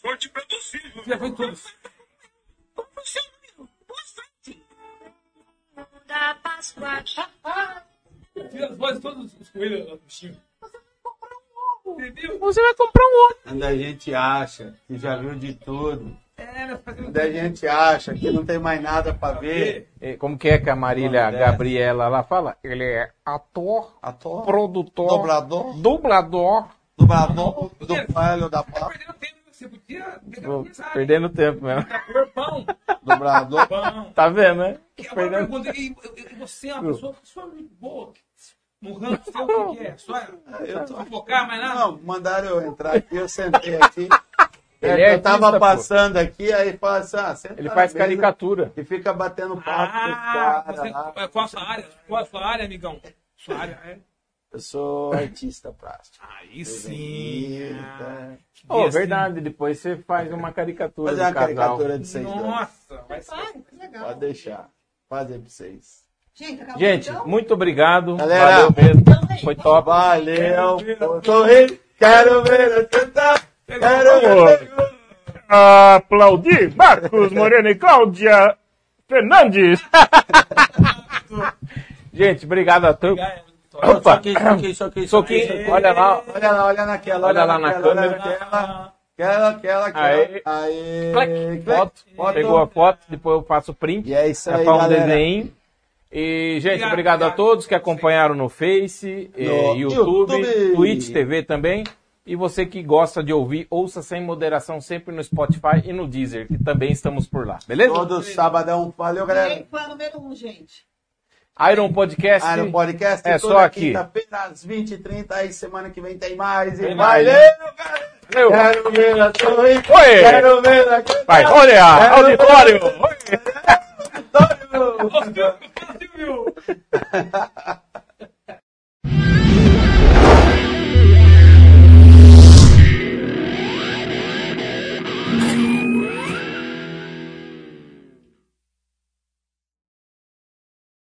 [SPEAKER 3] Sorte pra você. Já foi tudo.
[SPEAKER 7] Da Páscoa.
[SPEAKER 3] Tira as vozes todos os coelhos, ó, bichinho. Entendeu?
[SPEAKER 1] Você vai comprar um outro.
[SPEAKER 2] Quando a gente acha que já viu de tudo,
[SPEAKER 3] Era fazer
[SPEAKER 2] quando a gente acha que não tem mais nada pra ver,
[SPEAKER 1] Eh, Como que é que a Marília
[SPEAKER 2] Nome dessa.
[SPEAKER 1] Gabriela lá fala? Ele é ator,
[SPEAKER 2] ator,
[SPEAKER 1] produtor,
[SPEAKER 2] dobrador,
[SPEAKER 1] dublador.
[SPEAKER 2] dobrador, do palho da pá,
[SPEAKER 3] perdendo tempo. Você podia
[SPEAKER 1] Tô
[SPEAKER 3] decapitizar.
[SPEAKER 1] perdendo tempo mesmo.
[SPEAKER 3] Por pão.
[SPEAKER 2] dobrador.
[SPEAKER 3] Pão.
[SPEAKER 1] Tá vendo, né?
[SPEAKER 3] Que é uma
[SPEAKER 1] Perdendo...
[SPEAKER 3] pergunta. E, e- e você é uma pessoa que só é muito boa. No ramo, sei o que que é. Só
[SPEAKER 2] Eu
[SPEAKER 3] não
[SPEAKER 2] tô-
[SPEAKER 3] vai focar mais nada.
[SPEAKER 2] Não, mandaram eu entrar aqui, eu sentei aqui.
[SPEAKER 1] Ele
[SPEAKER 2] Ele
[SPEAKER 1] é
[SPEAKER 2] eu tava
[SPEAKER 1] artista, pô.
[SPEAKER 2] passando aqui, aí fala assim, ah, senta
[SPEAKER 1] Ele
[SPEAKER 2] na
[SPEAKER 1] faz
[SPEAKER 2] mesa
[SPEAKER 1] caricatura.
[SPEAKER 2] E fica batendo papo
[SPEAKER 3] Ah,
[SPEAKER 2] com os caras lá.
[SPEAKER 3] você, é, qual a sua área? Qual a sua área, amigão? Sua área, é?
[SPEAKER 2] Eu sou artista plástico.
[SPEAKER 3] Aí Ah.
[SPEAKER 2] Eita.
[SPEAKER 1] Oh,
[SPEAKER 3] Yes,
[SPEAKER 1] verdade, depois você faz uma caricatura
[SPEAKER 2] assim- Fazer
[SPEAKER 1] do
[SPEAKER 2] uma
[SPEAKER 1] casal.
[SPEAKER 2] caricatura de vocês dois.
[SPEAKER 3] Nossa, vai ser.
[SPEAKER 4] Prepare, que legal.
[SPEAKER 2] Pode deixar. Fazer pra vocês.
[SPEAKER 4] Gente, acabou
[SPEAKER 1] Gente,
[SPEAKER 4] então?
[SPEAKER 1] muito obrigado.
[SPEAKER 2] Galera,
[SPEAKER 1] Valeu mesmo.
[SPEAKER 4] então é
[SPEAKER 1] Foi
[SPEAKER 4] isso.
[SPEAKER 1] top.
[SPEAKER 2] Valeu. Eu tô rindo. Quero ver eu tentar. Quero ver. eu-
[SPEAKER 8] Aplaudir Marcos Moreno e Cláudia Fernandes.
[SPEAKER 1] Gente, obrigado a todos.
[SPEAKER 3] Vitória.
[SPEAKER 1] Opa.
[SPEAKER 5] Soquinho, soquinho, soquinho,
[SPEAKER 1] Soquinho,
[SPEAKER 5] soquinho.
[SPEAKER 1] olha lá.
[SPEAKER 2] Olha lá, olha naquela.
[SPEAKER 1] Olha lá na câmera.
[SPEAKER 2] naquela. Aquela, aquela, aquela.
[SPEAKER 1] Aí.
[SPEAKER 2] Aí.
[SPEAKER 1] Clac.
[SPEAKER 2] Foto.
[SPEAKER 1] Foto. Pegou a foto, depois eu faço o print.
[SPEAKER 2] E é isso aí,
[SPEAKER 1] Já faz um
[SPEAKER 2] galera.
[SPEAKER 1] desenho. E, gente,
[SPEAKER 3] Obrigado,
[SPEAKER 1] obrigado a
[SPEAKER 3] obrigado.
[SPEAKER 1] todos que acompanharam no Face, eh, YouTube,
[SPEAKER 2] YouTube.
[SPEAKER 1] Twitch TV também. E você que gosta de ouvir, ouça sem moderação sempre no Spotify e no Deezer, que também estamos por lá, beleza?
[SPEAKER 2] Todo sabadão. Valeu, galera.
[SPEAKER 4] Quem foi a número um, gente?
[SPEAKER 1] Iron Podcast.
[SPEAKER 2] Ah, no podcast
[SPEAKER 1] É
[SPEAKER 2] toda
[SPEAKER 1] só aqui.
[SPEAKER 2] Quinta-feira, às 20h30. Aí semana que vem tem mais. E
[SPEAKER 1] Tem mais,
[SPEAKER 2] valeu,
[SPEAKER 1] hein?
[SPEAKER 2] galera.
[SPEAKER 1] Valeu.
[SPEAKER 2] Quero ver a torre.
[SPEAKER 8] Oi.
[SPEAKER 2] Quero ver a
[SPEAKER 8] Vai, olha, auditório.
[SPEAKER 2] Vitória.
[SPEAKER 3] Ô, Silvio, fala, Silvio.